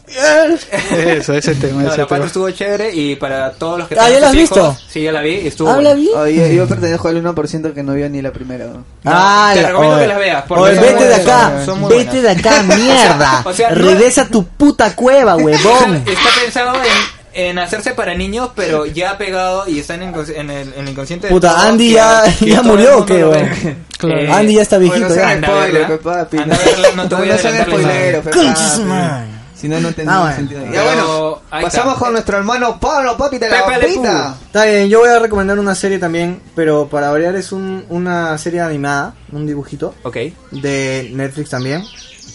S1: Eso, ese tema,
S2: No,
S1: ese
S2: la
S1: tema.
S2: cuatro estuvo chévere. Y para todos los que.
S3: Ah,
S2: tengan
S3: ¿ya la has
S2: sus hijos,
S3: visto? Ah,
S2: Sí, ya la vi. y estuvo.
S3: Habla
S2: buena.
S3: bien.
S5: Oye, yo pertenezco al 1% que no vio ni la primera. ¿no?
S3: Ah,
S2: te
S3: la-
S2: recomiendo
S3: oye.
S2: que las veas, porque
S3: Oye,
S2: son
S3: vete de
S2: buenas,
S3: acá,
S2: son- son muy
S3: vete de
S2: buenas.
S3: acá, mierda.
S2: o sea, no-
S3: Regresa a tu puta cueva, huevón.
S2: Está pensado en, en hacerse para niños, pero ya ha pegado y está en, el incons- en el, en el inconsciente. de
S3: Puta,
S2: todos,
S3: Andy
S2: que-
S3: ya-
S2: que
S3: ya
S2: todo
S3: murió,
S2: el
S3: ¿o
S2: mundo
S3: qué,
S2: lo
S3: weón?
S2: ve.
S1: Claro.
S2: Eh,
S3: Andy ya está viejito,
S5: Bueno,
S3: ya.
S5: sean
S2: Anda a verla.
S5: spoiler, pe, papi.
S2: Anda a verla, no te voy a
S5: sean
S2: adelantar nada.
S5: spoiler, pe,
S3: Concha su
S5: papi.
S3: madre.
S5: Si no, no
S3: Ah,
S5: tendría
S3: bueno.
S5: sentido. Ya
S2: Pero
S5: bueno,
S2: ahí
S5: pasamos
S2: está.
S5: con nuestro hermano Pablo, papi, de la
S2: Pepe Le
S5: bombita.
S3: Está bien, yo voy a recomendar una serie también, pero para variar es un- una serie animada, un dibujito
S2: Ok.
S3: de Netflix también,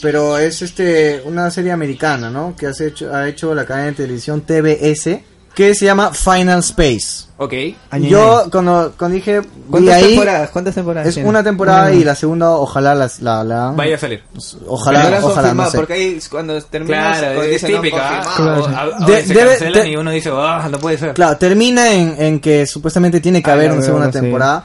S3: pero es este una serie americana, ¿no? Que has hecho, ha hecho la cadena de televisión TBS que se llama Final Space.
S2: Ok.
S5: Añe,
S3: Yo cuando, cuando dije vi
S5: ¿Cuántas
S3: ahí
S5: temporadas? ¿Cuántas temporadas?
S3: es
S5: tiene?
S3: una temporada y la segunda ojalá la, la, la-
S2: Vaya a salir.
S5: Pero
S3: ojalá
S5: ahora
S3: ojalá
S5: confirmado,
S3: no sé.
S5: porque ahí es cuando terminas
S2: Claro,
S5: o
S2: es
S5: dicen, no,
S2: típica. ¿ah?
S5: confirmado.
S2: O- a- a
S3: De-
S2: veces
S3: debe-
S2: cancelan
S3: de-
S2: y uno dice, ah, no puede ser.
S3: Claro, termina en, en que supuestamente tiene que
S5: Ah,
S3: haber
S5: la
S3: una
S5: veo,
S3: segunda
S5: sí.
S3: temporada.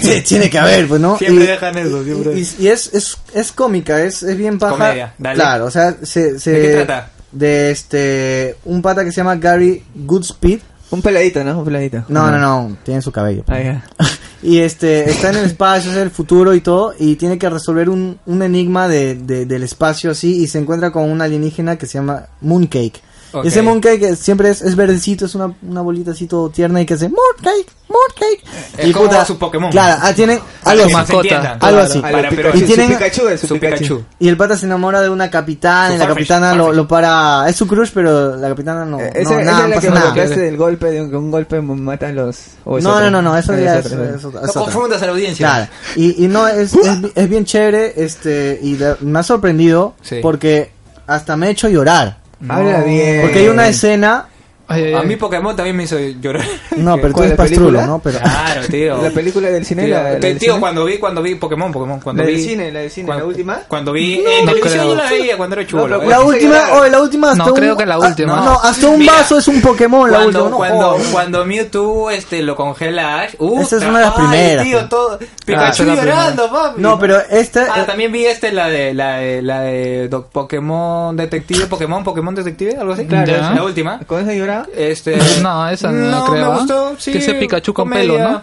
S3: Sí, tiene que haber, pues no.
S2: Siempre
S3: Y-
S2: dejan eso, siempre.
S3: Y, y es, es, es cómica, es, es bien paja.
S2: Comedia, dale.
S3: Claro, o sea, se, se-
S2: ¿De qué trata?
S3: de este un pata que se llama Gary Goodspeed.
S5: Un peladito, ¿no? Un peladito.
S3: No, no, no, tiene su cabello. pues.
S5: Ah, ya.
S3: Y este está en el espacio, es el futuro y todo, y tiene que resolver un, un enigma de, de- del espacio así, y se encuentra con un alienígena que se llama Mooncake.
S2: Ok.
S3: Y Ese Mooncake siempre es, es verdecito, es una, una bolita así todo tierna y que hace Mooncake, Mooncake.
S2: Es
S3: y
S2: como su Pokémon.
S3: Claro, ah, tienen
S2: Para
S3: algo
S2: que se
S1: mascota,
S2: entiendan.
S3: algo así.
S5: A la
S2: Para, pero
S5: Pikachu,
S3: Y
S5: su
S3: tienen-
S5: Pikachu es su
S2: su
S5: Pikachu.
S2: Pikachu.
S3: Y el pata se enamora de una capitana
S2: Su
S3: y la
S2: Farfetch,
S3: capitana lo,
S2: Farfetch.
S3: lo para. Es su crush, pero la capitana no.
S5: Eh,
S3: no, nada,
S5: Esa esa es la
S3: pasa
S5: que
S3: nada.
S5: bloqueaste del golpe, de un, con un golpe matas los... o es
S3: No, no,
S5: otra.
S3: no, no, eso
S5: Ah,
S3: ya es,
S5: otra, ¿verdad?
S3: es otra-
S2: No
S3: es otra.
S2: confundas a la audiencia.
S3: Claro. Y, y no, es, es, bi- es bien chévere, este, y de- me ha sorprendido
S2: Sí.
S3: porque hasta me ha hecho llorar.
S5: Habla Ah, bien.
S3: Porque hay una escena,
S1: Ay, ay,
S2: A
S1: ay.
S2: mí Pokémon también me hizo llorar.
S3: no, pero tú
S5: ¿Cuál,
S3: eres
S5: la película?
S3: pastrulo, ¿no? Pero,
S2: Claro, tío.
S5: La película del cine,
S2: Tío,
S5: la, la
S2: te-
S5: del
S2: tío,
S5: cine.
S2: cuando vi cuando vi Pokémon, Pokémon, cuando
S5: La
S2: vi
S5: del cine, la del cine,
S2: cuando-
S5: la última.
S2: Cuando vi en
S1: no
S2: televisión
S1: creo.
S2: yo la veía cuando era chulo. eh.
S5: No, pero
S3: la
S5: Hice
S3: última,
S5: llorar.
S3: oh, la última hasta
S1: No,
S3: un-
S1: creo que la
S3: ah,
S1: última.
S3: no, hasta un
S2: Mira,
S3: vaso es un Pokémon, la
S2: cuando,
S3: última. no Oh.
S2: cuando,
S3: jodas.
S2: cuando Mewtwo este, lo congela a Ash. Uh,
S3: Esa es una de las
S2: ay,
S3: primeras,
S2: Tío,
S3: tío.
S2: todo,
S1: Ah, esa
S2: Pikachu
S1: es la
S2: llorando, papi.
S3: No, pero esta,
S2: Ah, también vi este, la de, la de, la de Doc- Pokémon Detective, Pokémon, Pokémon Detective, algo así.
S1: Claro,
S2: esa es
S1: ya.
S2: la última.
S5: ¿Con esa lloraba?
S2: Este,
S1: No, esa no
S2: no
S1: creo,
S2: me
S1: ¿ah?
S2: gustó, sí.
S1: Que ese Pikachu con
S2: comedia.
S1: pelo, ¿no?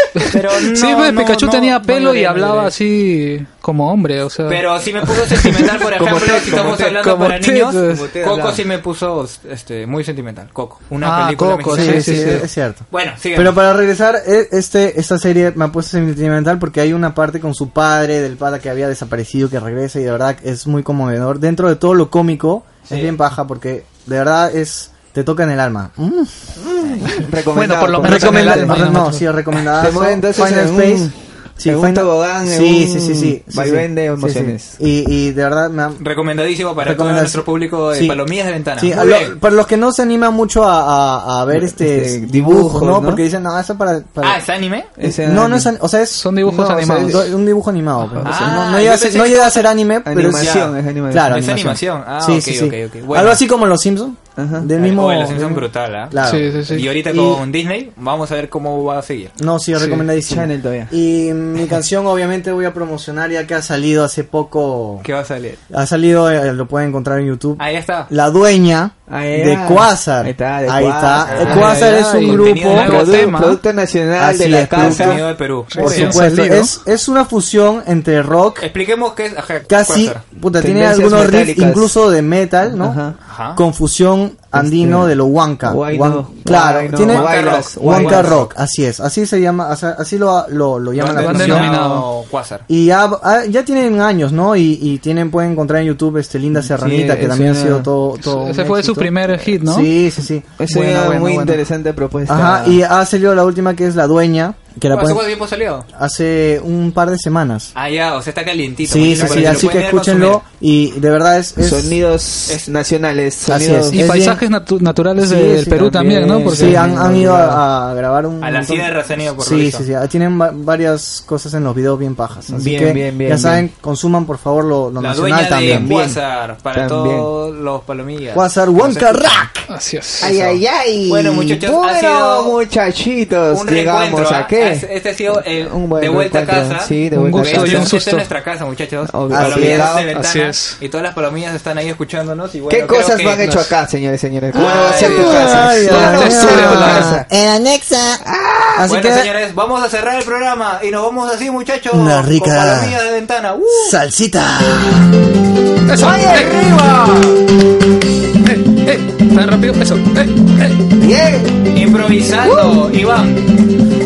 S2: Pero no,
S1: sí, pues,
S2: no,
S1: Pikachu
S2: no,
S1: tenía
S2: no
S1: pelo
S2: lloré,
S1: y
S2: no
S1: hablaba
S2: lloré.
S1: así como hombre, o sea.
S2: Pero si me puso sentimental, por
S5: Como
S2: ejemplo,
S5: te-
S2: si
S5: como
S2: estamos
S5: te-
S2: hablando
S1: como
S2: para
S1: te-
S2: niños,
S1: como
S5: te
S2: Coco
S5: hablaba.
S2: sí me puso este, muy sentimental. Coco, una
S1: Ah,
S2: película
S1: Coco,
S2: mexicana.
S3: sí, sí,
S1: sí, sí.
S3: es cierto.
S2: Bueno, sigan.
S3: Pero para regresar, e- este, esta serie me ha puesto sentimental porque hay una parte con su padre, del pata que había desaparecido, que regresa y de verdad es muy conmovedor. Dentro de todo lo cómico, es bien paja porque de verdad es te toca en el alma. Mm.
S1: bueno, por lo menos en el
S3: Recomenda-
S1: alma,
S3: no,
S1: ¿no?
S3: sí, recomendada.
S5: Se mueve entonces en un-
S3: sí,
S5: en un
S3: Final-
S5: tobogán, en
S3: sí,
S5: un
S3: sí, sí, sí, sí,
S5: vaivén
S3: sí,
S5: de
S3: sí,
S5: emociones.
S3: sí. Y, y de verdad me ha-
S2: Recomendadísimo para todo
S3: Recomendación.
S2: nuestro público de
S3: Sí.
S2: Palomillas de Ventana.
S3: Sí,
S2: Muy
S3: a lo-
S2: bien.
S3: para los que no se animan mucho a, a- a ver este,
S5: Este,
S3: dibujo,
S5: dibujos,
S3: ¿no?
S5: ¿no?
S3: Porque dicen, no, eso para... para-
S2: Ah, ¿es anime?
S5: Ese
S3: no,
S5: anime.
S3: no es, an- o sea, es-
S1: Son dibujos
S3: no, o sea,
S1: animados.
S3: es do- un dibujo animado. pues, o sea,
S2: Ah,
S3: no, no llega a
S2: yo
S3: ser,
S2: pensé
S3: no
S2: que-
S3: llega a ser anime, pero es,
S5: Animación,
S2: Ya.
S5: es animación.
S3: claro,
S2: Es animación. Ah,
S3: Sí,
S2: ok,
S3: sí, sí.
S2: ok, ok. Bueno.
S3: Algo así como los Simpsons,
S5: Ajá.
S3: del mismo.
S2: Oye, los Simpsons
S3: del-
S2: brutal, ¿ah?
S3: Claro.
S1: Sí, sí, sí.
S2: Y ahorita
S3: Y-
S2: con Disney, vamos a ver cómo va a seguir.
S3: No, sí, recomendadísimo.
S5: Channel todavía.
S3: Y mi canción, obviamente, voy a promocionar ya que ha salido hace poco.
S2: ¿Qué Ah, va a salir?
S3: Ha salido, eh, lo pueden encontrar en YouTube.
S2: Ahí está.
S3: La dueña
S5: Ahí
S3: de
S5: va.
S3: Quasar.
S5: Ah, Ahí está, de
S3: está.
S5: Quasar. Ah,
S3: Eh, Quasar
S1: Ay,
S3: es
S1: ay,
S3: un
S2: contenido
S3: grupo.
S2: nuevo.
S5: Produ-
S1: tema.
S5: Producto nacional
S3: Así
S5: de la
S3: es,
S5: casa.
S2: Contenido de Perú.
S3: Por
S1: Recién
S3: supuesto,
S1: salido.
S3: es, es una fusión entre rock,
S2: Expliquemos qué es. ajá,
S3: casi,
S2: Quasar.
S3: puta, tiene
S5: Tendencias
S3: algunos riffs
S5: metálicas.
S3: incluso de metal, ¿no?
S5: Ajá.
S2: Ajá.
S3: Confusión andino
S5: Este,
S3: de lo huanca.
S5: guay
S3: Huan-
S5: no,
S3: claro,
S5: guay no,
S3: tiene
S5: guay
S2: rock,
S5: las- guay
S3: huanca
S5: las-
S3: rock, así es, así se llama, o sea, así lo, lo, lo llaman
S2: Lo
S3: la
S1: canción.
S2: han
S3: canción.
S2: denominado Quasar.
S3: Y ya, ah, ya tienen años, ¿no? Y, y tienen, pueden encontrar en YouTube este Linda Serranita,
S5: Sí,
S3: que
S5: es
S3: también
S5: una-
S3: ha sido todo, todo
S1: ese
S3: un
S1: fue su
S3: éxito.
S1: primer hit, ¿no?
S3: Sí, sí, sí.
S5: Es
S3: Bueno,
S5: una
S3: bueno,
S5: muy
S3: bueno.
S5: interesante propuesta.
S3: Ajá, y ha salido la última que es La Dueña, que la
S2: ¿Hace cuánto
S3: pueden...
S2: tiempo salió?
S3: hace un par de semanas.
S2: Ah, ya, o sea, está calientito.
S3: Sí, sí,
S2: buenísimo,
S3: sí,
S2: pero lo
S3: así que
S2: pueden ir a
S3: escúchenlo
S2: consumir.
S3: y de verdad es... es-
S5: sonidos
S2: es-
S5: nacionales.
S3: Así
S5: Sonidos.
S3: es.
S1: Y
S3: bien-
S1: paisajes natu- naturales
S3: Sí,
S1: de- del
S3: sí,
S1: Perú también,
S5: también,
S1: ¿no? Porque
S3: sí, han, han ido a, a grabar un...
S2: A la
S3: montón-
S2: sierra se han ido, por lo
S3: Sí,
S2: visto.
S3: sí, sí, ah, tienen va- varias cosas en los videos bien pajas. Así
S5: Bien,
S3: que
S5: bien, bien,
S3: ya saben, consuman por favor lo, lo
S2: La
S3: nacional
S2: dueña
S3: también.
S2: de Quasar para
S5: También.
S2: todos los palomillas.
S3: Quasar Wonka Rack.
S1: Así es.
S5: Ay, ay, ay.
S2: Bueno, muchachos, ha
S5: Bueno,
S2: sido
S5: muchachitos,
S2: Un
S5: llegamos
S2: reencuentro.
S5: a
S2: ¿ah?
S5: qué?
S2: Es- Este ha sido el
S5: Un buen
S2: de vuelta a
S5: reencuentro,
S2: casa.
S5: sí, de
S1: Un
S5: vuelta a
S1: gusto y un
S5: casa.
S2: Esta es
S1: susto.
S2: nuestra casa, muchachos.
S5: Obvio.
S2: Palomillas
S3: Así
S2: de
S1: es.
S2: ventana.
S1: Así es.
S2: Y todas las palomillas están ahí escuchándonos. Y bueno,
S5: ¿Qué
S2: creo
S5: cosas
S2: que
S5: me han hecho
S2: nos-
S5: acá, señores, señores? ¿Cómo no va a ser
S2: Ay,
S5: tu casa?
S3: ay,
S5: ¿Cómo no va a
S1: ay,
S5: ser tu
S1: ay,
S5: casa?
S3: En anexa. Así
S2: bueno,
S3: que
S2: señores, vamos a cerrar el programa y nos vamos así, muchachos.
S3: Una rica-
S2: Con palomillas de ventana. ¡Uh!
S3: salsita.
S1: ¡Eso! ¡Eh! ¡Eh! ¡Eh! ¡Tan rápido! ¡Eso! ¡Eh! ¡Eh!
S5: Bien,
S2: Improvisando, Iván.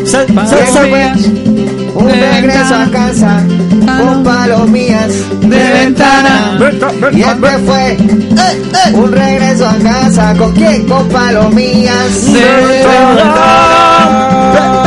S3: Sal, sal, sal,
S5: un regreso a casa, un palomías de ventana. Y este fue
S3: eh,
S5: un regreso a casa, ¿con quién? Con palomías
S1: De
S5: ventana.